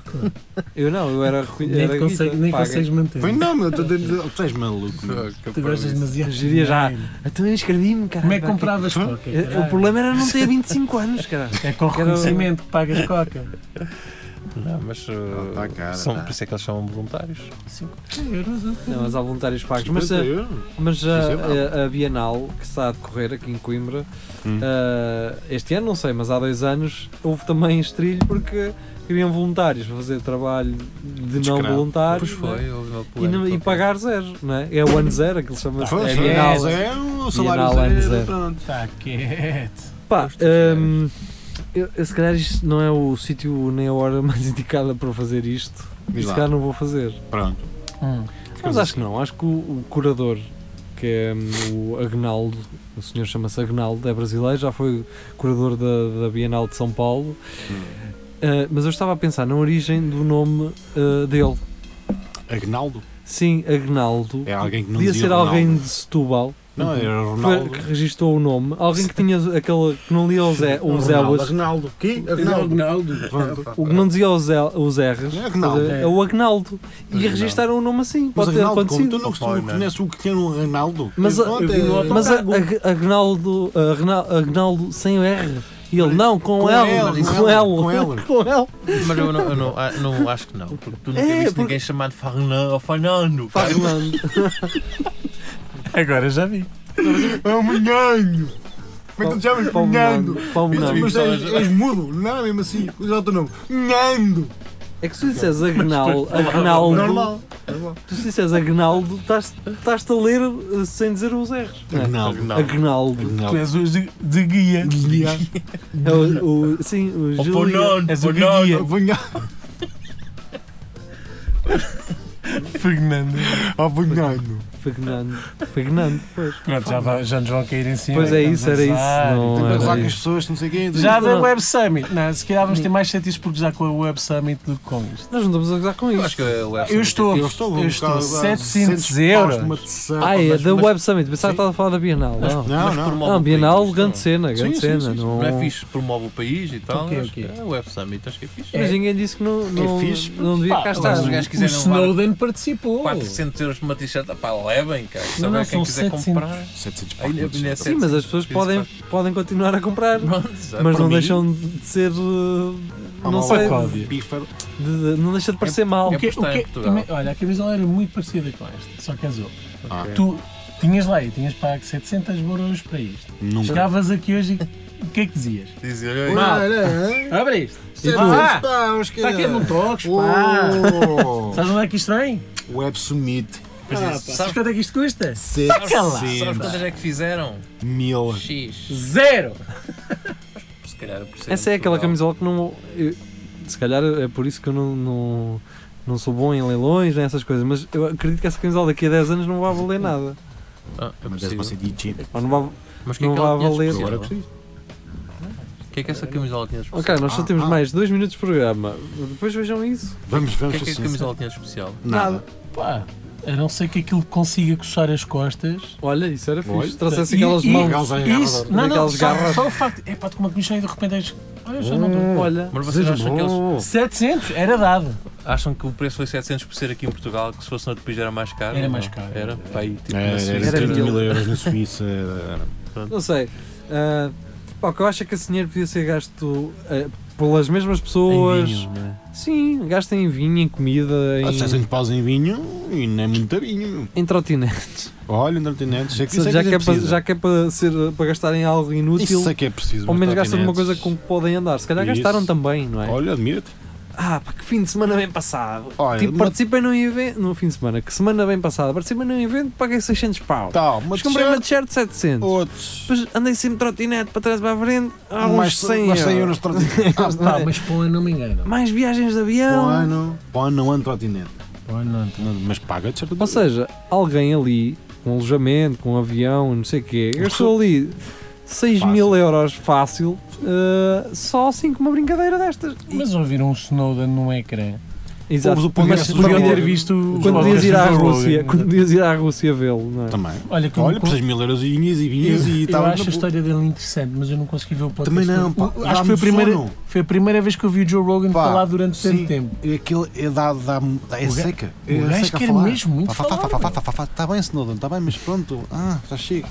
[SPEAKER 2] Eu não, eu era reconhecido.
[SPEAKER 5] Nem, te consegue, nem consegues manter.
[SPEAKER 8] Pois não, meu, tu, tu- tu- tu és maluco, meu.
[SPEAKER 5] Tu gostas demasiado. de
[SPEAKER 2] Geria já.
[SPEAKER 5] dinheiro.
[SPEAKER 2] Então eu inscrevi-me, cara.
[SPEAKER 5] Como é que compravas Ah. coca?
[SPEAKER 2] É, O
[SPEAKER 5] caralho?
[SPEAKER 2] problema era não ter 25 anos, cara.
[SPEAKER 5] É com
[SPEAKER 2] Quero-
[SPEAKER 5] reconhecimento que pagas coca.
[SPEAKER 3] Não, mas. uh,
[SPEAKER 8] Não, tá cara,
[SPEAKER 3] são,
[SPEAKER 8] tá.
[SPEAKER 3] Por isso é que eles chamam voluntários.
[SPEAKER 5] 50 euros.
[SPEAKER 2] Não, mas há voluntários pagos. Mas,
[SPEAKER 8] Espera,
[SPEAKER 2] ah,
[SPEAKER 8] eu-
[SPEAKER 2] mas ah,
[SPEAKER 8] Sim, sei
[SPEAKER 2] a, a Bienal, que está a decorrer aqui em Coimbra,
[SPEAKER 8] Hum.
[SPEAKER 2] ah, este ano não sei, mas há dois anos houve também estrilho porque queriam voluntários para fazer trabalho de não
[SPEAKER 8] Descarado.
[SPEAKER 2] voluntários.
[SPEAKER 3] Pois
[SPEAKER 2] né?
[SPEAKER 3] foi, houve uma
[SPEAKER 2] E, não-
[SPEAKER 3] polémica.
[SPEAKER 2] e pagar zero, não é? É o ano zero, aquilo
[SPEAKER 8] Ah,
[SPEAKER 2] chama-se.
[SPEAKER 8] foi,
[SPEAKER 2] é
[SPEAKER 8] foi,
[SPEAKER 2] Bienal.
[SPEAKER 8] é um salário
[SPEAKER 2] Bienal, ano
[SPEAKER 8] zero,
[SPEAKER 2] zero.
[SPEAKER 8] pronto.
[SPEAKER 5] Está quieto.
[SPEAKER 2] Pá, hum, eu, eu, se calhar isto não é o sítio nem a hora mais indicada para fazer isto. E
[SPEAKER 8] Diz
[SPEAKER 2] se
[SPEAKER 8] lá.
[SPEAKER 2] calhar não vou fazer.
[SPEAKER 8] Pronto.
[SPEAKER 5] Hum.
[SPEAKER 2] Mas acho que não, acho que o, o curador, que é hum, o Agnaldo, o senhor chama-se Agnaldo, é brasileiro, já foi curador da, da Bienal de São Paulo.
[SPEAKER 8] Hum.
[SPEAKER 2] Ah, mas eu estava a pensar na origem do nome ah, dele.
[SPEAKER 8] Agnaldo?
[SPEAKER 2] Sim, Agnaldo.
[SPEAKER 8] É alguém que não
[SPEAKER 2] Podia
[SPEAKER 8] dizia
[SPEAKER 2] ser
[SPEAKER 8] Ronaldo.
[SPEAKER 2] alguém de Setúbal
[SPEAKER 8] Não, era
[SPEAKER 2] que,
[SPEAKER 8] Ronaldo.
[SPEAKER 2] que registou o nome. Alguém que tinha aquele que não lia os, e, os
[SPEAKER 4] Ronaldo,
[SPEAKER 2] Elas,
[SPEAKER 4] Arnaldo. Quê? Arnaldo.
[SPEAKER 5] Ronaldo.
[SPEAKER 8] Pronto.
[SPEAKER 2] o que não dizia os, el, os R's.
[SPEAKER 8] É Agnaldo.
[SPEAKER 2] É o Agnaldo. E
[SPEAKER 8] Agnaldo.
[SPEAKER 2] registaram o nome assim.
[SPEAKER 8] Mas
[SPEAKER 2] Pode ter
[SPEAKER 8] Agnaldo, como tu
[SPEAKER 2] acontecido.
[SPEAKER 8] não
[SPEAKER 3] Não foi, não é?
[SPEAKER 8] conheces o que é um Agnaldo?
[SPEAKER 2] Mas, eh, a-
[SPEAKER 8] Pronto,
[SPEAKER 5] eu vi no
[SPEAKER 4] eh,
[SPEAKER 8] é-
[SPEAKER 5] autocarro.
[SPEAKER 2] Mas a, a, Agnaldo, a Rena- Agnaldo sem o R. E ele, não, com,
[SPEAKER 8] Com
[SPEAKER 2] L,
[SPEAKER 8] L,
[SPEAKER 2] com L.
[SPEAKER 8] com L.
[SPEAKER 2] Com L.
[SPEAKER 3] Mas eu, não, eu não, ah, não acho que não, porque tu nunca
[SPEAKER 2] É,
[SPEAKER 3] viste
[SPEAKER 2] porque-
[SPEAKER 3] ninguém chamado Fernando ou Fernando.
[SPEAKER 2] Fernando.
[SPEAKER 5] Agora já vi.
[SPEAKER 8] É um Minhanho! Como é
[SPEAKER 2] Oh,
[SPEAKER 8] que tu te chamas?
[SPEAKER 2] Paulo
[SPEAKER 8] Minhanho!
[SPEAKER 2] Nando, Paulo
[SPEAKER 8] Mas,
[SPEAKER 2] Nando.
[SPEAKER 8] mas és, és mudo, não é mesmo assim? Usa o teu nome. Nando!
[SPEAKER 2] É que se tu disseres Agnal- Agnaldo,
[SPEAKER 4] Normal. Normal.
[SPEAKER 2] tu se disseres Agnaldo, estás- estás-te a ler eh, sem dizer os R's. não é?
[SPEAKER 4] Tá.
[SPEAKER 8] Agnaldo.
[SPEAKER 2] Agnaldo.
[SPEAKER 5] Tu
[SPEAKER 8] Agnaldo.
[SPEAKER 5] és o de, de guia.
[SPEAKER 2] É o, o- sim, o
[SPEAKER 3] Ou
[SPEAKER 2] Julião.
[SPEAKER 3] Fernando,
[SPEAKER 5] És o
[SPEAKER 3] Fernando.
[SPEAKER 5] guia.
[SPEAKER 8] Agnaldo.
[SPEAKER 5] Fernando.
[SPEAKER 8] Agnaldo.
[SPEAKER 2] Fernando. Fernando, pois.
[SPEAKER 5] Pronto, já, vai- já nos vão cair em cima.
[SPEAKER 2] Pois é
[SPEAKER 5] Estamos
[SPEAKER 2] isso, era
[SPEAKER 5] a
[SPEAKER 2] isso.
[SPEAKER 5] usar.
[SPEAKER 2] Não
[SPEAKER 8] Para usar
[SPEAKER 2] era
[SPEAKER 8] com as
[SPEAKER 2] isso.
[SPEAKER 8] pessoas, não sei quem.
[SPEAKER 5] Já da
[SPEAKER 2] Não.
[SPEAKER 5] Web Summit. Então Não, é? se calhar vamos ter mais sentidos por usar com a Web Summit do que com isto.
[SPEAKER 2] Nós não estamos a gozar com
[SPEAKER 3] Eu acho
[SPEAKER 2] isto.
[SPEAKER 3] que é o Epson-
[SPEAKER 5] Eu estou.
[SPEAKER 8] Eu estou,
[SPEAKER 5] eu
[SPEAKER 8] um
[SPEAKER 5] estou.
[SPEAKER 8] bocado- ah,
[SPEAKER 5] 700
[SPEAKER 8] paus numa
[SPEAKER 5] euros.
[SPEAKER 8] terceira,
[SPEAKER 2] Ah, é
[SPEAKER 8] mas-
[SPEAKER 2] da
[SPEAKER 8] mas-
[SPEAKER 2] Web Summit. Pensava
[SPEAKER 8] Sim.
[SPEAKER 2] que estava a falar da Bienal. Ah.
[SPEAKER 4] é
[SPEAKER 2] Não,
[SPEAKER 8] Não,
[SPEAKER 3] mas
[SPEAKER 8] não.
[SPEAKER 3] promove
[SPEAKER 2] não
[SPEAKER 3] o
[SPEAKER 2] Bienal,
[SPEAKER 3] país,
[SPEAKER 2] grande cena.
[SPEAKER 8] Sim,
[SPEAKER 2] Grande
[SPEAKER 8] sim, sim,
[SPEAKER 2] cena.
[SPEAKER 8] sim.
[SPEAKER 2] Não
[SPEAKER 3] Não é fixe, promove o país e tal.
[SPEAKER 5] Ok,
[SPEAKER 3] acho
[SPEAKER 5] ok.
[SPEAKER 3] que É o Web Summit, acho que é fixe.
[SPEAKER 2] Mas ninguém disse que não, não,
[SPEAKER 8] fixe,
[SPEAKER 2] não devia
[SPEAKER 5] Pá,
[SPEAKER 2] cá
[SPEAKER 5] mas
[SPEAKER 2] estar.
[SPEAKER 3] os
[SPEAKER 5] o-
[SPEAKER 3] gajos quiserem
[SPEAKER 5] o
[SPEAKER 3] levar
[SPEAKER 5] Snowden participou.
[SPEAKER 3] 400 euros por uma t-shirt, pá, é bem caro. Só
[SPEAKER 5] Não,
[SPEAKER 3] bem
[SPEAKER 5] não,
[SPEAKER 3] quem
[SPEAKER 5] são
[SPEAKER 3] quiser
[SPEAKER 5] 700.
[SPEAKER 3] comprar.
[SPEAKER 8] 700
[SPEAKER 3] Ainda-
[SPEAKER 8] pacotes.
[SPEAKER 3] ainda é
[SPEAKER 2] Sim, mas as pessoas podem, podem continuar a comprar. Mas não deixam de ser. uh, Não sei.
[SPEAKER 5] Cláudia.
[SPEAKER 8] Bífaro.
[SPEAKER 2] de- de- não deixa de parecer mal.
[SPEAKER 3] É postar em Portugal.
[SPEAKER 5] também- olha, a camisola era muito parecida com esta, só que azul. Ah. Tu tinhas lá e tinhas pago 700 euros para isto.
[SPEAKER 8] Nunca.
[SPEAKER 5] Chegavas aqui hoje e o que é que dizias?
[SPEAKER 3] Dizer,
[SPEAKER 5] Mal.
[SPEAKER 4] Olha,
[SPEAKER 5] Ah, Abre isto!
[SPEAKER 4] é?
[SPEAKER 5] Ah,
[SPEAKER 4] paus,
[SPEAKER 8] Tá
[SPEAKER 5] Está aqui, não toques, pá!
[SPEAKER 4] Oh,
[SPEAKER 5] Sabes onde é que isto vem?
[SPEAKER 8] Web Summit.
[SPEAKER 5] Ah, pá, sabes quanto é que isto custa?
[SPEAKER 3] sabes quantas é que fizeram?
[SPEAKER 8] 7 mil.
[SPEAKER 3] X.
[SPEAKER 5] Zero!
[SPEAKER 3] Se calhar por ser
[SPEAKER 2] Essa é
[SPEAKER 3] em
[SPEAKER 2] aquela camisola
[SPEAKER 3] Portugal.
[SPEAKER 2] que não. eu- se calhar é por isso que eu não, não, não sou bom em leilões, nessas coisas, mas eu acredito que essa camisola daqui a 10 anos não vai valer nada.
[SPEAKER 3] Ah, é
[SPEAKER 8] Mas deve
[SPEAKER 3] possível.
[SPEAKER 8] ser DJ.
[SPEAKER 2] Ou não vai-
[SPEAKER 3] Mas o
[SPEAKER 2] não
[SPEAKER 3] que é que ela
[SPEAKER 2] vai
[SPEAKER 3] tinha de
[SPEAKER 2] valer.
[SPEAKER 3] especial?
[SPEAKER 8] Agora gostei.
[SPEAKER 3] O que é que essa camisola tinha de especial?
[SPEAKER 2] Ok, nós só
[SPEAKER 8] Ah,
[SPEAKER 2] temos
[SPEAKER 8] ah.
[SPEAKER 2] mais 2 minutos de programa. Depois vejam isso.
[SPEAKER 8] Vamos,
[SPEAKER 3] O
[SPEAKER 8] vamos
[SPEAKER 3] que é que a
[SPEAKER 8] assim.
[SPEAKER 3] camisola tinha de especial?
[SPEAKER 8] Nada.
[SPEAKER 5] Pá, a não ser que aquilo consiga coçar as costas.
[SPEAKER 2] Olha, isso era fixe.
[SPEAKER 8] Olha.
[SPEAKER 2] Trouxesse
[SPEAKER 5] E-
[SPEAKER 2] aquelas
[SPEAKER 5] e-
[SPEAKER 2] mãos.
[SPEAKER 8] Aquelas
[SPEAKER 5] Isso,
[SPEAKER 8] agarradas.
[SPEAKER 5] não, não,
[SPEAKER 2] Daquelas
[SPEAKER 5] só,
[SPEAKER 2] garras.
[SPEAKER 5] só o facto. É pá, de uma comichão e de repente és. Olha, já não dou.
[SPEAKER 2] Olha.
[SPEAKER 3] Mas vocês acham que, eles,
[SPEAKER 5] 700? Era dado.
[SPEAKER 3] acham que o preço foi 700 por ser aqui em Portugal, que se fosse noutro país era mais caro?
[SPEAKER 5] Era
[SPEAKER 3] ou
[SPEAKER 5] mais
[SPEAKER 3] não?
[SPEAKER 5] caro.
[SPEAKER 3] Era? Pá, aí, tipo, na
[SPEAKER 8] É,
[SPEAKER 3] Suíça
[SPEAKER 8] Era 30
[SPEAKER 3] era-
[SPEAKER 8] mil euros na Suíça. era-
[SPEAKER 2] Não sei. Ah, pá, o que eu acho é que esse dinheiro podia ser gasto ah, pelas mesmas pessoas.
[SPEAKER 5] né?
[SPEAKER 2] Sim, gastem em vinho, em comida,
[SPEAKER 8] Ah,
[SPEAKER 2] em,
[SPEAKER 8] 600 paus em vinho e não é muito vinho.
[SPEAKER 2] em trotinetes.
[SPEAKER 8] Olha, entretenentes. Isso
[SPEAKER 2] Já que é para-
[SPEAKER 8] preciso.
[SPEAKER 2] já que é para ser para gastarem algo inútil,
[SPEAKER 8] Isso é que é preciso.
[SPEAKER 2] ao
[SPEAKER 8] umas
[SPEAKER 2] menos gastam numa coisa
[SPEAKER 8] trotinetes.
[SPEAKER 2] com que podem andar. Se calhar
[SPEAKER 8] Isso.
[SPEAKER 2] gastaram também, não é?
[SPEAKER 8] Olha, admira-te.
[SPEAKER 2] Ah, pá, que fim de semana bem passado.
[SPEAKER 8] Olha,
[SPEAKER 2] tipo,
[SPEAKER 8] uma-
[SPEAKER 2] participem num evento. Num fim de semana, que semana bem passada, participem num evento, paguei 600 pau.
[SPEAKER 8] Tal, Tá, uma
[SPEAKER 2] Mas comprei uma
[SPEAKER 8] t-shirt,
[SPEAKER 2] t-shirt de 700.
[SPEAKER 8] outros.
[SPEAKER 2] Depois andei sempre de trotinete para trás e para a frente. há uns
[SPEAKER 8] Mais 100 mais 100 euros de trotinete. Ah,
[SPEAKER 5] Pá, mas para o ano não me engano.
[SPEAKER 2] Mais viagens de
[SPEAKER 8] Para o
[SPEAKER 2] avião.
[SPEAKER 8] ano, para o ano não ando trotinete.
[SPEAKER 5] Para o ano não.
[SPEAKER 8] Não, Mas paga de certa
[SPEAKER 2] Ou seja, alguém ali, com um alojamento, com avião, não sei o quê, gastou ali 6 mil
[SPEAKER 8] Fácil.
[SPEAKER 2] euros fácil, eh, só assim com uma brincadeira destas. E-
[SPEAKER 5] Mas ouviram um Snowden num ecrã.
[SPEAKER 2] Exato.
[SPEAKER 8] ouves o
[SPEAKER 2] Mas
[SPEAKER 8] podcast do
[SPEAKER 2] podia
[SPEAKER 8] Joe
[SPEAKER 2] ter
[SPEAKER 8] Rogan.
[SPEAKER 2] visto
[SPEAKER 5] visto.
[SPEAKER 2] quando
[SPEAKER 5] é os é
[SPEAKER 2] podias ir à
[SPEAKER 5] podcasts do
[SPEAKER 2] Rússia,
[SPEAKER 5] Rogan.
[SPEAKER 2] quando podias ir à Rússia vê-lo, não é?
[SPEAKER 4] Então,
[SPEAKER 8] Também.
[SPEAKER 5] Olha, que eu
[SPEAKER 8] Olha,
[SPEAKER 5] não-
[SPEAKER 8] por 6 mil euros e vinhas e vinhas e
[SPEAKER 5] Eu
[SPEAKER 8] estava
[SPEAKER 5] acho a história dele interessante, mas eu não consegui ver o podcast.
[SPEAKER 8] Também não, pá.
[SPEAKER 5] Eu-
[SPEAKER 8] Dá-me
[SPEAKER 5] Acho que foi a, primeira,
[SPEAKER 8] sono.
[SPEAKER 5] foi a primeira vez que eu vi o Joe Rogan
[SPEAKER 8] Pá,
[SPEAKER 5] falar durante
[SPEAKER 8] sim.
[SPEAKER 5] tanto tempo.
[SPEAKER 8] E aquilo é, dá, dá, dá, é
[SPEAKER 5] O ga-
[SPEAKER 8] seca.
[SPEAKER 5] o
[SPEAKER 8] é
[SPEAKER 5] gajo
[SPEAKER 8] seca a
[SPEAKER 5] quer
[SPEAKER 8] falar.
[SPEAKER 5] mesmo um muito
[SPEAKER 8] Fá, fá, fá,
[SPEAKER 5] falar,
[SPEAKER 8] fá, fá, fá, fá, fá. Tá bem, Snowden, está bem, mas pronto. Ah, já chega.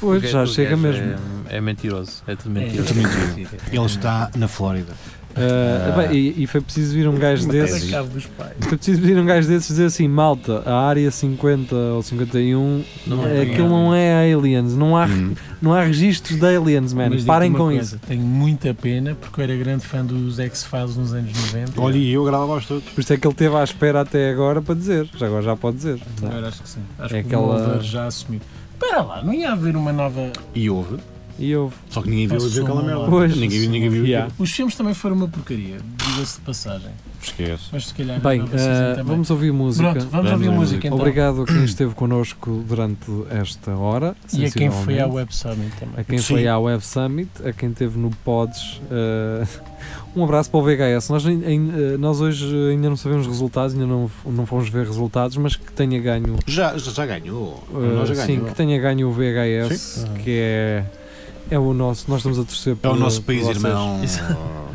[SPEAKER 2] Pois,
[SPEAKER 3] O
[SPEAKER 2] já
[SPEAKER 3] gajo- o
[SPEAKER 2] chega
[SPEAKER 3] gajo
[SPEAKER 2] mesmo.
[SPEAKER 3] É, é mentiroso. É tudo
[SPEAKER 5] É,
[SPEAKER 3] mentiroso.
[SPEAKER 5] mentira.
[SPEAKER 8] Ele está na Flórida.
[SPEAKER 2] Eh, bem, e, e foi preciso vir um gajo desses.
[SPEAKER 5] Cabo dos pais.
[SPEAKER 2] Foi preciso vir um gajo desses dizer assim: malta, a área 50 ou 51,
[SPEAKER 3] Não
[SPEAKER 2] eh,
[SPEAKER 3] é
[SPEAKER 2] aquilo não é aliens, não há, não há registros de aliens, man.
[SPEAKER 5] Hum. Mas digo-te
[SPEAKER 2] Parem
[SPEAKER 5] uma
[SPEAKER 2] com
[SPEAKER 5] coisa,
[SPEAKER 2] isso.
[SPEAKER 5] Tenho muita pena porque eu era grande fã dos X-Files nos anos 90.
[SPEAKER 8] Olha, e eu gravava aos todos.
[SPEAKER 2] Por isso é que ele esteve à espera até agora para dizer. Já agora já pode dizer. não é?
[SPEAKER 5] Agora acho que sim. Acho
[SPEAKER 2] É
[SPEAKER 5] que
[SPEAKER 2] aquela-
[SPEAKER 5] o Mulder já assumiu. Espera lá, não ia haver uma nova.
[SPEAKER 8] E houve.
[SPEAKER 2] E houve.
[SPEAKER 8] Só que ninguém viu
[SPEAKER 5] Passou
[SPEAKER 8] dizer aquela
[SPEAKER 5] uma
[SPEAKER 8] merda.
[SPEAKER 5] hora.
[SPEAKER 2] Pois.
[SPEAKER 8] Ninguém viu, ninguém viu.
[SPEAKER 2] Yeah.
[SPEAKER 8] aquilo.
[SPEAKER 5] Os filmes também foram uma porcaria, diga-se de passagem.
[SPEAKER 8] Esquece.
[SPEAKER 5] Mas se calhar.
[SPEAKER 2] Bem,
[SPEAKER 5] a nova season
[SPEAKER 2] eh,
[SPEAKER 5] também.
[SPEAKER 2] vamos ouvir música.
[SPEAKER 5] Pronto, vamos ouvir
[SPEAKER 8] Vamos
[SPEAKER 5] música
[SPEAKER 8] ouvir.
[SPEAKER 5] então.
[SPEAKER 2] Obrigado a quem esteve connosco durante esta hora.
[SPEAKER 5] E a quem foi à
[SPEAKER 2] sensivelmente.
[SPEAKER 5] Web Summit também.
[SPEAKER 2] A quem
[SPEAKER 8] Sim.
[SPEAKER 2] foi à Web Summit, a quem esteve no Pods. eh, um abraço para o VHS. Nós, ain- ain- eh, nós hoje ainda não sabemos resultados, ainda não, f- não fomos ver resultados, mas que tenha ganho.
[SPEAKER 8] Já, já, já ganhou.
[SPEAKER 2] eh,
[SPEAKER 8] Nós já
[SPEAKER 2] sim,
[SPEAKER 8] ganhou.
[SPEAKER 2] que tenha ganho o VHS, que é, é o nosso. Nós estamos a torcer
[SPEAKER 8] É
[SPEAKER 2] por-
[SPEAKER 8] o nosso
[SPEAKER 2] por
[SPEAKER 8] país,
[SPEAKER 2] Uh, vocês.
[SPEAKER 8] irmão.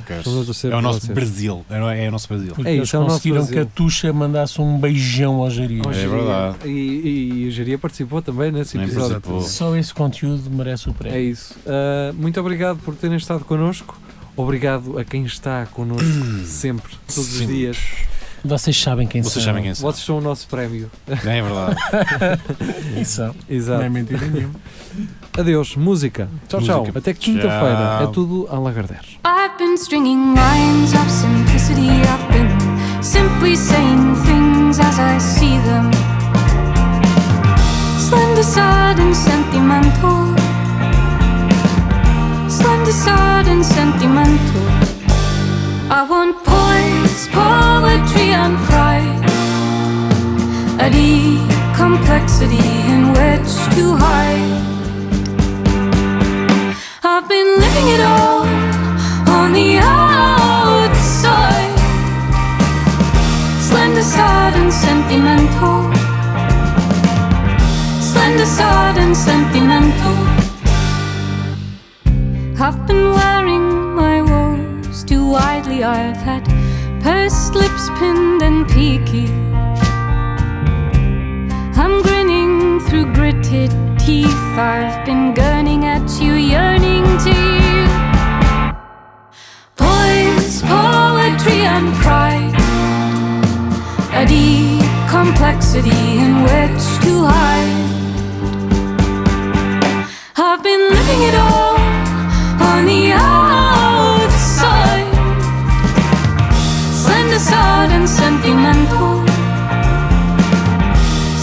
[SPEAKER 8] Quer-se.
[SPEAKER 2] Estamos a torcer
[SPEAKER 8] É o
[SPEAKER 2] por
[SPEAKER 8] nosso
[SPEAKER 2] vocês.
[SPEAKER 8] Brasil. É, o- é o nosso Brasil.
[SPEAKER 5] Porque
[SPEAKER 2] É
[SPEAKER 5] eles
[SPEAKER 2] isso, é o nosso
[SPEAKER 5] conseguiram que
[SPEAKER 2] Brasil.
[SPEAKER 5] a Tuxa mandasse um beijão ao Jarias.
[SPEAKER 2] Ao
[SPEAKER 8] É
[SPEAKER 2] Jeria.
[SPEAKER 8] verdade.
[SPEAKER 2] E, e, e o Jeria participou também nesse
[SPEAKER 8] Nem
[SPEAKER 2] episódio.
[SPEAKER 8] participou.
[SPEAKER 5] Só esse conteúdo merece o
[SPEAKER 2] É
[SPEAKER 5] prémio.
[SPEAKER 2] isso. Ah, muito obrigado por terem estado connosco. Obrigado a quem está connosco sempre, todos os
[SPEAKER 8] Sempre.
[SPEAKER 2] dias.
[SPEAKER 5] Vocês sabem quem
[SPEAKER 8] Vocês
[SPEAKER 5] são.
[SPEAKER 8] sabem quem são.
[SPEAKER 2] Vocês são o nosso prémio.
[SPEAKER 8] É verdade.
[SPEAKER 5] quem são. Não é
[SPEAKER 2] Exato.
[SPEAKER 5] mentira nenhuma.
[SPEAKER 2] Adeus, música. Tchau, tchau.
[SPEAKER 8] Música.
[SPEAKER 2] Até quinta-feira.
[SPEAKER 8] Tchau.
[SPEAKER 2] É tudo a Lagardère.
[SPEAKER 9] I've been stringing lines of simplicity. I've been simply saying things as I see them. Slender, sad, and sentimental. Slender, sad, and sentimental. I want poise, poetry, and pride. A deep complexity in which to hide. I've been living it all on the outside. Slender, sad, and sentimental. Slender, sad, and sentimental. I've been wearing my woes too widely. I've had pursed lips pinned and peaky. I'm grinning hit teeth. I've been gurning at you, yearning to you. Poise, poetry, and pride. A deep complexity in which to hide. I've been living it all on the outside. Slender, sad, and sentimental.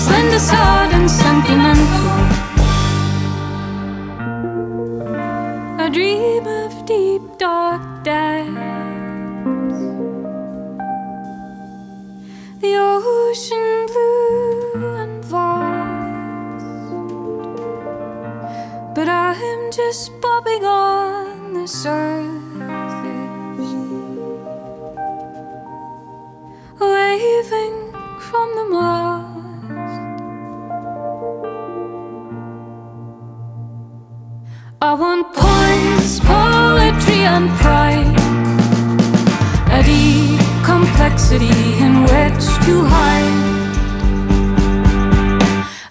[SPEAKER 9] Slender, sad, and sentimental. I dream of deep, dark depths. The ocean blue and vast. But I am just bobbing on the surface. Waving from the mast. I want poise, poetry, and pride. A deep complexity in which to hide.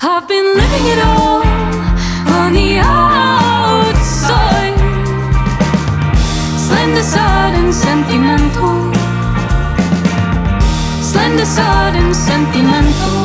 [SPEAKER 9] I've been living it all on the outside. Slender, sad, and sentimental. Slender, sad, and sentimental.